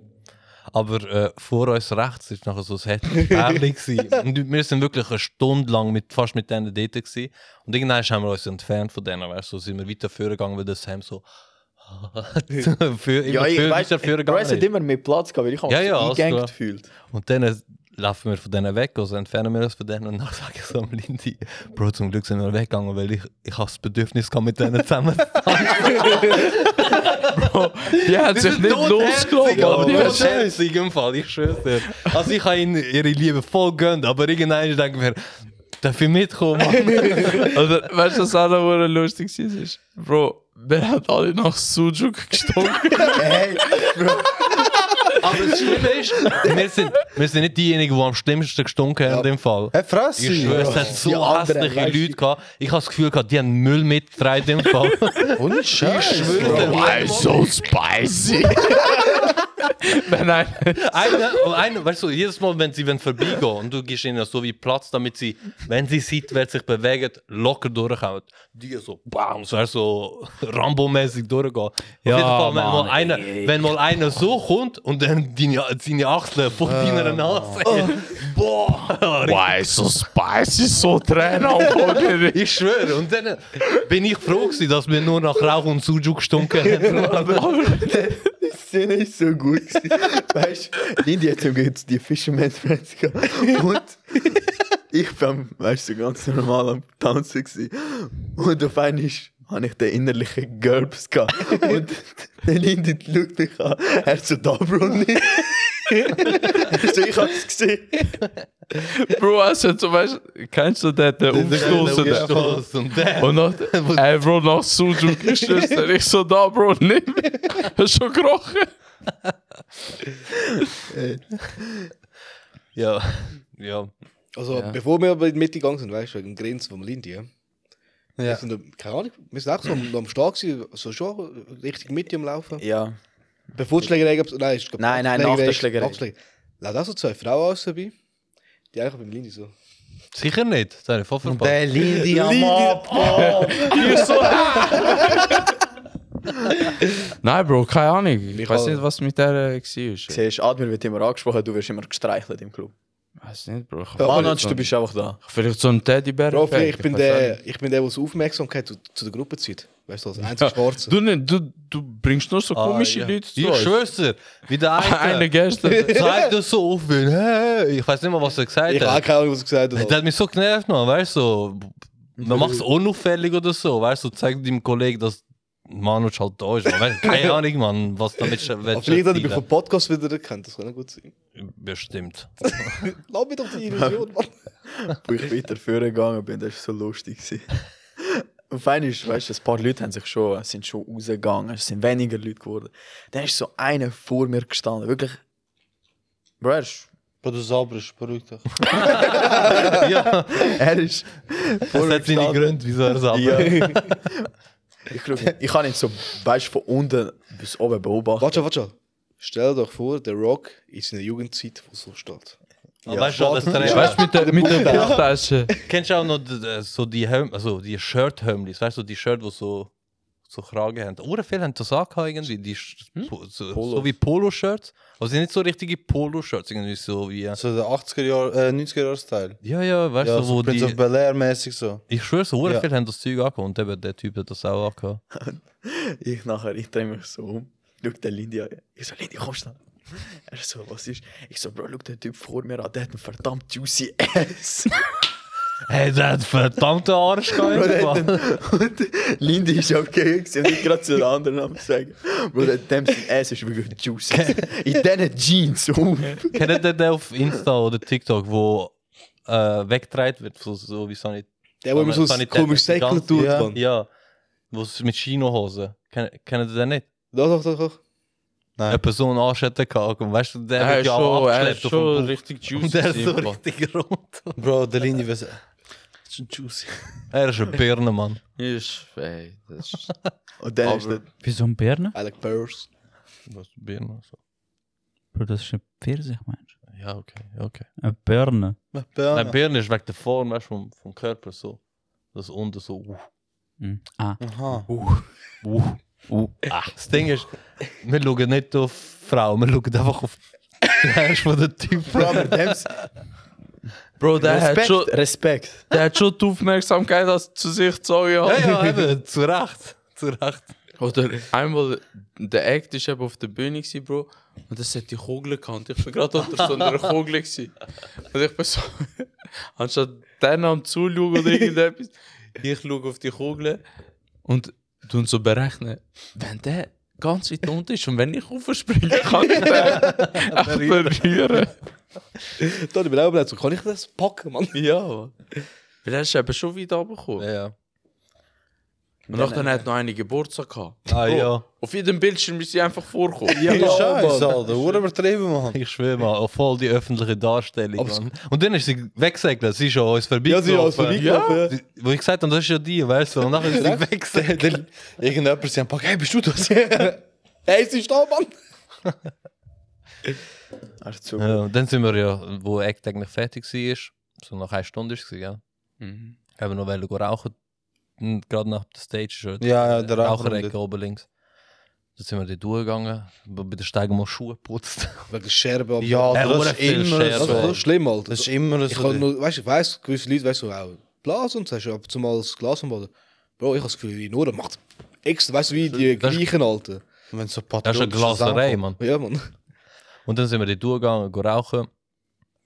Speaker 2: Aber äh, vor uns rechts ist nachher so ein Häppchen
Speaker 1: *laughs*
Speaker 2: Pärchen gewesen. Und wir sind wirklich eine Stunde lang mit, fast mit denen dort gewesen. Und irgendwann haben wir uns entfernt von denen, weißt du, so sind wir weiter vorgegangen, weil das Sam so... *laughs* für, immer
Speaker 1: Ja, eh,
Speaker 2: für-
Speaker 1: ich weiß,
Speaker 2: weiter vorgegangen
Speaker 1: es hat
Speaker 2: ist.
Speaker 1: immer mehr Platz gehabt, weil ich habe
Speaker 2: Ja, ja,
Speaker 1: mich
Speaker 2: alles
Speaker 1: so eingegangen
Speaker 2: klar.
Speaker 1: gefühlt.
Speaker 2: Und dann laufen wir von denen weg, also entfernen wir uns von denen und dann *laughs* sage ich so am Lindy, Bro, zum Glück sind wir weggegangen, weil ich, ich habe das Bedürfnis gehabt, mit denen zusammen zu
Speaker 5: Die hat sich nicht losgelassen.
Speaker 2: aber
Speaker 5: aber
Speaker 2: die
Speaker 5: die
Speaker 2: war
Speaker 5: hat-
Speaker 2: schätzig im Fall, ich schwöre dir. Also ich habe ihnen ihre Liebe voll gönnt, aber irgendwann denken wir, darf ich
Speaker 9: *laughs*
Speaker 2: mitkommen? Mann?
Speaker 5: Also, weißt du, was auch noch verdammt lustig ist? Bro, wir haben alle nach Sujuk gestunken.
Speaker 1: *laughs*
Speaker 2: aber das Schlimme ist, wir sind, wir sind nicht diejenigen, die am schlimmsten gestunken haben in dem Fall.
Speaker 9: Hey, fress
Speaker 2: Ich schwöre, es hat so hässliche Leute gehabt. Ich habe das Gefühl gehabt, die haben Müll mitgetragen in dem Fall.
Speaker 9: Ohne Scheiß.
Speaker 5: I'm so spicy. nein, nein.
Speaker 2: Eine, oh, eine, weißt du, jedes Mal, wenn sie wenn vorbeigehen und du gibst ihnen so wie Platz, damit sie, wenn sie seitwärts sich bewegen, locker durchhauen. Die so, bam, so, weißt du, so Rambo-mäßig durchgehen.
Speaker 3: Ja,
Speaker 2: Auf jeden Fall, wenn
Speaker 3: Mann,
Speaker 2: mal, einer, wenn mal einer so kommt und dann deine, seine Achseln vor
Speaker 5: Ah.
Speaker 2: deiner Nase. Boah!
Speaker 5: Why so spicy, so Tränen am Boden.
Speaker 2: Ich schwöre, und dann bin ich froh gewesen, dass wir nur nach Rauch und Sujuk gestunken
Speaker 5: *laughs*
Speaker 2: haben.
Speaker 1: Die Szene ist so gut. *laughs* gewesen. weißt du, Lindy hat sogar jetzt die Fisherman Friends gehabt. Und ich bin, weißt du, so ganz normal am Tanzen. Gewesen. Und auf einmal habe ich den innerlichen GURPS gehabt. Und der Lindy schaut mich an. Er ist so da, Bro, *laughs* nicht. Er so, ich hab's gesehen.
Speaker 5: Bro, es hat so, weißt du, kennst du den, den Umstoßen? den-
Speaker 2: Umstoß und dann.
Speaker 5: Und nach, ey, Oh, Bro, nach
Speaker 2: *laughs*
Speaker 5: Sujuk geschützt. Ich so, da, "Nou, Bro, nimm. *laughs* Hast schon gerochen?
Speaker 2: Ja, ja.
Speaker 4: Also, bevor wir aber in die Mitte gegangen sind, weißt du, wegen dem Grenzen vom Lindy, ja. Wir
Speaker 9: Ja.
Speaker 4: sind, da- keine Ahnung, wir sind auch so am, am Start gewesen, so schon richtig Mitte am Laufen.
Speaker 1: Ja,
Speaker 4: Bevor die Schlägerei gab nein, ich glaub,
Speaker 1: Nein, nein, nach der Schlägerei.
Speaker 4: nach der Schlägerei. Lass auch so zwei Frauen aus dabei, die eigentlich beim Lindy so.
Speaker 2: Sicher nicht, das habe ich voll verpasst.
Speaker 1: Lindy am
Speaker 5: Nein, Bro, keine Ahnung.
Speaker 2: Oh.
Speaker 5: Ich weiß
Speaker 4: Michael.
Speaker 5: nicht, was mit der äh, war.
Speaker 1: Siehst du, Admir wird immer angesprochen, du wirst immer gestreichelt im Club.
Speaker 5: Ich weiß nicht,
Speaker 2: Oh,
Speaker 5: Bro. Ich hab
Speaker 1: Mann,
Speaker 5: vielleicht so-
Speaker 1: du bist einfach da.
Speaker 5: Vielleicht so ein Teddybär.
Speaker 4: Bro, ich, bin der, ich bin der, der so Aufmerksamkeit zu, zu der Gruppe zieht. Weißt du, als einziger Schwarzer.
Speaker 5: Du, nicht, du, du bringst nur so komische
Speaker 2: Ah, ja.
Speaker 5: Leute zu.
Speaker 2: Ich
Speaker 5: uns. *laughs*
Speaker 2: schwör's dir, wie der
Speaker 5: Eine
Speaker 2: eine
Speaker 5: gestern.
Speaker 2: zeigt das so auf, wie, hey, ich weiß nicht mal, was er gesagt
Speaker 4: ich habe auch
Speaker 2: hat.
Speaker 4: keine Ahnung, was er gesagt hat.
Speaker 2: Der hat mich so genervt, man, weißt du, so, man
Speaker 9: Mhm.
Speaker 2: macht es unauffällig oder so, weißt du, zeigt deinem Kollegen, dass Manusch halt da ist. man, Weißt, du,
Speaker 9: *laughs*
Speaker 2: keine Ahnung, Mann, was damit sch-
Speaker 4: Aber
Speaker 2: willst du
Speaker 4: vielleicht hat er mich
Speaker 2: erzielen.
Speaker 4: vom Podcast wieder erkannt, das kann ja gut sein.
Speaker 2: Bestimmt.
Speaker 4: Lass mich doch die Illusion, Mann.
Speaker 1: Wo ich weiter vorne gegangen bin, das war so lustig. *laughs* gewesen. Auf einmal, weißt du, ein paar Leute haben sich schon, sind schon rausgegangen, es sind weniger Leute geworden. Dann ist so einer vor mir gestanden, wirklich. Bro, er ist,
Speaker 9: Bro, du sauberst, beruhig dich.
Speaker 2: ja,
Speaker 1: *laughs* er *laughs* ist
Speaker 2: das hat seine
Speaker 1: gestanden.
Speaker 2: Gründe, wieso er es ab.
Speaker 1: Ja. *laughs* ich schau- ich kann ihn so, weißt du, von unten bis oben beobachten.
Speaker 4: Warte, schon, warte. schon. Stell dir vor, der Rock ist in der Jugendzeit, wo so steht.
Speaker 2: Aber Weißt du, das Dreieck-
Speaker 5: Weißt du, mit der, mit der Buchtasche.
Speaker 2: Kennst du auch noch d- d- so die, Hem- also die Shirt-Hömlis, weißt du, die Shirt, die so, so Kragen haben? Oder viele haben das auch gehabt, irgendwie, die, Sch-
Speaker 9: Hm?
Speaker 2: po- so, so wie Polo-Shirts, aber sind nicht so richtige Polo-Shirts, irgendwie so wie.
Speaker 9: So der 80er Jahr, äh, 90er Jahr Style.
Speaker 2: Ja, ja, weißt
Speaker 9: Ja,
Speaker 2: du, wo
Speaker 9: so Prince
Speaker 2: die.
Speaker 9: of Bel Air mäßig so.
Speaker 2: Ich schwöre, so
Speaker 9: Ja.
Speaker 2: viele haben das Zeug angehabt und eben der Typ hat das auch angehabt.
Speaker 1: Ich nachher, ich drehe mich so um, schau den Lindy an. Ich so, Lindy, komm schnell. Er so, was ist? Ich so, Bro, schau den Typ vor mir an, der hat einen verdammt juicy
Speaker 2: *laughs*
Speaker 1: Ass.
Speaker 5: *laughs*
Speaker 2: Hey, der hat verdammte Arsch gehabt.
Speaker 1: Und Lindy ist okay, gewesen und ich gerade zu den anderen am sagen. Bro, der Dempsey Ass ist wirklich juicy. In diesen Jeans. Oh.
Speaker 2: Kennt ihr den auf Insta oder TikTok, wo äh, weggedreht wird, so, so wie Sanit.
Speaker 4: Der, wo
Speaker 2: Aber
Speaker 4: immer so
Speaker 2: das kann
Speaker 4: ein
Speaker 2: ich denken,
Speaker 4: komisches
Speaker 2: die
Speaker 4: Säckel
Speaker 2: ganze-
Speaker 4: tut,
Speaker 9: Ja.
Speaker 4: Mann.
Speaker 2: Ja, wo es mit Chinohosen. Kennt kennt ihr den nicht?
Speaker 4: Doch, doch, doch, doch.
Speaker 2: eine Person anschätzen kann. Und weißt du, der
Speaker 5: Er
Speaker 2: wird
Speaker 5: ist
Speaker 2: ja auch
Speaker 5: schon, er
Speaker 2: abgeschleppt
Speaker 5: ist
Speaker 2: auf dem
Speaker 5: schon
Speaker 2: Bauch.
Speaker 5: richtig juicy.
Speaker 2: Und der ist so
Speaker 5: Simba.
Speaker 2: richtig rund.
Speaker 4: *laughs*
Speaker 9: Bro, der Lindy weiß. Das ist juicy.
Speaker 2: Er ist ein Birne, Mann.
Speaker 5: Ist, ey, das ist...
Speaker 1: Und dann ist
Speaker 5: Aber-
Speaker 1: der
Speaker 3: Wie so ein Birne?
Speaker 4: Alec Burrs.
Speaker 2: Was Birne? So.
Speaker 3: Bro, das ist ein Pfirsich, meinst
Speaker 2: Ja, okay, ja, okay.
Speaker 3: du? Ein Birne.
Speaker 2: Nein, Birne ist wegen der Form, weißt du, vom, vom Körper so. Das unten so. Uh,
Speaker 3: Hm. Ah,
Speaker 9: Aha.
Speaker 2: uh, uh. Ah. Das Ding ist, wir schauen nicht auf Frauen, wir schauen einfach auf Der ist von der Typ.
Speaker 1: Brother, Dems,
Speaker 5: Bro, der hat,
Speaker 1: Respekt,
Speaker 5: schon,
Speaker 1: Respekt.
Speaker 5: der hat schon die Aufmerksamkeit als zu sich gezogen.
Speaker 2: Ja, ja, eben, zu Recht. Zu Recht.
Speaker 5: Oder einmal, der Act war eben auf der Bühne, gewesen, Bro. Und das hat die Kugel gehabt. Ich war gerade unter so einer Kugel. Gewesen. Und ich bin so, *laughs* anstatt dann am Zuschauen oder irgendetwas, ich schaue auf die Kugel und tun so berechnen, wenn der ganz weit unten ist und wenn ich aufspringe, kann ich den
Speaker 2: *laughs*
Speaker 5: auch berühren.
Speaker 4: Da hat ich mir auch überlegt, so, kann ich das packen, Mann?
Speaker 5: Ja, Mann. Weil er ist eben schon weit runtergekommen.
Speaker 2: Ja.
Speaker 5: Und nachher hat noch eine Geburtstag gehabt.
Speaker 2: Ah, ja.
Speaker 5: Auf jedem Bildschirm ist sie einfach vorgekommen.
Speaker 9: Ja, Scheiße, Alter. Wurde übertrieben, Mann.
Speaker 2: Ich schwöre mal, auf voll die öffentliche Darstellung. Mann. Und dann ist sie weggesegelt, sie ist ja uns
Speaker 4: Ja, sie ist
Speaker 2: vorbeigelaufen.
Speaker 4: uns vorbeigelaufen, ja.
Speaker 2: Sie- Wo ich gesagt habe, das ist ja die, weißt du. Und nachher ist sie weggesegelt.
Speaker 4: Irgendjemand sie am Pack, hey, bist du das? hey, sie ist da, Mann!
Speaker 1: Also, so
Speaker 2: Ja, und dann sind wir ja, wo Act eigentlich fertig war, so nach einer Stunde war es, ja.
Speaker 5: Mhm.
Speaker 2: Haben wir noch wollen gehen rauchen. Und Gerade nach der Stage ist halt ja die
Speaker 9: Ja, ja, der Raucher und
Speaker 2: Raucherecke oben links. Dann sind wir dort durchgegangen, wo bei der Steigung mal Schuhe *laughs* geputzt.
Speaker 4: Wegen der Scherbe.
Speaker 9: Ja,
Speaker 2: Ja, *laughs*
Speaker 9: das
Speaker 2: hoor,
Speaker 9: ist
Speaker 2: veel
Speaker 9: immer
Speaker 2: scherper.
Speaker 4: das ist
Speaker 9: so.
Speaker 4: so schlimm, Alter.
Speaker 9: Das ist immer
Speaker 4: ich
Speaker 9: so.
Speaker 4: kann nur, weißt, ich weiss, gewisse Leute, weißt du, auch Blasen und so, hast du ab und zu mal das Glas am Boden. Bro, ich habe das Gefühl, die Nora macht extra, weißt du, wie die
Speaker 2: Das-
Speaker 4: Griechen, Alter.
Speaker 9: Wenn so
Speaker 2: Das ist eine Glaserei, Mann.
Speaker 4: Ja, Mann.
Speaker 2: Und dann sind wir dort durchgegangen, gehen rauchen.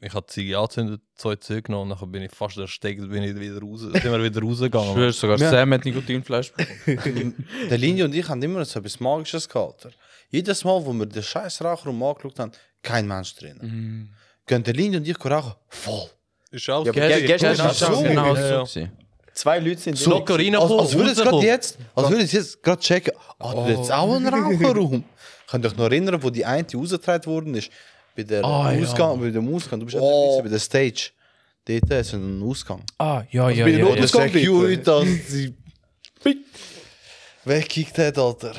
Speaker 2: Ich habe die Ziege angezündet, zwei Züge genommen, und nachher bin ich fast erstickt, bin ich wieder raus, sind wir wieder *laughs*
Speaker 5: Ich
Speaker 2: rausgegangen.
Speaker 5: schwöre
Speaker 2: Mann.
Speaker 5: sogar,
Speaker 9: Ja.
Speaker 5: Sam hat Nikotinfleisch bekommen.
Speaker 9: Der Lindy und ich haben immer so etwas Magisches gehabt. Alter. Jedes Mal, wo wir den scheiß Rauchraum angeschaut haben, kein Mensch drin.
Speaker 5: Mhm.
Speaker 9: Gehen der Lindy und ich rauchen? Voll.
Speaker 5: Ist auch
Speaker 1: Ja, aber gestern- gestern
Speaker 5: ist
Speaker 1: ist
Speaker 5: auch
Speaker 1: so.
Speaker 5: genau
Speaker 2: Ja, ja.
Speaker 5: so. gewesen.
Speaker 1: Zwei Leute sind
Speaker 2: So, locker
Speaker 9: Als, als würde
Speaker 2: reinkommen,
Speaker 9: es gerade
Speaker 2: rauskommen.
Speaker 9: jetzt, als würde es jetzt gerade checken, hat oh. jetzt auch einen Raucherraum? Könnt ihr euch noch erinnern, wo die eine rausgetragen worden ist? Bei der
Speaker 5: Ah, ja.
Speaker 9: Ausgang, bei dem Ausgang. Du bist ja
Speaker 4: Oh.
Speaker 9: dabei gewesen, bei der Stage. Dort ist ein Ausgang.
Speaker 3: Ah, ja, ja,
Speaker 4: bin ich
Speaker 3: ja.
Speaker 4: noch-
Speaker 3: ja.
Speaker 9: Der
Speaker 4: Ausgang dort.
Speaker 9: Security, als sie weggekickt hat, Alter.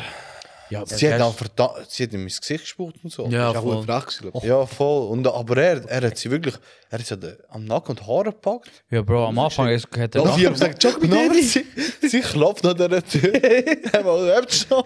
Speaker 5: Ja, aber
Speaker 9: Sie hat, dann
Speaker 5: gestern-
Speaker 9: verda- sie hat ihm ins Gesicht gespuckt und so.
Speaker 5: Ja,
Speaker 4: ist auch
Speaker 5: voll.
Speaker 4: gut frech gewesen, glaub ich.
Speaker 9: Ja, voll. Und, aber er, er hat sie wirklich, er ist ja de- am Nacken und Haare gepackt.
Speaker 3: Ja, Bro, am Anfang ist hat er
Speaker 4: Doch, ich hab gesagt,
Speaker 9: *laughs* Nou,
Speaker 4: Chuck, mit dir!
Speaker 9: sie, sie klopft an der *laughs* Tür. Einmal hebt schon.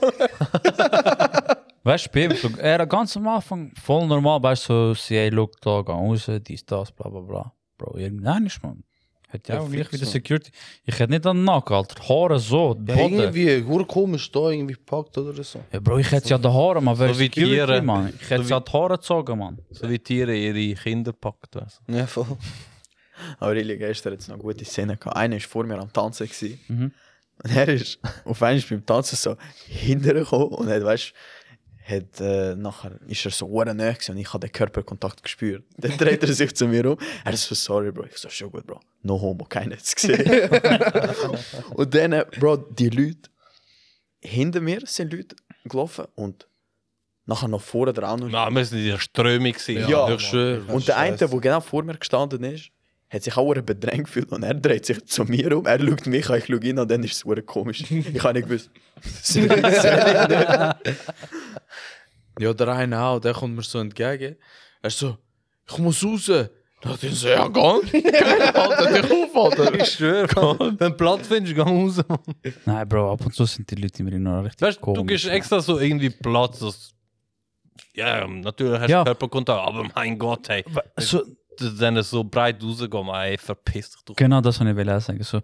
Speaker 3: Weißt du, so, er ganz am Anfang voll normal, weißt du, so, sie hey, look, da, geh raus, dies, das, bla bla bla. Bro, irgendwann ist man. Hat ja
Speaker 9: Ja,
Speaker 3: auch gleich
Speaker 9: fix,
Speaker 3: wieder
Speaker 9: man.
Speaker 3: Security. Ich hätte nicht an den Nacken, Alter. Haare so,
Speaker 9: Ja,
Speaker 3: Boden.
Speaker 9: irgendwie, gur komisch da irgendwie gepackt oder so.
Speaker 3: Ja, Bro, ich hätte ja die Haare, man,
Speaker 2: So
Speaker 3: wer
Speaker 2: wie Tiere.
Speaker 3: Security, man. Ich hätte
Speaker 2: So
Speaker 3: ja die Haare gezogen, man.
Speaker 2: So wie Tiere ihre Kinder packt. Weißt.
Speaker 1: *laughs*
Speaker 9: Ja, voll.
Speaker 1: Aurelio gestern hat es noch gute Szenen gehabt. Einer war vor mir am Tanzen. Gewesen.
Speaker 3: Mhm.
Speaker 1: Und er ist *laughs* auf einmal beim Tanzen so hinterher gekommen und hat, weißt hat, äh, nachher ist er so verdammt nah gewesen und ich habe den Körperkontakt gespürt. *laughs* Dann dreht er sich zu mir um. Er ist so, sorry, Bro. Ich so, schon gut, Bro. No homo, keiner hat es gesehen. und dann, äh, Bro, die Leute, hinter mir sind Leute gelaufen und nachher noch vorne dran. Und
Speaker 2: Nein, wir sind in der Strömung. gewesen.
Speaker 1: Ja.
Speaker 2: ich schwöre.
Speaker 1: Und der eine, der genau vor mir gestanden ist, hat sich auch verdammt bedrängt gefühlt und er dreht sich zu mir um. Er schaut mich an, ich schaue ihn an, dann ist es verdammt komisch. Ich habe nicht gewusst.
Speaker 5: Ja, der eine auch, der kommt mir so entgegen. Er ist so, ich muss raus. Dann hat er so, ja,
Speaker 9: *laughs*
Speaker 5: geh. Alter, dich auf, Alter.
Speaker 2: Ich *laughs* schwöre, Mann. wenn du Platz findest, geh raus. Mann.
Speaker 3: Nein, Bro, ab und zu sind die Leute immer noch richtig
Speaker 2: Weißt du,
Speaker 3: komisch.
Speaker 2: du gibst
Speaker 3: man.
Speaker 2: extra so irgendwie Platz. Dass, ja, natürlich hast du
Speaker 3: Ja.
Speaker 2: Körperkontakt, *laughs* aber mein Gott, hey.
Speaker 3: So,
Speaker 2: Dann so breit rausgehen, ey, verpiss dich. Du.
Speaker 3: genau das wollte ich auch sagen. So,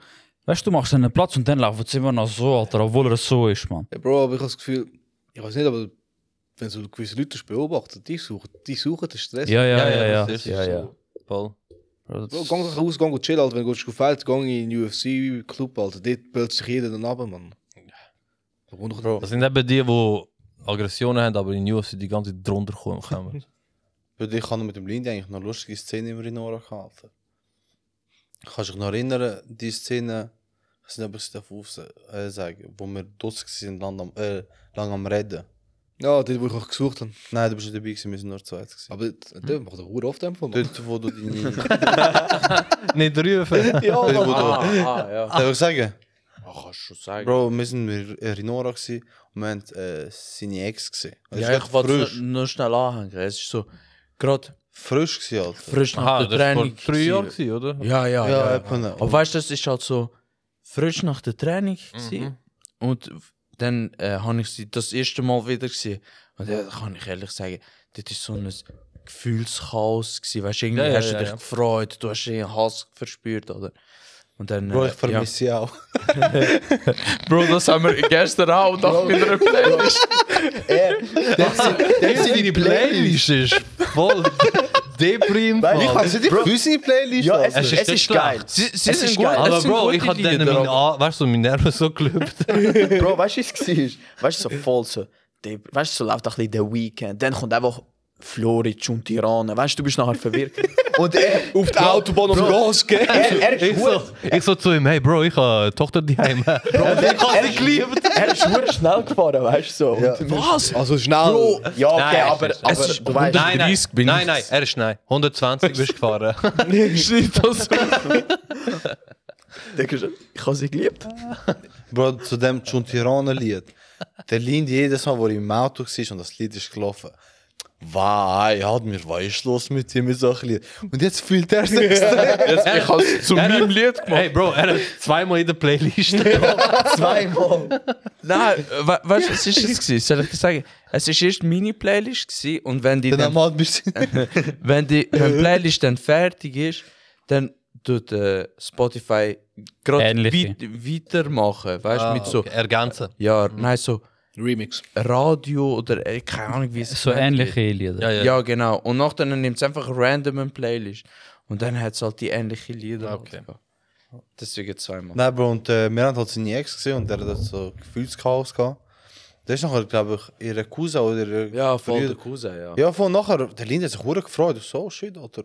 Speaker 3: weißt du, du machst einen Platz und dann laufen sie immer noch so, Alter, obwohl er so ist, man.
Speaker 4: Ja, Bro, aber ich habe das Gefühl, ich weiß nicht, aber wenn so gewisse Leute das beobachten, die suchen, die suchen den Stress.
Speaker 3: Ja, ja, ja, ja.
Speaker 2: das ist
Speaker 3: ja, ja.
Speaker 2: so. Voll.
Speaker 3: Bro,
Speaker 4: Bro,
Speaker 3: das-
Speaker 4: geh doch raus, geh und chill, Alter. Wenn du gehst auf Feld, geh in den UFC-Club, Alter. Dort bellt sich jeder dann ab, Mann. Da wohnt doch-
Speaker 2: Das sind eben die, die Aggressionen haben, aber in News die ganze Zeit drunter
Speaker 3: *laughs*
Speaker 2: kommen.
Speaker 9: Weil ich hatte mit dem Lindy eigentlich noch lustige Szene immer in Ohren gehabt. Alter. Kannst du dich noch erinnern, die Szene, ich weiß nicht, ob ich es darf aufs- äh, sagen, wo wir draussen waren, lang am, äh, lang am Reden.
Speaker 4: Ja, dort, wo ich euch gesucht habe.
Speaker 9: Nein, du bist nicht dabei gewesen, wir sind nur zwei gewesen.
Speaker 5: Ah,
Speaker 4: Aber das- der macht doch verdammt oft einfach, Mann.
Speaker 9: Dort, wo
Speaker 5: *laughs*
Speaker 9: du deine...
Speaker 2: Nicht rufen.
Speaker 4: Ja,
Speaker 9: dort, wo du...
Speaker 5: Ah, ah, ja.
Speaker 9: Darf ich sagen?
Speaker 5: Ah, kannst schon sagen.
Speaker 9: Bro, wir sind in Rinora gewesen und wir haben äh, seine Ex gesehen. Und es
Speaker 5: ja,
Speaker 9: war
Speaker 5: ich wollte es
Speaker 9: frisch.
Speaker 5: nur schnell anhängen. Es ist so, gerade
Speaker 9: Frisch gewesen, Alter.
Speaker 5: frisch nach
Speaker 2: Ah,
Speaker 5: der
Speaker 2: das war vor
Speaker 5: Training.
Speaker 2: drei
Speaker 5: gewesen.
Speaker 2: Jahren, gewesen,
Speaker 5: *laughs*
Speaker 2: oder?
Speaker 5: Ja, ja, ja.
Speaker 9: Ja,
Speaker 5: ja.
Speaker 9: eben.
Speaker 5: Aber weißt du, das ist halt so frisch nach der Training. Mhm. Und dann äh, habe ich sie das erste Mal wieder gesehen. Und ja, da kann ich ehrlich sagen, das ist so ein Gefühlschaos gewesen. Weißt du, irgendwie
Speaker 2: Ja, ja,
Speaker 5: hast du
Speaker 2: ja,
Speaker 5: dich
Speaker 2: ja.
Speaker 5: gefreut, du hast irgendwie Hass verspürt, oder? Und dann.
Speaker 9: Bro,
Speaker 5: äh,
Speaker 9: ich vermisse ja. auch.
Speaker 8: Bro, das haben wir gestern auch und auch wieder
Speaker 2: Deine Playlist ist voll deprim.
Speaker 9: Ich weiß nicht, ich fühle seine Playlist.
Speaker 1: Ja, es,
Speaker 9: Alter.
Speaker 2: ist
Speaker 1: ist, es ist
Speaker 2: nicht
Speaker 1: geil.
Speaker 5: Sie, sie
Speaker 1: Es
Speaker 5: sind
Speaker 1: ist
Speaker 5: gut,
Speaker 1: geil.
Speaker 5: es
Speaker 2: Aber
Speaker 5: sind
Speaker 2: Bro,
Speaker 5: gute
Speaker 2: ich hatte dann
Speaker 5: Lieder,
Speaker 2: meine,
Speaker 5: aber-
Speaker 2: A- weißt du, meine Nerven so gelübt.
Speaker 1: Bro, weißt du, wie es war? Weißt du, so voll so. Die, weißt du, so läuft auch ein bisschen der Weekend. Dann kommt einfach Floric und Tirana. Weißt du, du bist nachher verwirrt. Und er,
Speaker 4: Auf der Autobahn auf Gas, gell?
Speaker 1: er, er ist
Speaker 2: Ich so,
Speaker 1: gut.
Speaker 2: *laughs* ich so zu ihm, hey Bro, ich habe eine Tochter
Speaker 3: *laughs*
Speaker 2: daheim.
Speaker 1: Er ist geliebt. Er ist verdammt schnell gefahren, weißt du so. Und-
Speaker 5: Was?
Speaker 4: Also schnell.
Speaker 1: Bro, ja, okay,
Speaker 2: Nein,
Speaker 1: aber,
Speaker 2: es ist-
Speaker 1: aber
Speaker 5: es ist-
Speaker 1: du weißt,
Speaker 2: Nein, nein,
Speaker 5: 130 bin
Speaker 2: nein,
Speaker 5: ich.
Speaker 2: nein, er ist nein. 120 bist du *laughs* gefahren.
Speaker 5: Schnitt das.
Speaker 1: Digga, ich habe sie geliebt.
Speaker 9: Bro, zu dem Chuntirana-Lied. Der Lind jedes Mal, wo ich im Auto war und das Lied ist gelaufen. Wei, hat mir, was ist los mit dir mit solchen Lied? Und jetzt fühlt er
Speaker 5: *laughs*
Speaker 9: sich extrem.
Speaker 8: Jetzt, ich habe es zu meinem Lied gemacht.
Speaker 2: hey Bro, er hat zweimal in der Playlist.
Speaker 1: Zweimal.
Speaker 5: Nein, we weißt du, was ist es gewesen? Soll ich dir sagen? Es war erst meine Playlist gewesen und wenn die,
Speaker 9: Dann
Speaker 5: dann,
Speaker 9: am Abend bist du-
Speaker 5: *laughs* wenn die wenn die Playlist dann fertig ist, dann tut äh, Spotify gerade
Speaker 3: Ähnliche. Ah,
Speaker 5: weit weitermachen. Weißt du, mit
Speaker 2: Ah,
Speaker 5: so,
Speaker 2: Ergänzen.
Speaker 5: ja, nein, so
Speaker 4: Remix.
Speaker 5: Radio oder äh, keine Ahnung, wie es
Speaker 3: So
Speaker 5: genannt wird.
Speaker 3: ähnliche Lieder.
Speaker 2: Ja, ja.
Speaker 5: Ja, genau. Und nachher nimmt es einfach random eine Playlist. Und dann hat es halt die ähnlichen
Speaker 8: Ah,
Speaker 5: Lieder.
Speaker 2: Okay.
Speaker 5: halt. Deswegen zweimal.
Speaker 9: Nein, Bro, und äh, Miranda hat seine Ex gesehen und der hat halt so Gefühlschaos gehabt. Der ist nachher, glaube ich, ihre Cousin oder ihre
Speaker 5: Ja, voll der
Speaker 9: Brüder-
Speaker 5: Cousin, ja.
Speaker 9: Ja, von nachher, der Lind hat sich hure gefreut. Ich So, oh shit, Alter.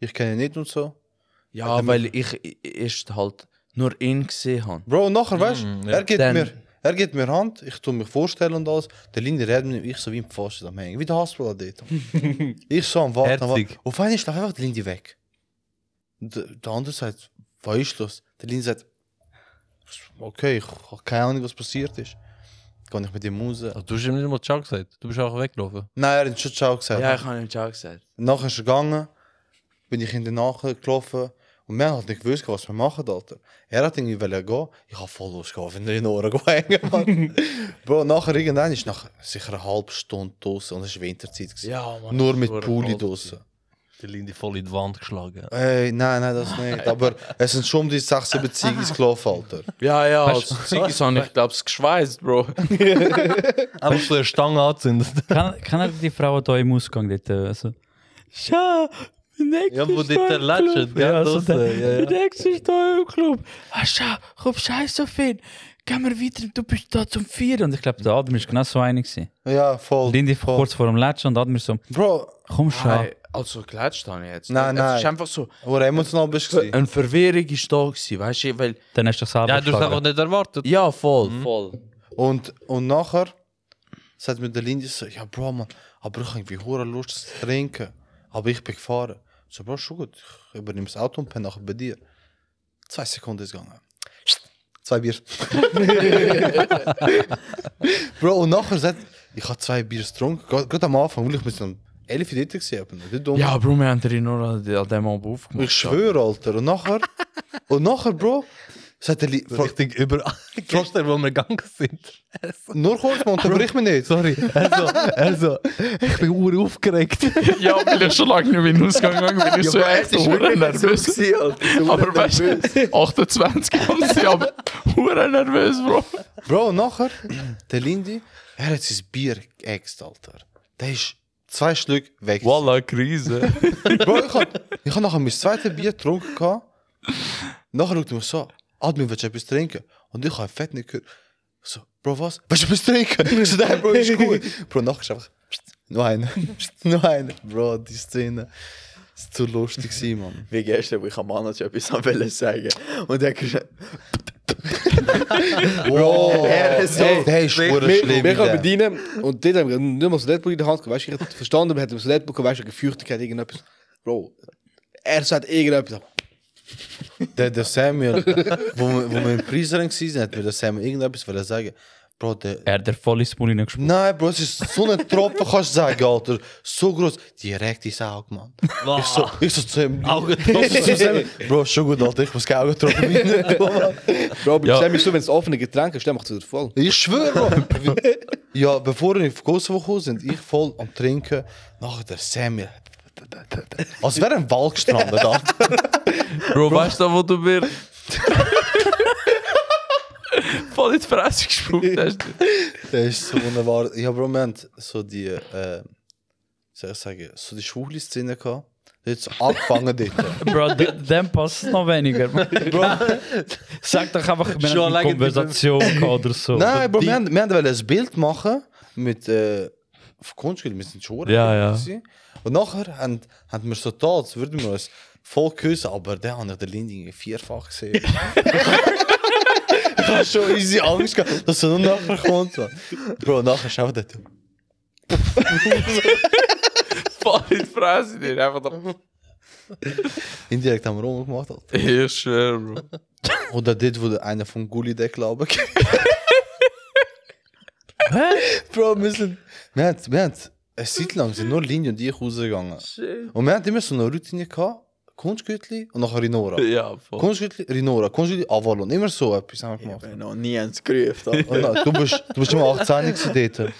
Speaker 9: Ich kenne ihn nicht und so.
Speaker 5: Ja, weil ich i- erst halt nur ihn gesehen habe.
Speaker 9: Bro, und nachher, weißt du,
Speaker 2: Mm, ja.
Speaker 9: er, gibt
Speaker 5: Dann-
Speaker 9: mir, er gibt mir Hand, ich tu mich vorstellen und alles. Der Linie redet mit mir, ich so wie im Pfosten am Hängen, wie der Haspel an
Speaker 2: *laughs*
Speaker 9: dort. ich so am Warten. am Warten.
Speaker 2: Herzig.
Speaker 9: Auf einmal schlägt einfach der Linie weg. Der, der andere sagt, was ist los? Der Linie sagt, okay, ich habe keine Ahnung, was passiert ist. Kann ich mit ihm raus?
Speaker 2: Also, Du hast ihm nicht mal Ciao gesagt. Du bist auch weggelaufen.
Speaker 9: Nein, Nou, er hat schon Ciao gesagt.
Speaker 5: Ja, ich habe ihm schon gesagt.
Speaker 9: Nachher ist er gegangen, bin ich in den Nachhinein gelaufen und wir haben halt nicht gewusst, was wir machen, Alter. Er hat irgendwie wollen gehen, ich habe voll Lust gehabt, wenn er in den Ohren hängen Mann. Bro, nachher irgendwann ist nach sicher eine halbe Stunde draußen und es war Winterzeit. gewesen.
Speaker 5: Ja, Mann.
Speaker 9: Nur mit
Speaker 5: das war
Speaker 9: Pulli
Speaker 5: kalt
Speaker 9: draußen.
Speaker 2: Der Lindy voll in die Wand geschlagen.
Speaker 9: Ey, nein, nein, das nicht. Aber es sind schon um die 6, 7 Ziggis gelaufen, Alter.
Speaker 5: Ja, ja, also Ziggis habe ich, glaube ich, geschweißt, *laughs* Bro.
Speaker 2: Einfach so eine Stange anzündet.
Speaker 3: Kann, kann er die Frau da im Ausgang dort, äh, also, Schau, mein Ex
Speaker 2: Ja, eh, wo
Speaker 3: ist
Speaker 2: die
Speaker 3: da im
Speaker 2: zerlatschen,
Speaker 3: Club.
Speaker 2: gell,
Speaker 3: Ja, so
Speaker 2: das,
Speaker 3: der,
Speaker 2: äh, ja, ja.
Speaker 3: Mein Ex ist da im Club. Ah, schau, komm, scheiß auf ihn. Gehen wir weiter, du bist da zum Vier. Und ich glaube, der Adam ist genau so einer gewesen.
Speaker 9: Ja,
Speaker 2: Oh.
Speaker 9: voll.
Speaker 3: Lindy kurz vor dem Latschen und Adam ist so,
Speaker 9: Bro,
Speaker 3: komm,
Speaker 2: Ah,
Speaker 3: schau.
Speaker 5: Nein, also gelatscht habe ich jetzt.
Speaker 9: Nein,
Speaker 5: Es ist
Speaker 9: nein.
Speaker 5: einfach so,
Speaker 9: wo du emotional bist. du?
Speaker 5: eine Verwirrung ist da gewesen, weißt du, weil...
Speaker 3: Dann hast du dich selber
Speaker 2: Ja, dus du hast
Speaker 3: geschlagen.
Speaker 2: einfach nicht erwartet.
Speaker 5: Ja, voll,
Speaker 8: Mhm,
Speaker 5: voll.
Speaker 9: Und, und nachher sagt mir der Lindy so, ja Bro, Mann, aber ich habe irgendwie hure Lust zu trinken. Aber ich bin gefahren. Ich So, Bro, schon gut, ich übernehme das Auto und bin nachher bei dir. Zwei Sekunden ist gegangen. Zwei Bier. *laughs* Bro, und nachher sagt, ich habe zwei Bier getrunken. Gerade gerade am Anfang, weil ich mit so einem Elf dort gesehen bin. Nicht dumm.
Speaker 5: Ja, Bro, wir haben dir nur an an dem Abend aufgemacht.
Speaker 9: ich schwöre, Alter. Und nachher, und nachher, Bro, sagt der Lindy,
Speaker 2: Richtig über Kloster, wo wir gegangen sind.
Speaker 9: nur kurz, man unterbrich mich nicht.
Speaker 2: Sorry. Also, also ich bin ur aufgeregt.
Speaker 8: *laughs* Ja, weil ich schon lange nicht mehr in den Ausgang gegangen bin. Ich so echt hure nervös.
Speaker 6: gewesen, Alter.
Speaker 8: Aber weißt du, 28 haben sie, aber hure nervös, Bro.
Speaker 9: Bro, und nachher, der Lindy, er hat sein Bier geäxt, Alter. Der ist zwei Schluck weg.
Speaker 8: Voila, Krise.
Speaker 9: Bro, ich hab, ich hab nachher mein zweites Bier getrunken. gehabt. Nachher schaut er mich so an, Admin, willst du etwas trinken? Und ich hab fett nicht gehört. Ich so, Bro, was? Willst du etwas trinken? Ich so, nein, Bro, ist gut. Bro, nachher ist einfach, pst, nur einer, pst, nur einer. Bro, die Szene. Das war zu lustig, gewesen, Mann.
Speaker 1: Wie gestern, wo ich am Manager etwas wollte sagen. Und er gesagt,
Speaker 9: Bro,
Speaker 1: er ist so-
Speaker 9: der ist schwurig
Speaker 4: Wir,
Speaker 9: schlimm.
Speaker 4: wir können
Speaker 9: der.
Speaker 4: bedienen und dort haben wir nicht mal das Netbook in der Hand gehabt. Weißt du, ich hätte verstanden, wir hätten das Netbook, weißt du, Gefürchtigkeit, irgendetwas. Bro, er sagt irgendetwas.
Speaker 9: Der, der Samuel, wo, wir- wo wir im Preisring waren, hat mir der Samuel irgendetwas wollen sagen. Bro, der.
Speaker 3: Er hat der volle Spoonie nicht gesprochen.
Speaker 9: Nein, Bro, es ist so *laughs* ein Tropfen, kannst du sagen, Alter. So groß. Direkt ins Auge, Mann. Ich so, ich so zu ihm. *laughs* Ich so zu Samuel, Bro, schon gut, Alter, ich muss keine Augentropfen reintun, Mann.
Speaker 4: Bro, bei Sam ist so, wenn es offene Getränke ist, dann macht es wieder voll.
Speaker 9: Ich schwöre, Bro. ja, bevor wir in Kosovo gekommen sind, ich voll am Trinken. Nachher der Samuel. Als wäre ein Wal gestrandet. *laughs* Alter.
Speaker 5: Bro, weißt du, wo du mir. Voll in die Fresse gespuckt hast.
Speaker 9: Der ist so wunderbar. Ich habe im Moment so die, äh, soll ich sagen, so die schwule Szene gehabt. Jetzt so angefangen dort.
Speaker 3: Bro, d- dem passt es noch
Speaker 2: *laughs*
Speaker 3: weniger. Bro, sag doch einfach, wir
Speaker 9: Schon
Speaker 3: haben eine
Speaker 9: lange
Speaker 3: Konversation gehabt oder so.
Speaker 2: Nou,
Speaker 9: Nein, Bro,
Speaker 3: Die-
Speaker 9: wir haben, wir haben wollen ein Bild machen mit äh, auf Kunstspiel, wir sind schon
Speaker 2: Ja, ja.
Speaker 9: gewesen. Und nachher haben, haben wir so getan, als würden wir uns voll küssen, aber der hat den Linding
Speaker 2: *laughs*
Speaker 9: vierfach *laughs* gesehen. ich habe schon easy Angst gehabt, dass er nur nachher kommt. Mann. Bro, nachher schaut der Typ.
Speaker 5: Voll in die Fresse. Die haben einfach da.
Speaker 9: Indirekt haben wir rumgemacht. Alter.
Speaker 5: Ich schwör, Bro.
Speaker 9: Oder dort, wo der einer vom Gullideckel runtergeht. Bro, wir sind... Wir haben, wir haben eine Zeit lang sind nur Linie und ich rausgegangen. Und wir hatten immer so eine Routine gehabt. Kunstgütli und nachher Rinora.
Speaker 5: Ja, voll.
Speaker 9: Kunstgütli, Rinora, Kunstgütli, Avalon. Immer so etwas haben wir gemacht.
Speaker 1: bin noch nie eins gerufen.
Speaker 9: Und dann, du, bist, du bist immer 18 gewesen
Speaker 5: *laughs*
Speaker 9: dort.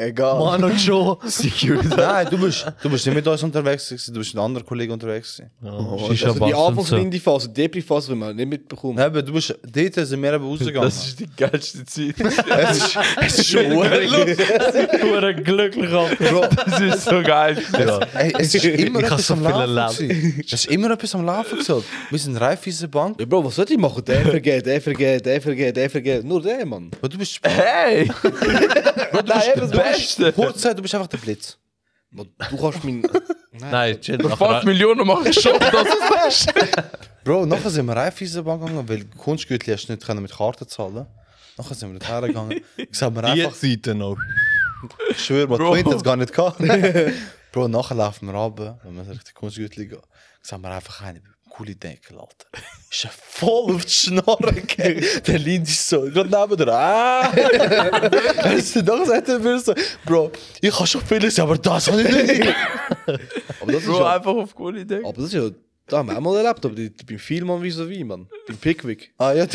Speaker 1: Egal.
Speaker 2: Mann und schon.
Speaker 1: *laughs*
Speaker 9: Nein, du bist, du bist nicht mit uns unterwegs gewesen, du bist mit anderen Kollegen unterwegs gewesen.
Speaker 3: Oh,
Speaker 2: Shisha
Speaker 4: Also
Speaker 2: Bars und
Speaker 4: die
Speaker 2: so.
Speaker 4: Anfangs-Lindy-Phase, die Depri-Phase, die wir nicht mitbekommen.
Speaker 9: Eben, du bist, dort sind wir eben rausgegangen.
Speaker 5: Das ist die geilste Zeit.
Speaker 9: es ist, es ist schon urlich.
Speaker 3: Hure glücklich, Alter.
Speaker 9: Bro,
Speaker 5: Das ist so geil.
Speaker 9: Ey, es ist immer
Speaker 2: Ich hab
Speaker 9: etwas
Speaker 2: so
Speaker 9: am
Speaker 2: viel
Speaker 9: Laufen.
Speaker 2: erlebt.
Speaker 9: gewesen. Es ist immer etwas am Laufen gewesen. Wir sind reif in der Bank.
Speaker 4: Ja, Bro, was sollte ich machen? Der vergeht, der vergeht, der vergeht, der vergeht. Nur der, Mann.
Speaker 9: Aber du bist
Speaker 5: Hey!
Speaker 4: Nein, eben, du hast...
Speaker 5: Beste!
Speaker 9: kurz gesagt, du bist einfach der Blitz.
Speaker 4: Mann, Du kannst meinen...
Speaker 2: Nein, chill.
Speaker 5: Für 5 Millionen mach ich schon, dass es das ist.
Speaker 9: Bro, nachher sind wir reif in der Bank gegangen, weil Kunstgütli hast du nicht können mit Karten zahlen. Nachher sind wir dorthin gegangen. Ich sag mir
Speaker 2: Die
Speaker 9: einfach,
Speaker 2: Seite noch.
Speaker 9: ich schwöre, man
Speaker 5: Bro.
Speaker 9: Quint hat's gar nicht gehabt. Bro, nachher laufen wir runter, wenn wir Richtung Kunstgütli gehen. Ich sag mir einfach einen coole Deckel, Alter. Ist ja voll auf die Schnorre gegangen. Der Lind ist so, gerade neben dir. Ah! Weißt du, nachher sagt er mir so, Bro, ich kann schon vieles, aber das habe ich nicht.
Speaker 4: Aber das ist
Speaker 5: Bro,
Speaker 4: ja...
Speaker 5: einfach auf coole Idee.
Speaker 4: Aber das ist ja... Das haben wir auch mal erlebt, aber die- beim Filmmann vis-à-vis, Mann. Beim Pickwick.
Speaker 9: Ah ja,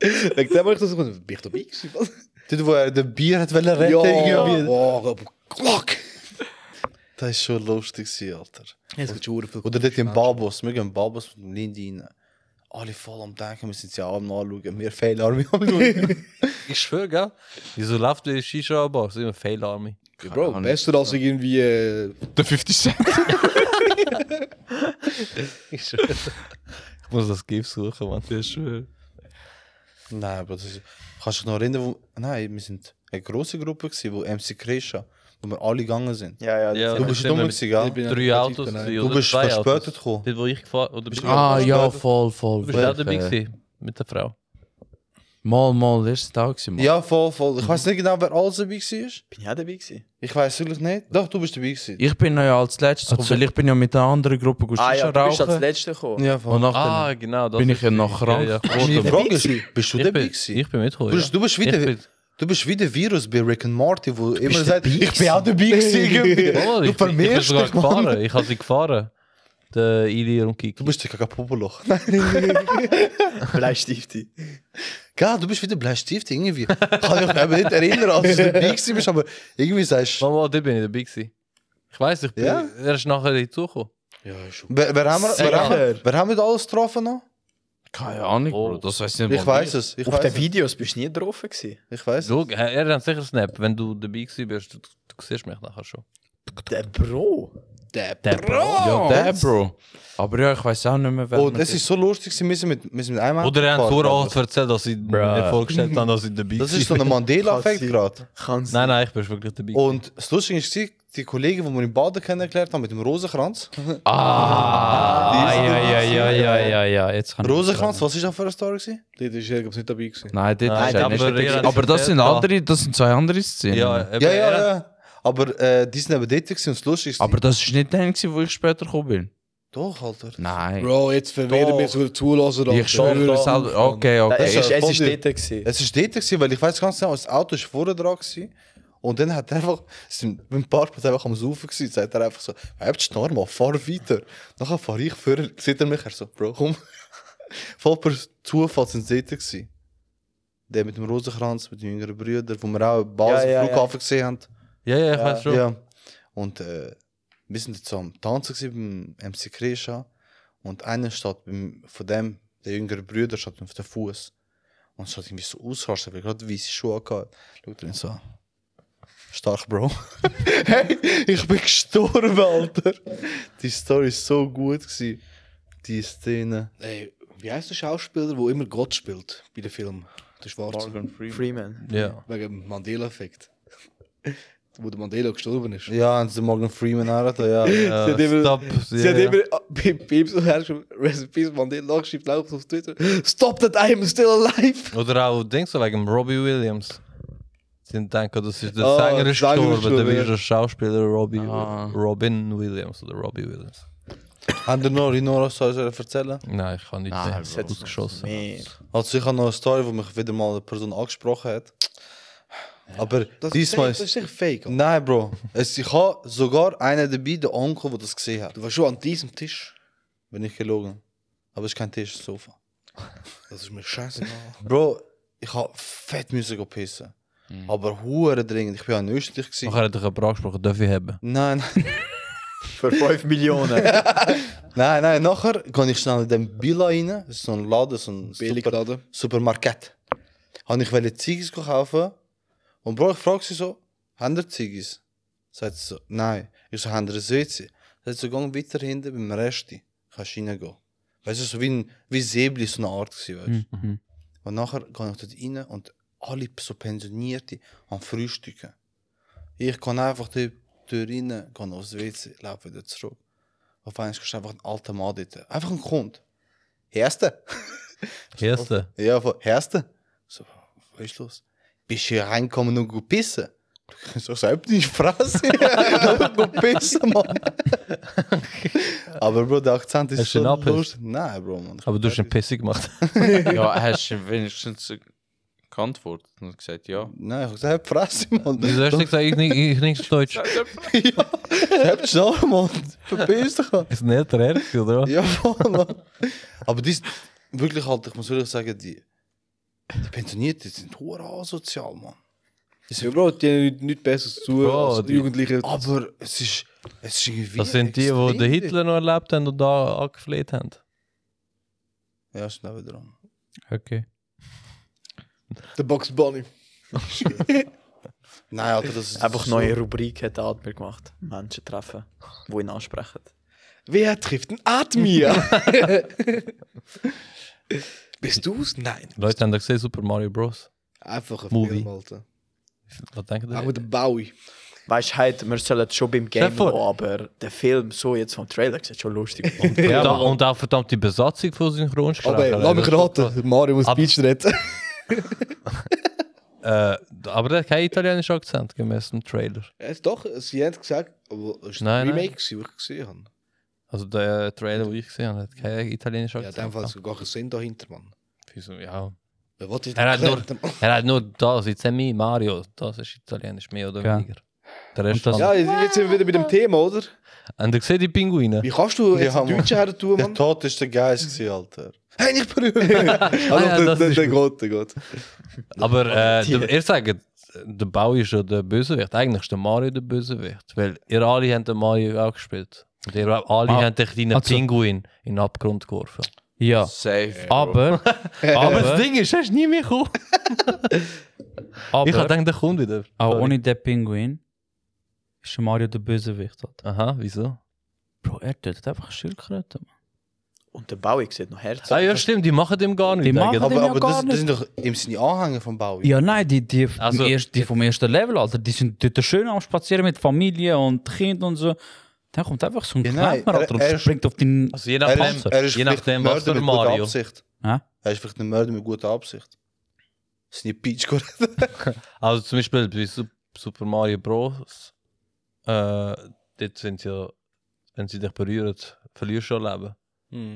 Speaker 4: Wegen dem habe ich das... Bin ich dabei gewesen, Mann?
Speaker 9: Dit wo er de bier het willen retten irgendwie.
Speaker 4: Oh, aber Glock!
Speaker 9: Dat is zo lustig, zie alter.
Speaker 4: Jetzt geht's schon viel...
Speaker 9: Oder dit in Babos, wir gehen Babos mit dem Lindin. Alle voll am Denken, wir sind ja am Anschauen, wir Fail Army am *laughs* Schauen.
Speaker 2: Ich schwöre, gell? Wieso läuft die Shisha Bars? Immer Fail Army.
Speaker 4: Ja, Bro, besser als irgendwie... Äh,
Speaker 5: Der 50 Cent.
Speaker 2: Ich schwöre. Ich muss das GIF suchen, Mann.
Speaker 5: Der schwör.
Speaker 9: Nein, aber das ist. Kannst du dich noch erinnern, wo. Nein, wir sind eine grosse Gruppe, gewesen, wo MC Kresha, wo wir alle gegangen sind.
Speaker 1: Ja, ja.
Speaker 2: Ja,
Speaker 9: Du bist dumm, gewesen, gell?
Speaker 2: Drei Autos, drei
Speaker 9: Du
Speaker 2: oder
Speaker 9: bist
Speaker 2: zwei Autos.
Speaker 9: verspätet gekommen.
Speaker 2: Dort, wo ich gefahren oder bist du
Speaker 8: Ah, ja,
Speaker 9: verspätet.
Speaker 8: voll, voll.
Speaker 2: bist du auch dabei gewesen? Mit der Frau.
Speaker 8: eh. Mal, mal, erster Tag gewesen, Mann.
Speaker 9: Ja, voll, voll. Ich weiß nicht genau, wer alles dabei war.
Speaker 1: Bin ich auch dabei gewesen?
Speaker 9: Ich weiß wirklich nicht. Doch, du bist dabei gewesen.
Speaker 8: Ich bin ja als letztes gekommen, weil ich bin ja mit einer anderen Gruppe gegangen,
Speaker 1: Ah ja,
Speaker 8: Shisha
Speaker 1: du bist als
Speaker 8: rauchen.
Speaker 1: Letzter gekommen.
Speaker 9: Ja,
Speaker 8: Und nachher
Speaker 2: Ah, genau. Das
Speaker 8: bin ich ja noch krank
Speaker 2: ja,
Speaker 9: Die
Speaker 2: geworden.
Speaker 9: Frage ist, bist du
Speaker 2: Ich
Speaker 9: dabei
Speaker 2: bin,
Speaker 9: gewesen?
Speaker 2: ich bin mitgekommen.
Speaker 9: Du
Speaker 8: Dus
Speaker 9: bist, du bist
Speaker 2: ja.
Speaker 9: wieder.
Speaker 2: Ich bin,
Speaker 8: *laughs*
Speaker 9: Du bist wie der Virus bei Rick and Morty, wo immer sagt, ich bin auch dabei gewesen.
Speaker 2: Jawohl,
Speaker 9: du
Speaker 2: ich, bin- ich bin
Speaker 9: vermehrst
Speaker 2: sogar
Speaker 9: dich, Mann.
Speaker 2: gefahren. Ich habe sie gefahren. Der Ili und Kiki.
Speaker 9: Du bist der Kakapopoloch.
Speaker 1: Bleistifte.
Speaker 9: *laughs* Gell, du bist wieder Bleistift irgendwie. Kann ich mich eben nicht erinnern, als du dabei gewesen bist, aber irgendwie sagst du,
Speaker 2: Mal, mal, dort bin ich dabei gewesen. Ich weiss, ich bin,
Speaker 9: Ja?
Speaker 2: er ist nachher dazugekommen.
Speaker 9: wer, wer, haben wir, wer, haben wir,
Speaker 1: Sicher.
Speaker 9: wer haben wir da alles getroffen noch?
Speaker 8: Keine Ahnung,
Speaker 2: Oh.
Speaker 8: Bro. Das weiß nicht,
Speaker 9: Ich weiß es, ich
Speaker 1: Auf
Speaker 9: weiß
Speaker 1: den
Speaker 9: es.
Speaker 1: Videos bist du nie drauf gewesen.
Speaker 9: Ich weiß es.
Speaker 2: Schau, er er hat sicher einen Snap. Wenn du dabei gewesen bist, du, du siehst mich nachher schon.
Speaker 8: Ah,
Speaker 1: Der Bro.
Speaker 8: Der Bro! Ja, der Bro. Aber ja, ich weiß auch nicht mehr, wer.
Speaker 9: Und Oh, es ist so lustig, gewesen, wir sind mit, wir sind mit einem Auto
Speaker 2: Oder er hat
Speaker 9: gefahren,
Speaker 2: vorher
Speaker 9: aber
Speaker 2: auch erzählt, dass ich mir vorgestellt habe, dass ich dabei
Speaker 9: Das ist so
Speaker 2: war.
Speaker 9: ein Mandela-Effekt gerade.
Speaker 1: Kannst
Speaker 2: Nein, nein, ich bin wirklich dabei.
Speaker 8: Oh,
Speaker 9: Und das Lustige ist, die Kollegen, die wir in Baden kennengelernt haben, mit dem Rosenkranz.
Speaker 2: Hm.
Speaker 8: Ah, ja, ja, ja, ja, ja, ja. Jetzt kann ich-
Speaker 9: Rosenkranz, was war das für eine Story? Gewesen?
Speaker 4: dort ist er, glaub ich, nicht dabei gewesen.
Speaker 8: Nein, das
Speaker 2: Nein,
Speaker 8: ist er
Speaker 2: aber
Speaker 8: nicht.
Speaker 2: er hat
Speaker 8: Aber das sind
Speaker 2: erzählt,
Speaker 8: andere, das sind zwei andere Szenen.
Speaker 2: ja, eben,
Speaker 9: Ja, ja,
Speaker 2: er hat-
Speaker 9: ja. Aber äh, die sind eben dort gewesen und das Lustige ist...
Speaker 8: Aber das ist nicht der, gewesen, wo ich später gekommen bin.
Speaker 9: Doch, Alter.
Speaker 8: Nein.
Speaker 4: Bro, jetzt verwehren wir sogar Zulassen.
Speaker 8: ich schwöre es selber. Okay, okay.
Speaker 1: Es ist, es ist
Speaker 9: Voll-
Speaker 1: dort gewesen.
Speaker 9: Es war dort, gewesen, weil ich weiß ganz genau, das Auto war vorne dran. Gewesen. Und dann hat er einfach, es ist mein Parkplatz einfach am Saufen gewesen, sagt er einfach so, habt die Schnur mal, fahr weiter. Nachher fahr ich vor, sieht er mich, er so, Bro, komm. *laughs* Voll per Zufall sind sie dort gewesen. Der mit dem Rosenkranz, mit den jüngeren Brüdern, wo wir auch am Basel
Speaker 1: Ja, ja,
Speaker 9: Flughafen gesehen haben.
Speaker 2: Ja, ja, ich weiß schon.
Speaker 9: Ja. Und äh, wir sind jetzt so am Tanzen gewesen beim MC Kresha und einer steht beim, von dem, der jüngere Bruder, steht auf dem Fuß und steht irgendwie so ausrasten, weil er gerade weiße Schuhe gehabt. Schaut er ihn so an. Stark, Bro. *laughs* hey, ich bin gestorben, Alter. Die Story ist so gut gewesen. Die Szene. Ey, wie heißt der Schauspieler, der immer Gott spielt bei den Filmen? Der Schwarze.
Speaker 1: Freeman.
Speaker 2: Ja.
Speaker 4: Wegen dem Mandela-Effekt. *laughs* Wo der Mandela gestorben ist.
Speaker 9: Ja, und der Morgan Freeman auch, ja. ja.
Speaker 4: Sie hat immer-
Speaker 2: Stop.
Speaker 4: Sie hat
Speaker 2: ja,
Speaker 4: immer ah, bei Pim so hergeschrieben, Rest in Peace, Mandela, schreibt auch auf Twitter, Stop that I am still alive!
Speaker 2: ja. Oder auch, denkst du, wegen Robbie Williams? Sie denken, das ist der
Speaker 4: Ah,
Speaker 2: Sänger ist
Speaker 4: Sänger
Speaker 2: gestorben,
Speaker 4: ist
Speaker 2: dann
Speaker 4: gestorben,
Speaker 2: ist der Schauspieler Robbie,
Speaker 5: Ah.
Speaker 2: Robin Williams oder Robbie Williams.
Speaker 9: Haben wir noch in Nora soll ich erzählen?
Speaker 2: Nein, ich kann nicht
Speaker 5: Ah,
Speaker 2: mehr
Speaker 5: Bro.
Speaker 2: ausgeschossen.
Speaker 1: Nee.
Speaker 9: Also ich habe noch eine Story, wo mich wieder mal eine Person angesprochen hat. Aber diesmal
Speaker 4: Das
Speaker 9: ist...
Speaker 4: ist echt fake. Alter.
Speaker 9: Nein, Bro. Es, ich habe sogar einen dabei, der Onkel, der das gesehen hat.
Speaker 4: Du warst schon an diesem Tisch.
Speaker 9: Bin ich gelogen. Aber es ist kein Tisch, es ist ein Sofa.
Speaker 4: Das ist mir scheißegal.
Speaker 9: Bro, ich habe fett müssen go pissen. Aber hure dringend. Ich bin ja in Österreich. Gewesen.
Speaker 2: Mhm. Nachher hat er eine gesprochen, darf ich haben?
Speaker 9: Nein, nein.
Speaker 1: Für 5 Millionen.
Speaker 9: Nein, nein, nachher gehe ich schnell in den Bila rein. Das ist so ein Laden, so ein
Speaker 4: Billigladen.
Speaker 9: Supermarkt. Habe ich wollte Ziggis kaufen. Und Bro, ich frage sie so, haben ihr Ziggis? Sagt sie so, nein. Ich so, haben ihr ein WC? Sagt sie so, geh weiter hinten beim Resti. Kannst reingehen. Weißt du, so wie, ein, wie Säbli, so eine Art gewesen, weißt du.
Speaker 3: Mhm.
Speaker 9: Und nachher gehe ich dort rein und alle so Pensionierte am Frühstücken. Ich kann einfach die Tür rein, gehe aufs WC, laufe wieder zurück. Auf einmal ist einfach ein alter Mann dort. Einfach ein Kunde. Herste?
Speaker 2: Erste.
Speaker 9: Ja, von Herste? So, was ist los? Bist du hier reingekommen und gut pissen? So, selbst nicht fressen.
Speaker 2: *laughs*
Speaker 9: *laughs* gut pissen, Mann. Aber Bro, der Akzent ist
Speaker 2: Hast du ihn
Speaker 9: so
Speaker 2: abgepisst?
Speaker 9: lustig. Nein, Bro, Mann.
Speaker 2: Aber du hast ihn pissig gemacht.
Speaker 8: *laughs*
Speaker 5: Ja, hast du wenigstens geantwortet und gesagt, ja.
Speaker 9: Nein, ich habe gesagt, fressen, Mann.
Speaker 2: Wieso
Speaker 9: *laughs*
Speaker 2: hast du gesagt, ich nicht, ich nicht Deutsch?
Speaker 9: Selbst schnell, Mann. Verpiss dich, Mann.
Speaker 2: Ist ein älterer Erz, oder?
Speaker 9: Ja, voll, Mann. Aber die ist wirklich halt, ich muss wirklich sagen, die, die Pensionierten sind hure asozial, Mann.
Speaker 4: Ja, Bro, die haben nicht- nichts Besseres zu tun
Speaker 2: Bro,
Speaker 4: als
Speaker 2: die-
Speaker 4: Jugendliche.
Speaker 9: Aber es ist, es ist irgendwie.
Speaker 2: Das sind die, die
Speaker 9: extrem
Speaker 2: den Hitler noch erlebt haben und da angefleht haben.
Speaker 9: Ja, schnell wieder dran.
Speaker 3: Okay.
Speaker 4: Der Bugs Bunny. *laughs*
Speaker 9: Nein, Alter, das ist.
Speaker 1: Einfach
Speaker 9: so-
Speaker 1: neue Rubrik hat der Admir gemacht. Menschen treffen, die ihn ansprechen.
Speaker 4: Wer trifft einen Admir? *laughs* Bist du's? Nein.
Speaker 2: Leute haben da gesehen, Super Mario Bros.
Speaker 4: Einfach ein
Speaker 2: Movie.
Speaker 4: Film, Alter.
Speaker 2: Was denken die?
Speaker 4: Auch mit dem Bowie.
Speaker 1: Weißt du, heute, wir sollen schon beim Game
Speaker 2: vor.
Speaker 1: gehen, aber der Film so jetzt vom Trailer sieht schon lustig
Speaker 2: *laughs*
Speaker 1: aus.
Speaker 2: ja, da, und auch verdammt die Besatzung von Synchronsprechern.
Speaker 4: Aber ey, lass mich raten, Mario muss
Speaker 2: Ab- *laughs*
Speaker 4: Beach retten.
Speaker 2: Äh, aber der hat keinen italienischen Akzent gemäß dem Trailer.
Speaker 4: Ja, doch, sie haben gesagt, aber es ist
Speaker 2: Nein,
Speaker 4: ein
Speaker 2: nein.
Speaker 4: Remake, gewesen, was ich gesehen habe.
Speaker 2: Also der eh, Trailer, den ich gesehen habe, hat keinen italienischen
Speaker 4: Ja, in dem
Speaker 2: Akzent.
Speaker 4: Fall ist gar kein Sinn dahinter, Mann.
Speaker 2: Ah, Wieso? ja.
Speaker 4: Wer wollte ich
Speaker 2: Er hat nur-
Speaker 4: erklärt, Mann?
Speaker 2: Er hat nur das, jetzt haben wir Mario, das ist italienisch, mehr oder
Speaker 3: Ja.
Speaker 2: weniger. Der Rest
Speaker 3: Und das-
Speaker 4: Ja,
Speaker 2: ja.
Speaker 4: jetzt sind wir wieder bei dem Thema, oder?
Speaker 2: Und ihr seht die Pinguine.
Speaker 4: Wie kannst du jetzt
Speaker 9: Ja,
Speaker 4: ja,
Speaker 9: Mann.
Speaker 4: Deutsche her tun,
Speaker 9: Der
Speaker 4: Mann?
Speaker 9: Tod ist der Geist, gewesen, Alter.
Speaker 4: Hey, nicht berühren! also,
Speaker 2: Ah ja,
Speaker 4: der,
Speaker 2: das
Speaker 4: der,
Speaker 2: ist
Speaker 4: der
Speaker 2: gut.
Speaker 4: Gott, der Gott.
Speaker 2: Aber *laughs* äh, der- ihr sagt, der Bau ist ja der Bösewicht. Eigentlich ist der Mario der Bösewicht. Weil ihr alle habt den Mario auch gespielt. Und ihr alle
Speaker 3: Ah,
Speaker 2: habt den kleinen
Speaker 3: also-
Speaker 2: Pinguin in den Abgrund geworfen.
Speaker 3: Ja.
Speaker 5: Safe.
Speaker 3: *laughs* Aber, äh,
Speaker 2: Aber das
Speaker 3: aber,
Speaker 2: Ding ist, er ist nie mehr gekommen. Ich hab
Speaker 3: aber,
Speaker 2: gedacht, der kommt wieder.
Speaker 3: auch
Speaker 2: Sorry.
Speaker 3: ohne den Pinguin ist Mario der Bösewicht. Alter.
Speaker 2: Aha, wieso?
Speaker 3: Bro, er tötet einfach Schildkröten. Mann.
Speaker 1: Und der Bowie sieht noch herzig
Speaker 2: Ah ja, stimmt, die machen dem gar nichts.
Speaker 3: Die machen
Speaker 2: eigentlich.
Speaker 3: dem
Speaker 9: Aber,
Speaker 3: ja
Speaker 9: aber
Speaker 3: gar
Speaker 9: das,
Speaker 3: nicht.
Speaker 9: das sind doch im Sinne Anhänger von Bowie.
Speaker 3: Ja, nein, die, die, vom
Speaker 2: Also-
Speaker 3: ersten- die vom ersten Level, Alter, die sind dort schön am Spazieren mit Familie und Kind und so. Dann kommt einfach so ein
Speaker 9: Ja,
Speaker 3: ja,
Speaker 9: nein, er-
Speaker 3: Alter, und
Speaker 9: er ist-
Speaker 3: springt auf den.
Speaker 2: Also je
Speaker 9: er
Speaker 2: nachdem,
Speaker 9: ist, er ist
Speaker 2: je
Speaker 9: vielleicht
Speaker 2: nachdem
Speaker 9: ein
Speaker 2: was
Speaker 9: Mörder
Speaker 2: für
Speaker 9: mit guter
Speaker 2: Mario.
Speaker 9: Absicht.
Speaker 3: Hä?
Speaker 9: Er ist vielleicht ein Mörder mit guter Absicht. Seine Peach gerettet.
Speaker 2: *laughs* Also zum Beispiel bei Su- Super Mario Bros. Äh, dort sind ja, wenn sie dich berühren, verlierst du schon Leben.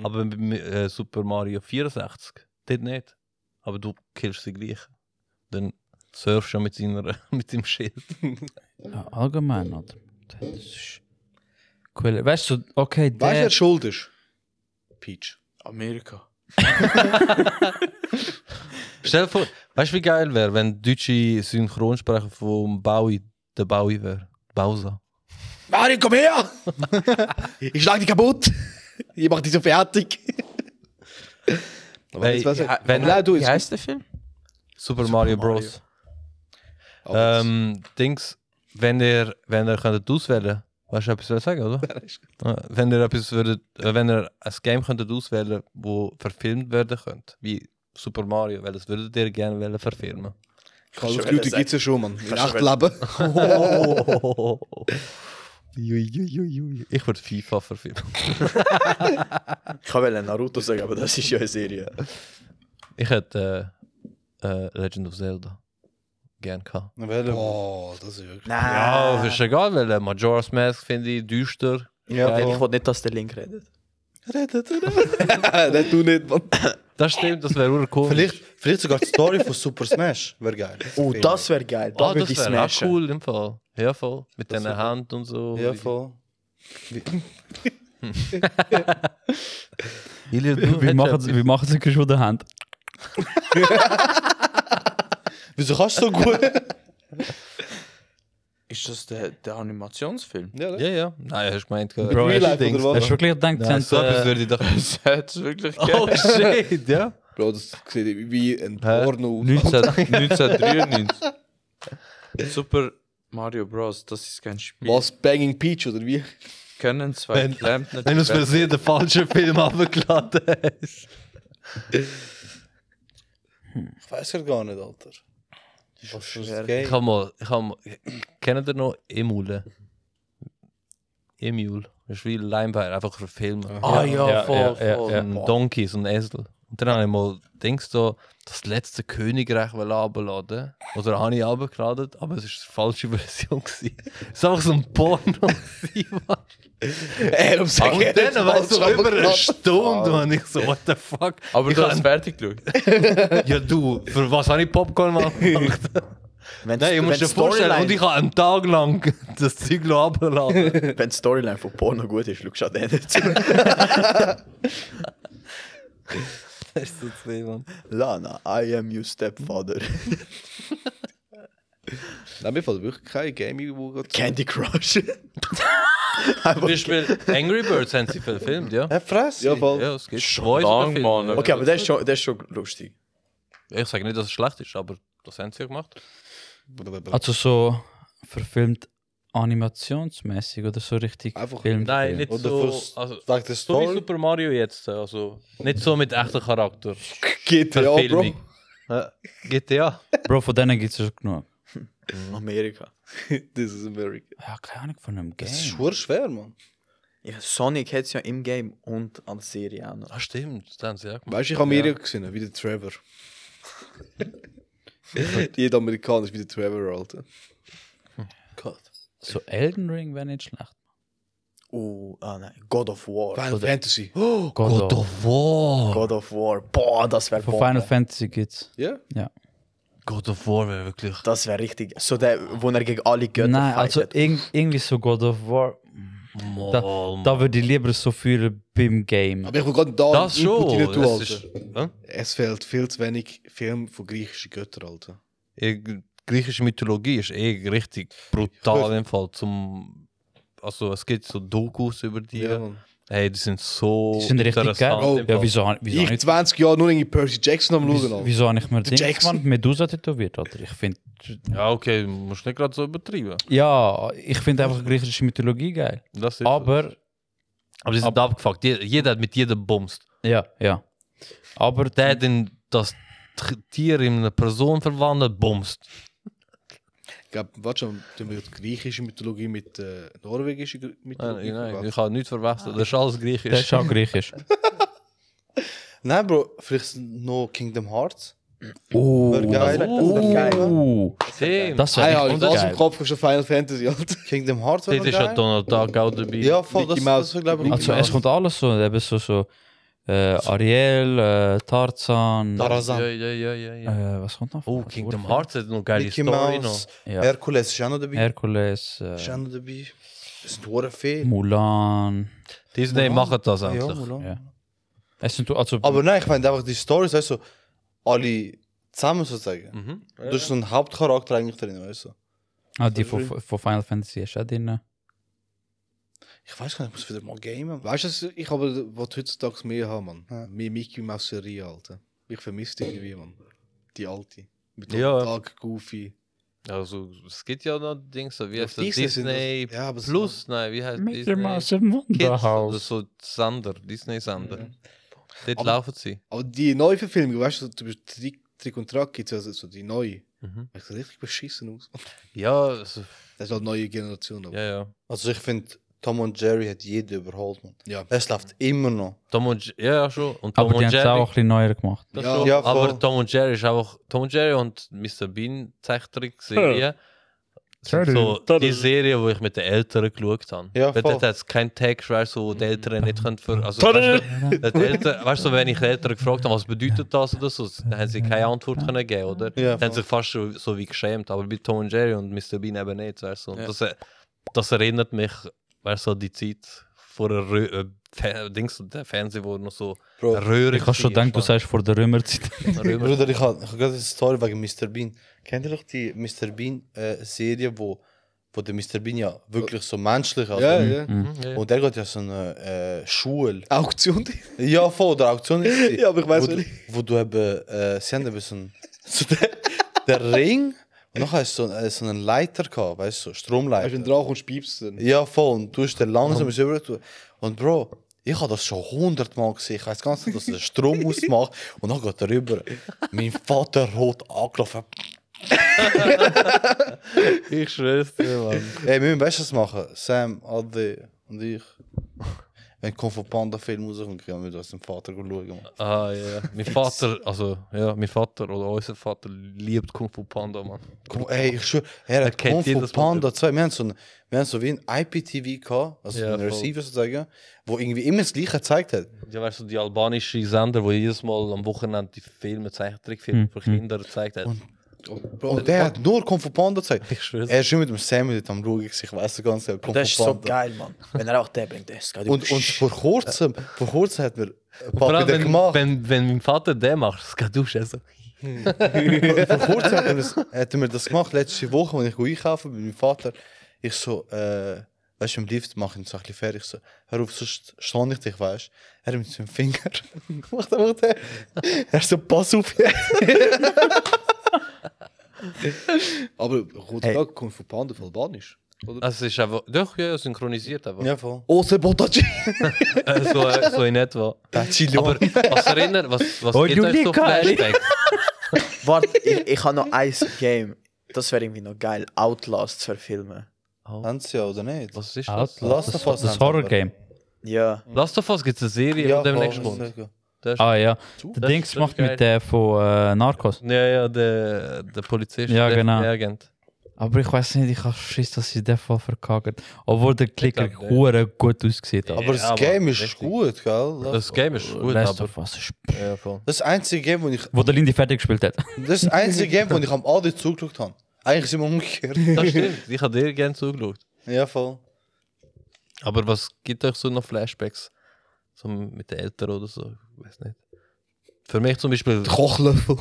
Speaker 2: Aber bei äh, Super Mario 64, dort nicht. Aber du killst sie gleich. Dann surfst du ja mit, seiner, *laughs* mit seinem Schild.
Speaker 3: Ja, allgemein, Alter. Das ist. Cool. Weißt du, okay, der.
Speaker 4: Weißt du, wer schuld ist? Peach.
Speaker 5: Amerika.
Speaker 2: Stell dir vor, weißt du, wie geil wäre, wenn deutsche Synchronsprecher vom Bowie der Bowie wäre. Bowser.
Speaker 4: Mario, komm her! ich schlag dich *laughs* kaputt. Ich mach dich so fertig. Aber
Speaker 2: Ey,
Speaker 4: jetzt weiß ich,
Speaker 2: ja, wenn-
Speaker 4: nein, du,
Speaker 5: Wie
Speaker 4: jetzt,
Speaker 5: heißt
Speaker 8: *laughs*
Speaker 5: der Film?
Speaker 2: Super, Mario Bros.
Speaker 4: aber jetzt-
Speaker 2: Ähm, Dings, wenn ihr, wenn ihr könntet auswählen, weißt du etwas zu sagen, oder? Ja, wenn ihr etwas würdet, äh, wenn ihr ein Game könntet auswählen, wo verfilmt werden könnte, wie Super Mario, weil das würdet ihr gerne wollen verfilmen.
Speaker 4: Call
Speaker 1: schon
Speaker 4: of
Speaker 1: wieder
Speaker 4: Duty
Speaker 1: sagen.
Speaker 4: gibt's ja schon, Mann. In
Speaker 1: schon
Speaker 4: acht
Speaker 1: wieder-
Speaker 4: Leben.
Speaker 2: *laughs* Uiuiuiui. Ich würde FIFA verfilmen.
Speaker 1: Ich wollte Naruto sagen, aber das ist ja eine Serie.
Speaker 2: Ich hätte äh, äh, Legend of Zelda gern gehabt.
Speaker 4: Boah, das ist wirklich...
Speaker 1: Nein.
Speaker 2: Ja, ist egal, weil äh, Majora's Mask finde ich düster.
Speaker 1: Ja, ich will nicht, dass der Link redet.
Speaker 4: Äh, Nein, du nicht, Mann.
Speaker 2: Das stimmt, das wäre urcool.
Speaker 9: Vielleicht, vielleicht sogar die Story von Super Smash wäre geil.
Speaker 1: Oh, das wäre geil. Da
Speaker 2: Ah,
Speaker 1: würde
Speaker 2: das
Speaker 1: ich
Speaker 2: wäre auch
Speaker 1: smashen.
Speaker 2: cool im Fall. Ja, voll. Mit
Speaker 9: Das
Speaker 2: deiner
Speaker 9: wär-
Speaker 2: Hand und so.
Speaker 9: Ja, voll.
Speaker 2: Ilya, du
Speaker 3: Wie
Speaker 2: hättest
Speaker 3: machen
Speaker 2: etwas.
Speaker 3: sie, wie machen sie schon die Hand?
Speaker 9: Wieso kannst du
Speaker 2: *laughs*
Speaker 9: so gut?
Speaker 5: Ist das der, der Animationsfilm?
Speaker 4: Ja,
Speaker 2: Ja, ja. Nein, hast du gemeint,
Speaker 3: Bro,
Speaker 4: Real
Speaker 3: hast
Speaker 4: Life,
Speaker 2: Dings.
Speaker 4: oder was?
Speaker 3: du wirklich gedacht,
Speaker 2: Nein,
Speaker 3: sie
Speaker 2: so etwas
Speaker 3: haben... äh,
Speaker 2: würde ich doch.
Speaker 5: Das hat es wirklich
Speaker 2: Oh
Speaker 5: gegeben.
Speaker 2: shit, ja.
Speaker 4: Bro, das sieht wie ein
Speaker 2: Hä?
Speaker 4: Porno.
Speaker 5: 19, 1993. *laughs* Super Mario Bros. Das ist kein Spiel.
Speaker 4: Was, Banging Peach, oder wie?
Speaker 5: Können zwei
Speaker 2: Wenn-
Speaker 5: Klempner
Speaker 2: Wenn du es
Speaker 5: die Welt-
Speaker 2: versehen den falschen Film abgeladen hast.
Speaker 9: Ich weiß ja gar nicht, Alter. Was für ein
Speaker 2: Ich
Speaker 9: Game.
Speaker 2: hab mal, ich hab mal. Kennt ihr noch Emule? Emule. Das ist wie Limewire, einfach für Filme.
Speaker 5: Ah ja,
Speaker 3: Ja,
Speaker 5: voll,
Speaker 3: ja, ja,
Speaker 5: voll.
Speaker 3: ja.
Speaker 2: Ein Donkey, so ein Esel. Und dann habe ich mal, denkst du, das letzte Königreich will abladen. Oder habe ich abgeladen, aber es war die falsche *laughs* Version. gewesen. Es war einfach so ein Porno. *laughs* gewesen, Mann.
Speaker 4: Ey, um
Speaker 2: Und dann war es so über eine Stunde und ich so, what the fuck?
Speaker 5: Aber
Speaker 2: ich
Speaker 5: du hast
Speaker 2: kann,
Speaker 5: fertig geschaut.
Speaker 2: ja du, für was habe ich Popcorn *laughs* mal gemacht?
Speaker 1: Wenn
Speaker 2: Nein, ich muss dir vorstellen, und ich habe einen Tag lang *laughs* das Zeug abgeladen.
Speaker 1: Wenn die Storyline von Porno gut ist, schaust du an den zu.
Speaker 2: *laughs* Das ist so zwei, Mann.
Speaker 1: Lana, I am
Speaker 2: *laughs*
Speaker 1: your stepfather.
Speaker 4: Nein, mir fällt wirklich kein Game, wo gerade...
Speaker 1: Candy Crush.
Speaker 2: Zum Beispiel Angry Birds haben sie verfilmt, ja?
Speaker 9: Hä, fress?
Speaker 4: Ja, voll.
Speaker 2: Ja, es gibt
Speaker 5: Schon
Speaker 2: zwei
Speaker 5: lang,
Speaker 2: Filme.
Speaker 5: Mann.
Speaker 1: Okay, aber das ist schon, das ist schon lustig.
Speaker 2: Ich sage nicht, dass es schlecht ist, aber das haben sie ja gemacht.
Speaker 3: Also so verfilmt animationsmäßig oder so richtig
Speaker 4: Einfach-
Speaker 3: Film?
Speaker 2: Nein, nicht
Speaker 9: Oder
Speaker 2: so.
Speaker 9: fürs-
Speaker 2: Also,
Speaker 9: Wegen der
Speaker 2: so wie
Speaker 9: Story?
Speaker 2: Super Mario jetzt. Also, nicht so mit echtem Charakter. *laughs*
Speaker 4: GTA, Bro.
Speaker 2: Verfilmung. Ja, GTA.
Speaker 3: Bro, von denen gibt es ja schon genug.
Speaker 2: Mhm. *laughs*
Speaker 1: Amerika.
Speaker 4: This is America.
Speaker 3: Ja, keine Ahnung von einem
Speaker 9: Das ist
Speaker 3: Game.
Speaker 9: schwer schwer, Mann.
Speaker 1: Ja, Sonic hat es ja im Game und an der Serie auch noch.
Speaker 2: Ah, stimmt, das haben sie ja gemacht.
Speaker 4: Weißt du, ich habe Amerika gesehen, wie der Trevor. *laughs* Jeder Amerikaner ist dus wie der Trevor, Alter.
Speaker 9: Gott.
Speaker 3: So Elden Ring wäre nicht schlecht.
Speaker 1: Oh, ah nein, God of War.
Speaker 4: Final Fantasy.
Speaker 3: God, of-
Speaker 2: War.
Speaker 1: God of War. Boah, das wäre
Speaker 3: Von Final Fantasy gibt's.
Speaker 4: Ja?
Speaker 2: God of War wäre wirklich.
Speaker 1: Das wäre richtig. So der, wo er gegen alle Götter
Speaker 3: Nein, also
Speaker 1: fightet.
Speaker 3: irg irgendwie so God of War.
Speaker 2: Mal,
Speaker 3: Da würde ich lieber so führen beim Game.
Speaker 4: Aber ich will gerade da
Speaker 2: das
Speaker 4: einen Input
Speaker 2: schon.
Speaker 4: rein tun,
Speaker 2: es,
Speaker 4: Alter.
Speaker 2: ist, hä?
Speaker 4: Es fehlt viel zu wenig Film von griechischen Göttern, Alter.
Speaker 2: Eh, griechische Mythologie ist eh richtig brutal im Fall. Zum, also es gibt so Dokus über die.
Speaker 4: Mann.
Speaker 2: Hey, die sind so
Speaker 3: Die sind richtig geil.
Speaker 2: interessant.
Speaker 4: Oh,
Speaker 2: im
Speaker 3: Ja,
Speaker 2: Fall.
Speaker 3: wieso, wieso,
Speaker 4: Ich
Speaker 3: nicht,
Speaker 4: 20 Jahre nur irgendwie Percy Jackson am Schauen,
Speaker 3: wieso,
Speaker 4: Alter.
Speaker 3: wieso habe ich mir Dings
Speaker 4: Jackson.
Speaker 3: gemacht? Medusa tätowiert, oder? Ich finde...
Speaker 2: ja, okay, du musst nicht gerade so übertreiben.
Speaker 3: Ja, ich finde einfach griechische Mythologie geil.
Speaker 2: Das ist
Speaker 3: Aber...
Speaker 2: aber die sind abgefuckt. Je- Jeder hat mit jedem bumst.
Speaker 3: Ja, ja. Aber
Speaker 2: Der hat in das T- Tier in eine Person verwandelt, bumst.
Speaker 4: Ich glaube, warte schon, tun wir die griechische Mythologie mit äh, norwegischer Gr- Mythologie.
Speaker 2: Nein, nein,
Speaker 4: verwechseln?
Speaker 2: ich kann nichts verwechseln.
Speaker 3: Ah.
Speaker 2: Das ist alles
Speaker 3: der
Speaker 2: griechisch.
Speaker 3: ist auch griechisch.
Speaker 9: Nein, Bro, vielleicht noch Kingdom Hearts.
Speaker 3: Oh,
Speaker 9: Wär geil.
Speaker 3: oh.
Speaker 2: Same.
Speaker 3: das
Speaker 4: Ah
Speaker 3: wäre
Speaker 4: ja,
Speaker 3: echt
Speaker 4: und das
Speaker 3: geil.
Speaker 4: im Kopf ist schon Final Fantasy, Alter.
Speaker 9: *laughs* Kingdom Hearts
Speaker 2: Dort
Speaker 9: wäre
Speaker 2: ist ja
Speaker 9: geil.
Speaker 2: Donald Duck auch dabei.
Speaker 9: Ja, voll, das,
Speaker 4: Mickey
Speaker 9: das
Speaker 4: Mouse.
Speaker 9: wäre, glaube ich,
Speaker 3: Also es kommt alles so, eben so, so äh, Ariel, äh, Tarzan,
Speaker 2: ja,
Speaker 9: Tarzan.
Speaker 2: ja, ja, ja. ja.
Speaker 3: äh, was kommt noch?
Speaker 2: Oh, Kingdom Hearts hat noch geile
Speaker 9: Mickey
Speaker 2: Story
Speaker 9: Mouse.
Speaker 3: Ja.
Speaker 9: Herkules ist auch noch dabei.
Speaker 3: Herkules,
Speaker 9: Ist
Speaker 3: äh,
Speaker 9: auch noch dabei. Das sind hohe Feen.
Speaker 3: Mulan.
Speaker 2: noch. Disney
Speaker 9: Mulan.
Speaker 2: macht das
Speaker 9: Ja,
Speaker 2: endlich.
Speaker 9: Mulan.
Speaker 3: Ja. Es sind also
Speaker 9: Aber nein, ich meine einfach die Stories, weißt du, alle zusammen sozusagen.
Speaker 2: Mhm.
Speaker 9: Du hast so einen Hauptcharakter eigentlich drin, weißt du.
Speaker 3: Ah, die von, von Final Fantasy eh. ist auch drin.
Speaker 9: Ich weiß gar nicht, ich muss wieder mal gamen.
Speaker 4: Weißt du, was ich aber was heutzutage mehr habe, Mann?
Speaker 9: Ja.
Speaker 4: Mehr Mickey Mouse Serie, Alter. Ich vermisse die irgendwie, Mann. Die alte. Mit
Speaker 2: Ja.
Speaker 4: Tag Goofy.
Speaker 2: Also, es gibt ja noch Dings, so wie
Speaker 4: Auf
Speaker 2: heißt das?
Speaker 4: Disney sind das-
Speaker 2: Disney
Speaker 4: Ja, aber es-
Speaker 2: Plus, nein, wie heißt
Speaker 3: Mickey
Speaker 2: Disney
Speaker 3: Mouse im
Speaker 2: Kids oder
Speaker 3: Wunderhaus.
Speaker 2: so Sander, Disney Sander. Dort
Speaker 4: Mhm. Aber-
Speaker 2: laufen sie.
Speaker 4: Aber die neue Verfilmung, weißt du, so zum Beispiel Trick, Trick und Track gibt es also so die neue.
Speaker 2: Mhm.
Speaker 4: Das sieht richtig beschissen aus. *laughs*
Speaker 2: Ja, so,
Speaker 4: Das ist halt neue Generation. Aber.
Speaker 2: ja, ja.
Speaker 9: Also ich finde, Tom und Jerry hat jeden überholt, man.
Speaker 4: Ja.
Speaker 9: Es läuft immer noch.
Speaker 2: Tom und Jerry, ja, ja, schon. Und Tom
Speaker 3: Aber die
Speaker 2: und
Speaker 3: haben es
Speaker 2: Jerry.
Speaker 3: auch ein bisschen neuer gemacht.
Speaker 2: das
Speaker 4: Ja,
Speaker 2: schon.
Speaker 9: ja, voll.
Speaker 2: aber Tom und Jerry ist auch. Tom und Jerry und Mr. Bean Zeichentrickserie. sind
Speaker 3: Jerry,
Speaker 2: So
Speaker 3: das
Speaker 2: die
Speaker 3: ist-
Speaker 2: Serie, wo ich mit den Älteren geschaut habe.
Speaker 9: Ja,
Speaker 2: Weil
Speaker 9: voll.
Speaker 2: dort hat es keinen Text, weißt du, wo die Älteren nicht können. Für, also, weißt du, Weil die Eltern, weißt du, wenn ich die Eltern gefragt habe, was bedeutet das oder so, dann haben sie keine Antwort können geben, oder?
Speaker 9: Ja,
Speaker 2: Dann haben sie sich fast so, so wie geschämt, aber bei Tom und Jerry und Mr. Bean eben nicht, weißt du. Und
Speaker 1: Ja.
Speaker 2: das, äh, das erinnert mich, weißt du, an die Zeit vor der Rö äh, Fe- Dings, der Fernsehen, wo noch so
Speaker 9: Bro.
Speaker 2: Röhre
Speaker 3: Ich habe schon gedacht, du sagst vor der Römerzeit.
Speaker 2: *laughs*
Speaker 9: Bruder, ich habe ich hab gerade eine Story wegen Mr. Bean. Kennt ihr noch die Mr. Bean-Serie, wo, wo der Mr. Bean ja wirklich so menschlich also,
Speaker 4: Ja, *laughs* ja.
Speaker 9: Und der geht ja so eine äh, Schule.
Speaker 4: Auktion.
Speaker 9: Ja, voll, der Auktion ist
Speaker 4: *laughs*
Speaker 9: sie.
Speaker 4: Ja, *laughs* aber ich weiß
Speaker 9: wo, du-
Speaker 4: nicht.
Speaker 9: Wo du eben, äh, sie haben eben so, einen, *laughs* so der, der Ring und nachher ist so, ein- äh, so einen Leiter gehabt, weißt du, so
Speaker 4: Hast du einen
Speaker 9: Stromleiter.
Speaker 4: Drachen und spiebst dann.
Speaker 9: Ja, voll, und du hast den langsam rüber tun. Und Bro, ich habe das schon hundertmal gesehen. Ich weiß ganz nicht, dass der Strom ausmacht und dann geht er rüber. Mein Vater rot angelaufen.
Speaker 2: ich schwör's dir, Mann.
Speaker 9: Ey, wir müssen Bestes machen. Sam, Adi und ich. Wenn Kung Fu Panda Film rauskommt, können wir das dem Vater schauen. Mann.
Speaker 2: Ah, ja. Mein Vater, also, ja, mein Vater oder unser Vater liebt Kung Fu Panda, Mann.
Speaker 9: Kung- Ey, ich schwöre, er hat
Speaker 2: kennt
Speaker 9: Kung Fu
Speaker 2: jedes Mal.
Speaker 9: Panda 2. Wir haben, so ein, wir haben so wie ein IPTV gehabt, also
Speaker 2: Ja,
Speaker 9: einen
Speaker 2: voll.
Speaker 9: Receiver sozusagen, wo irgendwie immer das Gleiche gezeigt hat.
Speaker 2: Ja, weißt du, die albanische Sender, die jedes Mal am Wochenende die Filme, Zeichentrickfilme
Speaker 3: Mhm.
Speaker 2: für Kinder gezeigt hat.
Speaker 9: Und der hat nur Kung Fu Panda gezeigt.
Speaker 2: Ich schwör's.
Speaker 9: Er ist schon mit dem Sam dort am Schauen, gewesen, ich weiß gar nicht, Kung
Speaker 1: Das ist
Speaker 9: Fu
Speaker 1: so
Speaker 9: Panda.
Speaker 1: geil, Mann. Wenn er auch den bringt,
Speaker 9: *laughs*
Speaker 1: das geht
Speaker 9: und, und vor kurzem, vor kurzem hat mir
Speaker 2: Vor
Speaker 9: Papa
Speaker 2: allem,
Speaker 9: wieder
Speaker 2: wenn,
Speaker 9: gemacht.
Speaker 2: wenn, wenn mein Vater den macht, das geht duschen. Also.
Speaker 9: Vor kurzem hat er, mir das, hat er mir das gemacht, letzte Woche, als ich einkaufen bin mit meinem Vater. Ich so, äh, weißt du, im Lift mache ich ihn so ein bisschen fertig. Ich so, hör auf, sonst stehe ich dich, weißt du. Er mit seinem Finger. *laughs* macht er, macht er. Er so, pass auf.
Speaker 4: *laughs* Aber heutzutage kommt von Panda auf Albanisch.
Speaker 2: Also, es ist einfach, doch, ja, ja, synchronisiert einfach.
Speaker 9: ja, voll.
Speaker 4: Ose Botaci.
Speaker 2: Äh, so, äh, so in etwa. Aber was erinnert, was, was
Speaker 3: Oh,
Speaker 2: gibt
Speaker 3: du
Speaker 2: euch so
Speaker 3: Licker!
Speaker 2: Flashbacks?
Speaker 1: Warte, ich, ich habe noch ein Game. Das wäre irgendwie noch geil, Outlast zu verfilmen.
Speaker 9: Haben sie ja, oder nicht?
Speaker 2: Was ist das?
Speaker 3: Outlast,
Speaker 9: Last
Speaker 3: das
Speaker 9: of Us
Speaker 3: das
Speaker 9: haben wir.
Speaker 3: Horror-Game.
Speaker 1: Ja.
Speaker 2: Last of Us gibt es eine Serie, die demnächst kommt. Das ist-
Speaker 3: Ah ja,
Speaker 2: Das-
Speaker 3: der Dings
Speaker 2: das
Speaker 3: macht
Speaker 2: ist geil.
Speaker 3: mit der von äh, Narcos.
Speaker 2: Ja, ja, der, der Polizist,
Speaker 3: Ja,
Speaker 2: der
Speaker 3: genau.
Speaker 2: FBI-Agent.
Speaker 3: Aber ich weiß nicht, ich habe Schiss, dass sie den Fall verkackt. Obwohl der Klicker
Speaker 2: glaub, der-
Speaker 3: hure gut ausgesehen hat.
Speaker 9: Aber das
Speaker 2: Ja, aber
Speaker 9: Game ist
Speaker 2: richtig.
Speaker 9: gut, gell?
Speaker 2: Das Game ist gut,
Speaker 3: Last
Speaker 2: aber...
Speaker 3: of Us ist-
Speaker 2: Ja, voll.
Speaker 9: Das einzige Game, wo ich,
Speaker 3: Wo der Lindy fertig gespielt hat.
Speaker 9: das ist das einzige Game, wo ich am Adi zugeschaut habe. Eigentlich sind wir umgekehrt.
Speaker 2: *laughs* Das stimmt, ich habe dir gerne zugeschaut.
Speaker 9: Ja, voll.
Speaker 2: Aber was gibt euch so noch Flashbacks? So mit den Eltern oder so? Ich weiß nicht. Für mich zum Beispiel.
Speaker 4: Kochlöffel.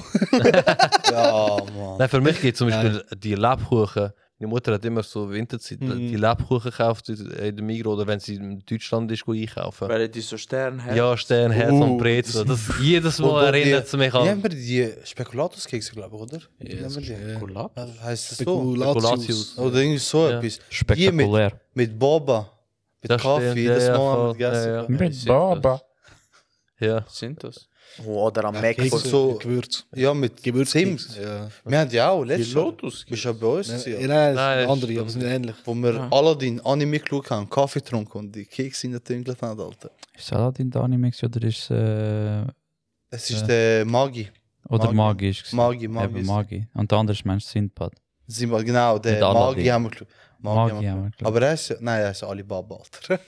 Speaker 9: Ja, Mann.
Speaker 2: Nein, für mich geht zum Beispiel die Lebkuchen. Meine Mutter hat immer so Winterzeit die Lebkuchen gekauft in in der Migros oder wenn sie in Deutschland ist, go einkaufen.
Speaker 5: Weil er die so Stern hat.
Speaker 2: Ja, Stern, Herz und
Speaker 9: Uh.
Speaker 2: Brezel. Das, jedes
Speaker 9: Und
Speaker 2: Mal
Speaker 9: dann die-
Speaker 2: erinnert es mich
Speaker 9: Wie
Speaker 2: an
Speaker 9: haben wir die Spekulatuskekse, glaube ich, oder? Wie
Speaker 5: Ja,
Speaker 9: nennen wir die?
Speaker 5: Kollab.
Speaker 9: Also Heißt das so?
Speaker 4: Spekulatius.
Speaker 2: Spekulatius.
Speaker 9: Oder irgendwie so
Speaker 2: Ja.
Speaker 9: etwas.
Speaker 3: *laughs* Spektakulär.
Speaker 9: Mit Boba. Mit
Speaker 2: Das
Speaker 9: Kaffee,
Speaker 2: stimmt, ja,
Speaker 9: das
Speaker 2: ja,
Speaker 9: Mal
Speaker 2: voll.
Speaker 9: gegessen.
Speaker 2: Ja, ja.
Speaker 5: Mit
Speaker 2: Ich sehe
Speaker 5: Baba.
Speaker 2: das. Ja.
Speaker 5: Sind das?
Speaker 1: Oh, Oder am Mac.
Speaker 9: Kekse.
Speaker 1: von-
Speaker 9: so-
Speaker 4: Gewürz.
Speaker 9: Ja, mit Zimt.
Speaker 4: Ja.
Speaker 9: Wir haben die auch
Speaker 5: Die
Speaker 9: letztes Jahr.
Speaker 5: Lotus.
Speaker 9: Bist ja bei uns
Speaker 4: Nein,
Speaker 9: gewesen,
Speaker 4: nein,
Speaker 2: Nein,
Speaker 4: das
Speaker 2: das
Speaker 4: ist andere,
Speaker 2: ist-
Speaker 4: aber es sind ähnlich.
Speaker 9: Wo wir Aladdin Anime geschaut haben, Kaffee getrunken und die Kekse in der Tüngel haben, Alter.
Speaker 3: Ist Aladdin der Anime gewesen oder ist äh,
Speaker 9: Es ist
Speaker 3: Ja.
Speaker 9: der Magi.
Speaker 3: oder
Speaker 9: Magi.
Speaker 3: magisch? gewesen?
Speaker 9: Magi, Magi.
Speaker 3: Eben
Speaker 9: ist-
Speaker 3: Magi. Und der andere ist Mensch Sindbad.
Speaker 9: Sind wir, genau, der
Speaker 3: Mit Aladdin.
Speaker 9: Magi haben wir geschaut.
Speaker 3: Magi
Speaker 9: Magi
Speaker 3: haben wir
Speaker 9: haben
Speaker 3: geschaut.
Speaker 9: wir Aber er ist, ja- nein, er ist Alibaba, Alter.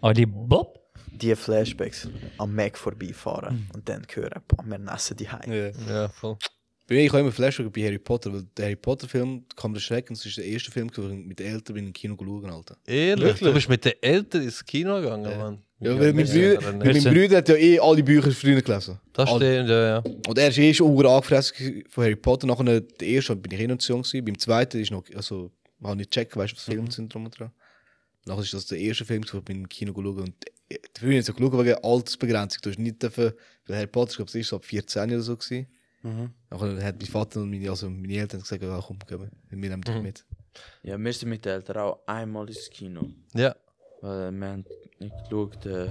Speaker 3: Ah, die Bob?
Speaker 1: die Flashbacks am Mac vorbeifahren und dann hören, boah, wir nassen die heim.
Speaker 2: ja, voll.
Speaker 4: Bei mir, ich habe immer Flashback bei Harry Potter, weil der Harry Potter-Film kam der Schrecken, das ist der erste Film, den ich mit den Eltern bin im Kino geschaut Alter.
Speaker 2: Ehrlich, du bist mit den Eltern ins Kino gegangen, Mann.
Speaker 4: Ja, weil mein,
Speaker 2: das-
Speaker 4: Bruder,
Speaker 2: ja,
Speaker 4: weil mein
Speaker 3: Wissen.
Speaker 4: Bruder hat ja eh alle Bücher früher gelesen.
Speaker 2: Das
Speaker 4: Al-
Speaker 2: stimmt, ja, ja.
Speaker 4: Und er ist eh schon ur angefressen gewesen von Harry Potter. Nachher, der erste bin ich eh noch zu jung gewesen. Beim zweiten ist noch, also, habe nicht gecheckt, weißt du, was Filme sind drum und dran. Nachher ist das der erste Film, den ich im Kino geschaut habe. Und äh, die Filme sind geschaut wegen Altersbegrenzung. Du hast nicht dürfen, weil Harry Potter, ich glaube, es ist so ab 14 oder so gewesen.
Speaker 9: Mhm.
Speaker 4: Nachher hat mein Vater und meine, also meine Eltern gesagt, ja, komm, komm, wir nehmen dich mit.
Speaker 6: Ja, wir sind mit den Eltern auch einmal ins Kino.
Speaker 2: Ja,
Speaker 6: Weil äh, wir haben nicht geschaut, äh,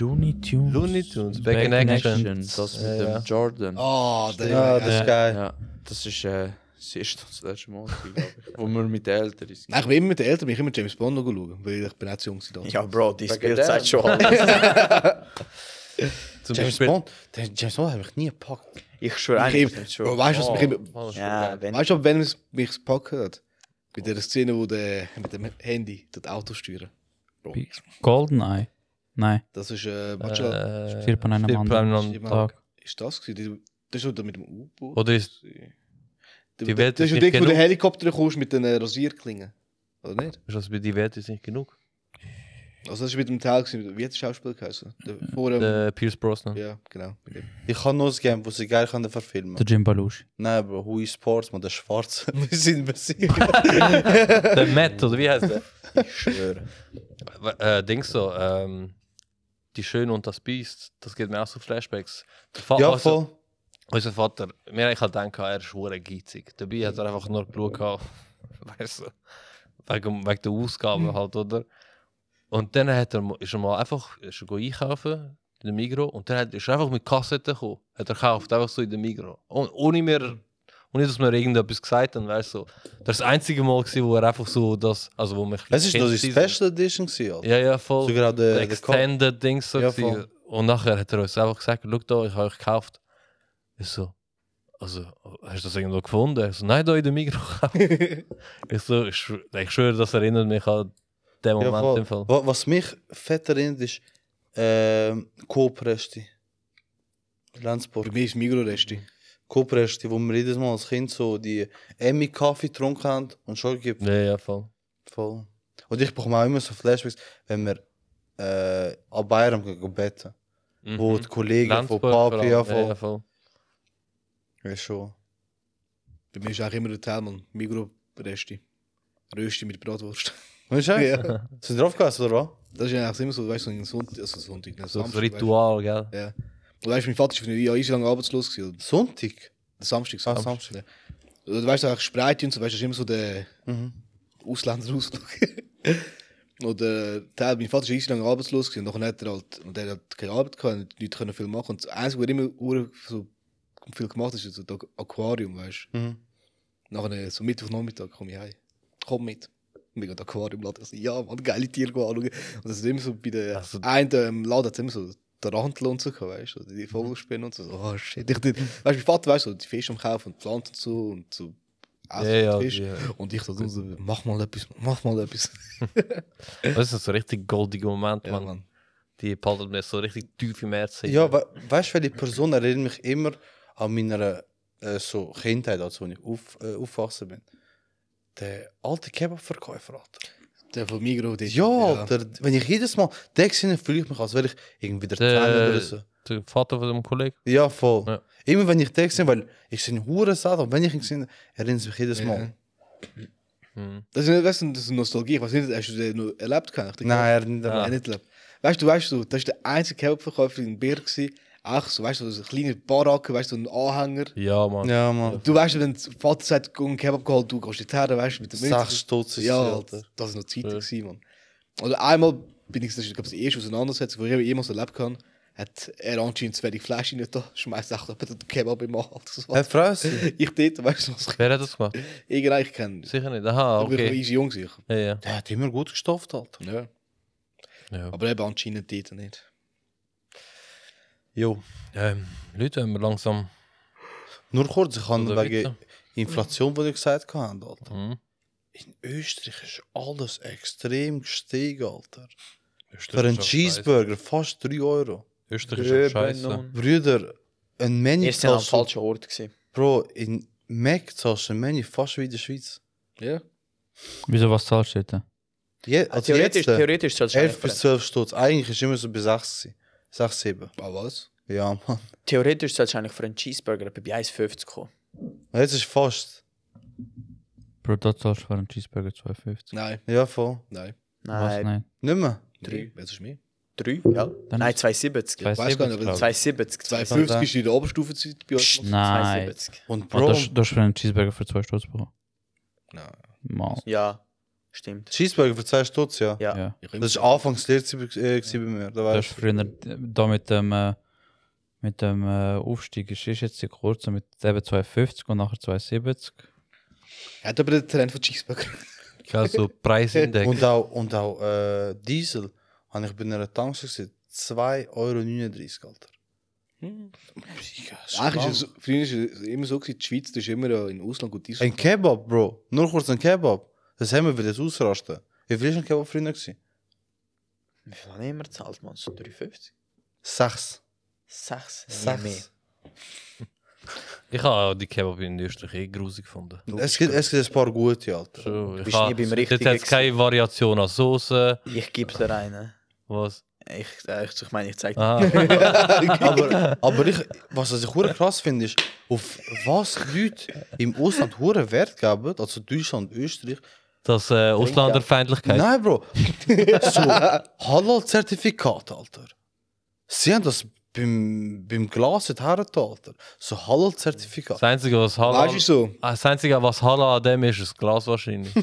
Speaker 6: Looney Tunes.
Speaker 2: Looney Tunes, Back in
Speaker 6: Action,
Speaker 2: Action.
Speaker 6: das mit
Speaker 2: Ja,
Speaker 6: dem
Speaker 2: ja.
Speaker 6: Jordan.
Speaker 4: Ah, der
Speaker 9: Ja, *laughs* das ist geil.
Speaker 6: Ja, das ist äh, das erste und das letzte Mal, glaube ich, wo wir mit den Eltern ins
Speaker 4: Nein, ich bin immer mit den Eltern, bin ich immer James Bond noch schauen, weil ich bin auch zu jung gewesen damals.
Speaker 1: Ja, Bro, die
Speaker 6: Wegen
Speaker 1: Spielzeit
Speaker 6: dem.
Speaker 1: schon *laughs* alles.
Speaker 2: Zum
Speaker 9: James
Speaker 2: Beispiel-
Speaker 9: Bond. Den James Bond habe ich nie gepackt.
Speaker 1: Ich schwöre
Speaker 4: Mich
Speaker 1: eigentlich
Speaker 4: immer-
Speaker 1: nicht
Speaker 4: Bro,
Speaker 1: schon.
Speaker 4: weißt du, was mich immer...
Speaker 2: Oh,
Speaker 1: Ja, wenn.
Speaker 4: Weißt du, ab wann es mich gepackt hat? Bei der Szene, wo der mit dem Handy das Auto steuert.
Speaker 3: Goldeneye? Nein,
Speaker 4: Das ist, äh, Bachelor,
Speaker 2: Äh,
Speaker 3: stirbt an einem
Speaker 2: stirbt
Speaker 3: anderen
Speaker 2: an einem
Speaker 4: Stirbt man-
Speaker 3: Tag.
Speaker 4: ist das gewesen? Das ist doch mit dem U-Boot.
Speaker 2: Oder ist-
Speaker 4: gewesen.
Speaker 2: Die
Speaker 4: der,
Speaker 2: Welt
Speaker 4: das
Speaker 2: ist
Speaker 4: ist ja
Speaker 2: nicht
Speaker 4: der, wo der
Speaker 2: genug.
Speaker 4: Helikopter kommst mit den äh, Rasierklingen. Oder nicht?
Speaker 2: Ist das bei die Werte ist nicht genug?
Speaker 4: Also das ist mit dem Teil, gewesen, wie hat der Schauspieler geheißen? Der, vor dem,
Speaker 2: Der Pierce Brosnan.
Speaker 4: Ähm, ja, genau. Mit dem.
Speaker 9: Ich habe noch ein Game, das ich geil kann verfilmen
Speaker 3: Der Jim Belushi.
Speaker 9: Nein, Bro, Hui Sports, man, der Schwarze. *laughs* Wir sind besiegt.
Speaker 2: Der Matt, oder wie heißt der? Ich schwöre. Äh, denkst du, ähm, die Schöne und das Biest, das geht mir auch so Flashbacks. Der Fa-
Speaker 9: Ja,
Speaker 2: also,
Speaker 9: voll.
Speaker 2: Unser Vater, mir eigentlich halt gedacht, er ist hure geizig. Dabei hat er einfach nur *laughs* geschaut, weißt du, wegen, wegen der Ausgaben halt, oder? Und dann hat er, ist er mal einfach ist er go einkaufen in der Migro und dann hat, ist er einfach mit Kassetten gekommen. Hat er gekauft, einfach so in der Migro. Und, ohne mir, ohne dass mir irgendetwas gesagt hat, weißt du. Das war das einzige Mal, gewesen, wo er einfach so das, also wo mich.
Speaker 9: Es war noch die
Speaker 2: Kindseason-
Speaker 9: Special Edition, gewesen, Alter.
Speaker 2: Ja, ja, voll.
Speaker 9: Sogar auch der,
Speaker 2: Der
Speaker 9: der Code.
Speaker 2: Extended Ding so.
Speaker 9: Eh, Ja,
Speaker 2: gewesen.
Speaker 9: voll.
Speaker 2: und nachher hat er uns einfach gesagt, schau da, ich habe euch gekauft. Ich so, also, hast du das irgendwo gefunden? Ich so, nein, da in der Migros.
Speaker 9: *laughs*
Speaker 2: ich so, ich, schw ich schwöre, das erinnert mich an den
Speaker 9: Ja,
Speaker 2: Moment
Speaker 9: voll.
Speaker 2: im Fall.
Speaker 9: Wa- Was mich fett erinnert, ist ähm, Koopresti.
Speaker 4: Bei
Speaker 9: Lenzburg.
Speaker 4: mir ist Migros-Resti.
Speaker 9: Koopresti, wo wir jedes Mal als Kind so die Emmy-Kaffee getrunken haben und schon gibt.
Speaker 2: Ja, ja, voll.
Speaker 9: Voll. Und ich bekomme auch immer so Flashbacks, wenn wir äh, an Bayram gehen beten. Wo die Kollegen
Speaker 2: Landsberg vor
Speaker 9: von
Speaker 2: allem.
Speaker 9: Papri ja,
Speaker 2: ja, ja,
Speaker 9: voll.
Speaker 2: voll.
Speaker 9: Ja, schon.
Speaker 4: Bei mir ist auch immer der Telmann, Migros-Resti. Rösti mit Bratwurst.
Speaker 9: Und ist ja.
Speaker 4: ja.
Speaker 9: Sind drauf gegessen, oder was?
Speaker 4: Das ist ja eigentlich immer so, weißt du, so ein Sonntag, also Sonntag, ein
Speaker 2: So ein
Speaker 4: Samstag, weisst du.
Speaker 2: Ritual, gell?
Speaker 4: Und weißt du, mein Vater ist auf einem Jahr easy lang arbeitslos gewesen. Und
Speaker 9: Sonntag?
Speaker 4: Samstag,
Speaker 9: Ah,
Speaker 4: Samstag. Samstag. Ja. Und du weißt auch, Spreite und so, weißt du, das ist immer so der
Speaker 9: Mhm.
Speaker 4: Ausländerausflug. *laughs* und äh, der, mein Vater war easy lang arbeitslos gewesen. Und dann hat er halt, und er hat keine Arbeit gehabt, und nicht können viel machen. Und das Einzige, was er immer ur- so viel gemacht hat, ist so das Aquarium, weißt du.
Speaker 9: Mhm.
Speaker 4: Nachher, äh, so Mittwochnachmittag komme ich heim. Komm mit. Und wir gehen Aquarium laden. Also, ja, man, geile Tiere gehen anschauen. Und das ist immer so bei der
Speaker 2: Also-
Speaker 4: einen ähm, Laden hat immer so der Randl und so, gehabt, weißt du, die
Speaker 9: Mhm.
Speaker 4: Vogelspinnen und so. Oh shit. Ich, weißt du, mein Vater, weißt du, so die Fische am Kaufen und Pflanzen und so und so.
Speaker 2: Ja,
Speaker 4: Essen
Speaker 2: ja. eh,
Speaker 4: und Fisch.
Speaker 2: ja.
Speaker 4: Und ich so, du, so, mach mal etwas, mach mal etwas.
Speaker 2: Das ist so ein richtig goldiger Moment,
Speaker 4: Ja,
Speaker 2: man.
Speaker 4: Mann.
Speaker 2: Die behalten mir so richtig tief im Herzen.
Speaker 9: Ja, we weißt du, welche Person erinnert mich immer an meiner äh, so Kindheit, als wo ich auf, äh, aufgewachsen bin? Der alte Kebabverkäufer, Alter.
Speaker 4: Der von Migros, der.
Speaker 9: Ja, Alter, wenn ich jedes Mal den sehe, fühle ich mich, als wäre ich irgendwie der
Speaker 2: Der-
Speaker 9: Trainer oder so.
Speaker 2: Der Vater von dem Kollegen.
Speaker 9: Ja, voll.
Speaker 2: Ja.
Speaker 9: Immer wenn ich den sehe, weil ich sehe hure satt, aber wenn ich ihn sehe, erinnert es mich jedes
Speaker 4: Ja.
Speaker 9: Mal.
Speaker 2: Mhm.
Speaker 4: Das ist, weißt du, das ist Nostalgie. Ich weiß nicht, hast du den noch erlebt? Kann ich
Speaker 9: Nein, er nicht.
Speaker 4: Ah.
Speaker 9: daran.
Speaker 4: Nicht erlebt. Weißt du, weißt du, das war der einzige Helpverkäufer in Bier. Gewesen. Auch so, weißt du, so eine kleine Baracke, weißt du, so ein Anhänger.
Speaker 2: Ja, Mann.
Speaker 9: Ja, Mann.
Speaker 4: Du weißt, wenn der Vater sagt, geh einen Kebab geholt, du gehst nicht her, weißt du, mit dem
Speaker 9: Sechs Stutz ist
Speaker 4: Ja,
Speaker 9: es,
Speaker 4: Alter.
Speaker 9: Alter.
Speaker 4: das war noch Zeit, gewesen, Mann. Oder einmal bin ich, das ist, glaub ich, die erste Auseinandersetzung, die ich jemals erlebt habe, hat er anscheinend zu wenig Fleisch in da, schmeißt auch den Kebab im *laughs* Mann. Alter. So,
Speaker 9: Hey, Fresse.
Speaker 4: Ich dort, weißt du, was
Speaker 2: Wer hat das gemacht?
Speaker 4: ich eigentlich kenne.
Speaker 2: Sicher nicht. Aha,
Speaker 4: Ich bin ein
Speaker 2: okay.
Speaker 4: easy Jung, sicher.
Speaker 2: Ja, ja.
Speaker 9: Der hat immer gut gestopft, Alter.
Speaker 4: Ja.
Speaker 2: ja.
Speaker 4: Aber eben anscheinend dort nicht.
Speaker 9: Jo.
Speaker 2: Ähm, Leute, wenn wir langsam.
Speaker 9: Nur kurz, ich habe
Speaker 2: Oder
Speaker 9: wegen Inflation, die ich gesagt habe, Alter.
Speaker 2: Mhm.
Speaker 9: In Österreich ist alles extrem gestiegen, Alter. Für
Speaker 2: Österreich
Speaker 9: einen
Speaker 2: ist auch
Speaker 9: Cheeseburger fast 3 Euro.
Speaker 2: scheiße. Österreich
Speaker 1: Äh,
Speaker 2: ist auch scheiße.
Speaker 9: Brüder, ein Menü
Speaker 1: Wir sind am
Speaker 9: zahlst du,
Speaker 1: falschen Ort. Gewesen.
Speaker 9: Bro, in Mac zahlst du ein Menü fast wie in der Schweiz.
Speaker 4: Ja?
Speaker 3: Wieso was zahlst du dort?
Speaker 9: Je, also
Speaker 1: Ah, theoretisch,
Speaker 9: jetzt, äh,
Speaker 1: theoretisch sollst du
Speaker 9: 11
Speaker 1: eigentlich,
Speaker 9: bis 12 Stutz. Eigentlich ist immer so bei 6, gewesen. 6, 7.
Speaker 4: Ah, was?
Speaker 9: Ja, Mann.
Speaker 1: theoretisch sollst du eigentlich für einen Cheeseburger etwa bei 1,50 kommen.
Speaker 9: Jetzt ist fast.
Speaker 3: Bro, da zahlst du für einen Cheeseburger 2,50.
Speaker 4: Nein,
Speaker 9: Ja, voll.
Speaker 4: nein.
Speaker 3: Was?
Speaker 1: Nein,
Speaker 3: Nein.
Speaker 9: Nicht mehr.
Speaker 4: Drei. Jetzt ist mehr.
Speaker 1: 3? Ja.
Speaker 3: Dann
Speaker 1: Nein,
Speaker 3: ist-
Speaker 1: 2,70.
Speaker 4: weiß gar nicht, ob
Speaker 3: 2,70.
Speaker 4: das-
Speaker 3: glaub
Speaker 1: 2,70. äh,
Speaker 4: 250 ist in der Oberstufenzeit bei uns.
Speaker 1: Psst,
Speaker 3: Nein.
Speaker 1: 2,70.
Speaker 9: Und
Speaker 3: Oh,
Speaker 9: Bro,
Speaker 3: das, das ist für einen Cheeseburger für 2 Stutz bekommen.
Speaker 4: Nein.
Speaker 3: Mal.
Speaker 1: Ja, stimmt.
Speaker 9: Cheeseburger für 2 Stutz, ja.
Speaker 1: Ja.
Speaker 3: Ja.
Speaker 4: Ich
Speaker 9: Das ist anfangs Lehrzeit äh, gewesen bei mir. Da
Speaker 3: Das ist
Speaker 9: weißt
Speaker 3: früher da mit dem, äh, mit dem äh, Aufstieg ist, ist jetzt die Kurze mit eben 2,50 und nachher 2,70.
Speaker 4: Hat aber den Trend von Cheeseburger.
Speaker 2: Also Preisindex.
Speaker 9: Und auch, und auch äh, Diesel. Und ich bin in einer Tanks gewesen. 2,39 Euro, Alter.
Speaker 4: Eigentlich ist es, früher ist es immer so, gewesen, die Schweiz das ist immer äh, in Ausland gut Diesel.
Speaker 9: Ein Kebab, Bro. Nur kurz ein Kebab. Das haben wir wieder das Ausrasten. Wie viel ist ein Kebab früher gewesen?
Speaker 1: Wie viel haben wir gezahlt, Mann? So 3,50?
Speaker 9: Sechs.
Speaker 1: 6?
Speaker 9: Sechs.
Speaker 2: Ich habe die Kebab in Österreich eh grusig gefunden.
Speaker 9: Es gibt, es gibt ein paar gute,
Speaker 2: *laughs*
Speaker 9: Alter.
Speaker 2: So, ich
Speaker 1: bist nie beim Richtigen
Speaker 2: Dort hat keine Variation an Soße.
Speaker 1: Ich gebe dir einen.
Speaker 2: Was?
Speaker 1: Ich, äh, ich, ich meine, ich zeig dir.
Speaker 2: Ah,
Speaker 9: aber, aber ich, was ich hure krass finde, ist, auf was Leute im Ausland hure Wert geben, also Deutschland, Österreich.
Speaker 2: das äh, Ausländerfeindlichkeit.
Speaker 9: Nein, Bro. *laughs* So, Halal-Zertifikat, Alter. Sie haben das beim, beim Glas her, Alter. So Halal-Zertifikat.
Speaker 2: Das Einzige, was Halal,
Speaker 4: Weißt du so?
Speaker 2: Ah, das Einzige, was Halal an dem ist, ist das Glas wahrscheinlich.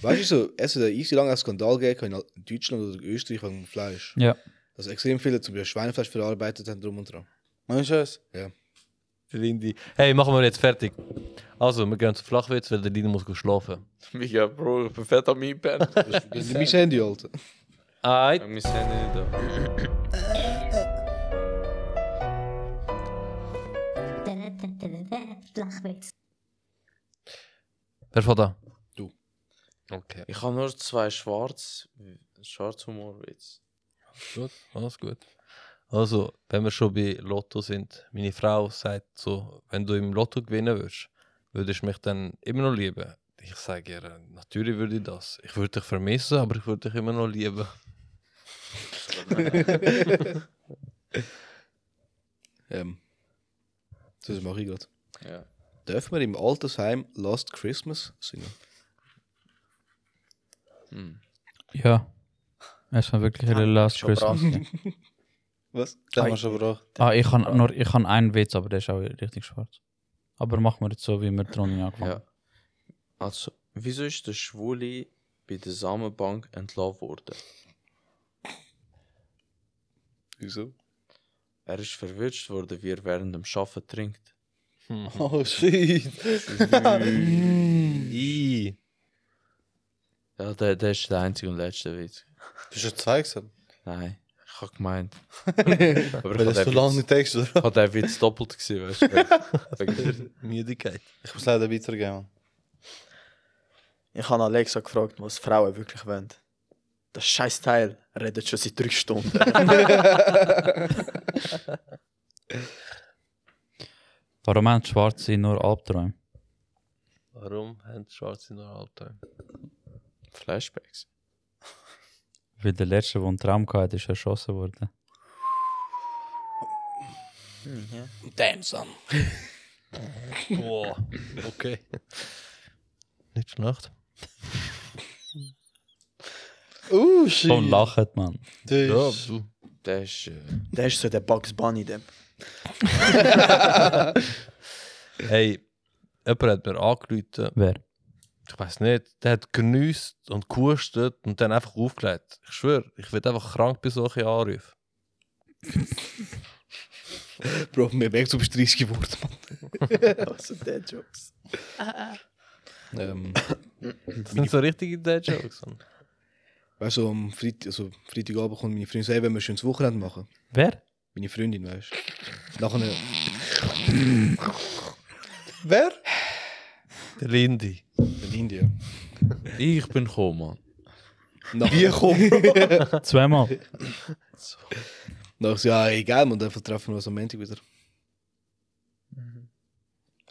Speaker 4: Weißt du so, es hat ja easy lange einen Skandal gegeben in Deutschland oder Österreich wegen dem Fleisch.
Speaker 3: Ja.
Speaker 4: Also extrem viele zum Beispiel Schweinefleisch verarbeitet haben drum und dran.
Speaker 9: Meinst du das?
Speaker 2: Der Lindy. Hey, machen wir jetzt fertig. Also, wir gehen zu Flachwitz, weil der Lindy muss schlafen.
Speaker 5: Mega, Bro, ich bin fett am Einpennen.
Speaker 4: Das ist mein Handy, Alter.
Speaker 2: Ei.
Speaker 5: Wir sind nicht da.
Speaker 10: Flachwitz.
Speaker 2: Wer fährt da?
Speaker 4: Du.
Speaker 2: Okay.
Speaker 5: Ich habe nur zwei schwarz, schwarz Humorwitz.
Speaker 2: Gut, alles gut. Also, wenn wir schon bei Lotto sind, meine Frau sagt so, wenn du im Lotto gewinnen würdest, würdest du mich dann immer noch lieben? Ich sage ihr, natürlich würde ich das. Ich würde dich vermissen, aber ich würde dich immer noch lieben. *laughs*
Speaker 4: Ähm, das mache ich gerade.
Speaker 5: Ja.
Speaker 4: Dürfen wir im Altersheim Last Christmas singen?
Speaker 5: Hm.
Speaker 3: Ja. Es war wirklich eine Last
Speaker 1: schon brav.
Speaker 3: Christmas.
Speaker 4: Was?
Speaker 9: Das haben wir schon gebraucht.
Speaker 3: ah, ich kann nur ich kann einen Witz, aber der ist auch richtig schwarz. Aber machen wir jetzt so, wie wir Troni angefangen
Speaker 5: ja.
Speaker 3: haben.
Speaker 5: Also, wieso ist der Schwule bei der Samenbank entlassen worden?
Speaker 4: Wieso?
Speaker 5: Er ist verwirrt worden, wie er während dem Schaffen trinkt.
Speaker 9: *laughs* Oh shit.
Speaker 2: I.
Speaker 5: Ja, der, der ist der einzige und letzte Witz.
Speaker 9: Bist du zwei gewesen?
Speaker 5: Nein, ich habe
Speaker 9: *laughs*
Speaker 5: gemeint. Aber ich
Speaker 9: Weil
Speaker 5: habe
Speaker 9: das so
Speaker 5: den
Speaker 9: lange
Speaker 5: Witz-
Speaker 9: Text oder?
Speaker 5: ich habe den Witz doppelt gesehen, weißt du?
Speaker 9: *laughs*
Speaker 5: wegen- wegen
Speaker 2: Müdigkeit.
Speaker 9: Ich muss leider weitergehen, Mann.
Speaker 1: Ich habe Alexa gefragt, was Frauen wirklich wollen. Das scheiß Teil redet schon seit drei Stunden.
Speaker 3: Warum haben Schwarze nur Albträume?
Speaker 2: Warum haben die Schwarze nur Albträume?
Speaker 5: Flashbacks.
Speaker 3: Weil der Letzte, der einen Traum hatte, ist erschossen worden.
Speaker 4: Damn, son.
Speaker 2: Boah, okay. *laughs* Nicht schlecht.
Speaker 9: Oh shit.
Speaker 3: Und lachen, Mann.
Speaker 2: Ja,
Speaker 9: Das ist-
Speaker 2: du.
Speaker 5: Der ist. Äh,
Speaker 1: Der ist so der Bugs Bunny. Dem.
Speaker 2: Hey, jemand hat mir angerufen.
Speaker 3: Wer?
Speaker 2: ich weiß nicht, der hat genüsst und gehustet und dann einfach aufgelegt. Ich schwöre, ich werde einfach krank bei solchen Anrufen.
Speaker 4: Bro, mir merkt, du bist 30 geworden,
Speaker 1: Was sind der *laughs* Jokes?
Speaker 4: Mann. Ähm,
Speaker 2: Das sind so richtige Dad-Jokes. Mann.
Speaker 4: weißt du, am Freit also, Freitagabend kommt meine Freundin so, hey, wenn wir ein schönes Wochenende machen.
Speaker 3: Wer?
Speaker 4: Meine Freundin, weißt du. Nachher.
Speaker 9: Wer?
Speaker 2: Der Lindy.
Speaker 4: In Indien.
Speaker 5: ich bin gekommen, Mann.
Speaker 4: Wie kommt, Bro?
Speaker 3: Zweimal.
Speaker 4: Nachher so, ja, egal, man, dann treffen wir uns am Montag wieder.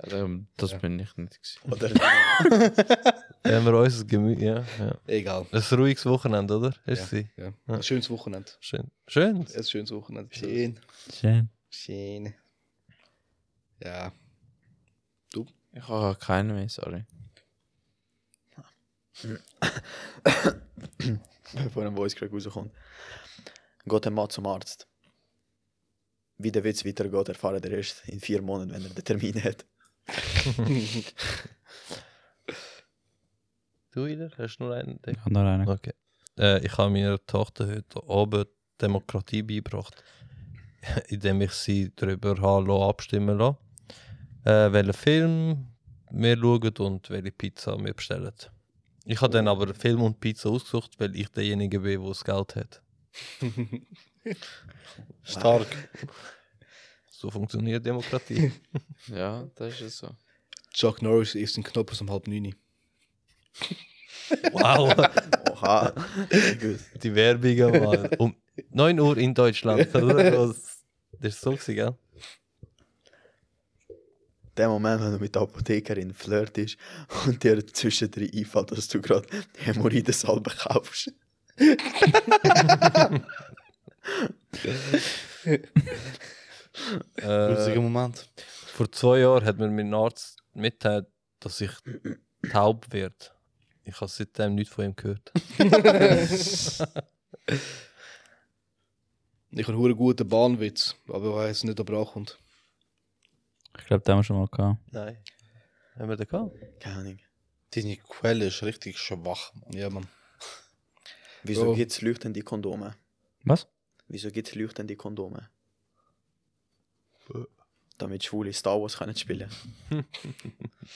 Speaker 5: Ähm, das bin ich nicht. Gewesen.
Speaker 1: Oder
Speaker 2: haben wir uns Gemüse. Ja, ja.
Speaker 4: Egal.
Speaker 2: Ein ruhiges Wochenende, oder? Ist sie?
Speaker 4: Ja.
Speaker 2: Ja.
Speaker 4: Ein schönes Wochenende.
Speaker 2: Schön. Schön.
Speaker 4: Ein schönes Wochenende.
Speaker 9: Schön.
Speaker 3: Schön.
Speaker 4: Schön. Ja.
Speaker 5: Ich habe keine mehr, sorry.
Speaker 1: bevor ein Voice Crack rauskommt. Geht ein Mann zum Arzt. Wie der Witz weitergeht, erfahrt er erst in vier Monaten, wenn er den Termin hat.
Speaker 2: Du, Ider, hast du nur einen?
Speaker 3: Ich habe noch einen.
Speaker 2: Okay. Äh, ich habe meiner Tochter heute Abend Demokratie beigebracht, *laughs* indem ich sie darüber habe lassen, abstimmen lassen, äh, welchen Film wir schauen und welche Pizza wir bestellen. Ich habe dann aber Film und Pizza ausgesucht, weil ich derjenige bin, der das Geld hat.
Speaker 9: Stark.
Speaker 2: So funktioniert Demokratie.
Speaker 5: Ja, das ist so.
Speaker 4: Chuck Norris isst einen Knoppers um halb neun.
Speaker 2: wow, *laughs*
Speaker 1: Oha. Gut.
Speaker 2: die Werbung war um 9 Uhr in Deutschland. Das war so, gewesen, gell?
Speaker 1: Der Moment, wenn du mit der Apothekerin flirtest und dir zwischendrin einfällt, dass du gerade Hämorrhoidensalbe kaufst.
Speaker 2: Äh,
Speaker 9: Lustiger Moment.
Speaker 2: Vor zwei Jahren hat mir mein Arzt mitgeteilt, dass ich taub werde. Ich habe seitdem nichts von ihm gehört.
Speaker 4: Ich habe einen guten Bahnwitz, aber ich weiß nicht, ob er ankommt.
Speaker 3: Ich glaube, den haben wir schon mal gehabt.
Speaker 2: Nein. *laughs* Haben wir den gehabt?
Speaker 1: Keine Ahnung.
Speaker 9: Deine Quelle ist richtig schwach, Mann.
Speaker 4: Ja, Mann.
Speaker 1: Wieso
Speaker 4: Bro.
Speaker 1: gibt es leuchtende Kondome?
Speaker 3: Was?
Speaker 1: Wieso gibt es leuchtende Kondome? Damit Schwule Star Wars können spielen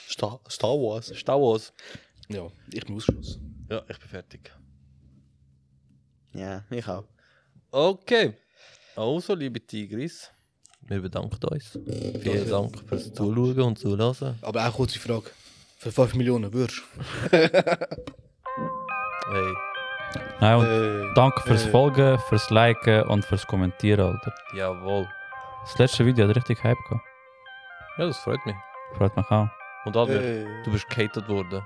Speaker 9: Star, Star Wars.
Speaker 2: Stau aus.
Speaker 4: Ja, ich bin ausgeschossen.
Speaker 2: Ja, ich bin fertig.
Speaker 1: Ja, ich auch.
Speaker 2: Okay. Also, liebe Tigris, wir bedanken uns. Vielen Dank fürs Zuschauen und Zuhören.
Speaker 4: Aber eine kurze Frage. Für 5 Millionen würdest du?
Speaker 2: Hey.
Speaker 3: Nein, und
Speaker 9: Hey.
Speaker 3: danke fürs Folgen, fürs Liken und fürs Kommentieren, Alter.
Speaker 2: Jawohl.
Speaker 3: Das letzte Video hat richtig Hype gehabt.
Speaker 2: Ja, das freut mich.
Speaker 3: Freut mich auch.
Speaker 2: Und Albert,
Speaker 9: Hey.
Speaker 2: du bist gehatet worden.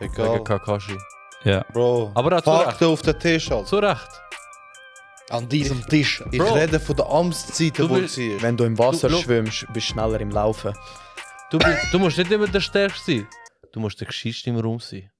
Speaker 2: Wegen
Speaker 9: Egal.
Speaker 2: Kakashi.
Speaker 3: Ja.
Speaker 9: Bro.
Speaker 2: Aber er hat
Speaker 9: Fakten
Speaker 2: zu Recht.
Speaker 9: auf den Tisch, Alter.
Speaker 2: Zu Recht.
Speaker 4: An diesem Tisch.
Speaker 9: Ich
Speaker 2: Bro.
Speaker 9: rede von der Amtszeit,
Speaker 2: Du
Speaker 9: wo
Speaker 2: bist-
Speaker 9: sie ist.
Speaker 1: Wenn du im Wasser
Speaker 2: Lu- lu-
Speaker 1: schwimmst, bist du schneller im Laufen.
Speaker 2: Du, bist, du musst nicht immer der Stärkste sein. Du musst der Geschichte im Raum sein.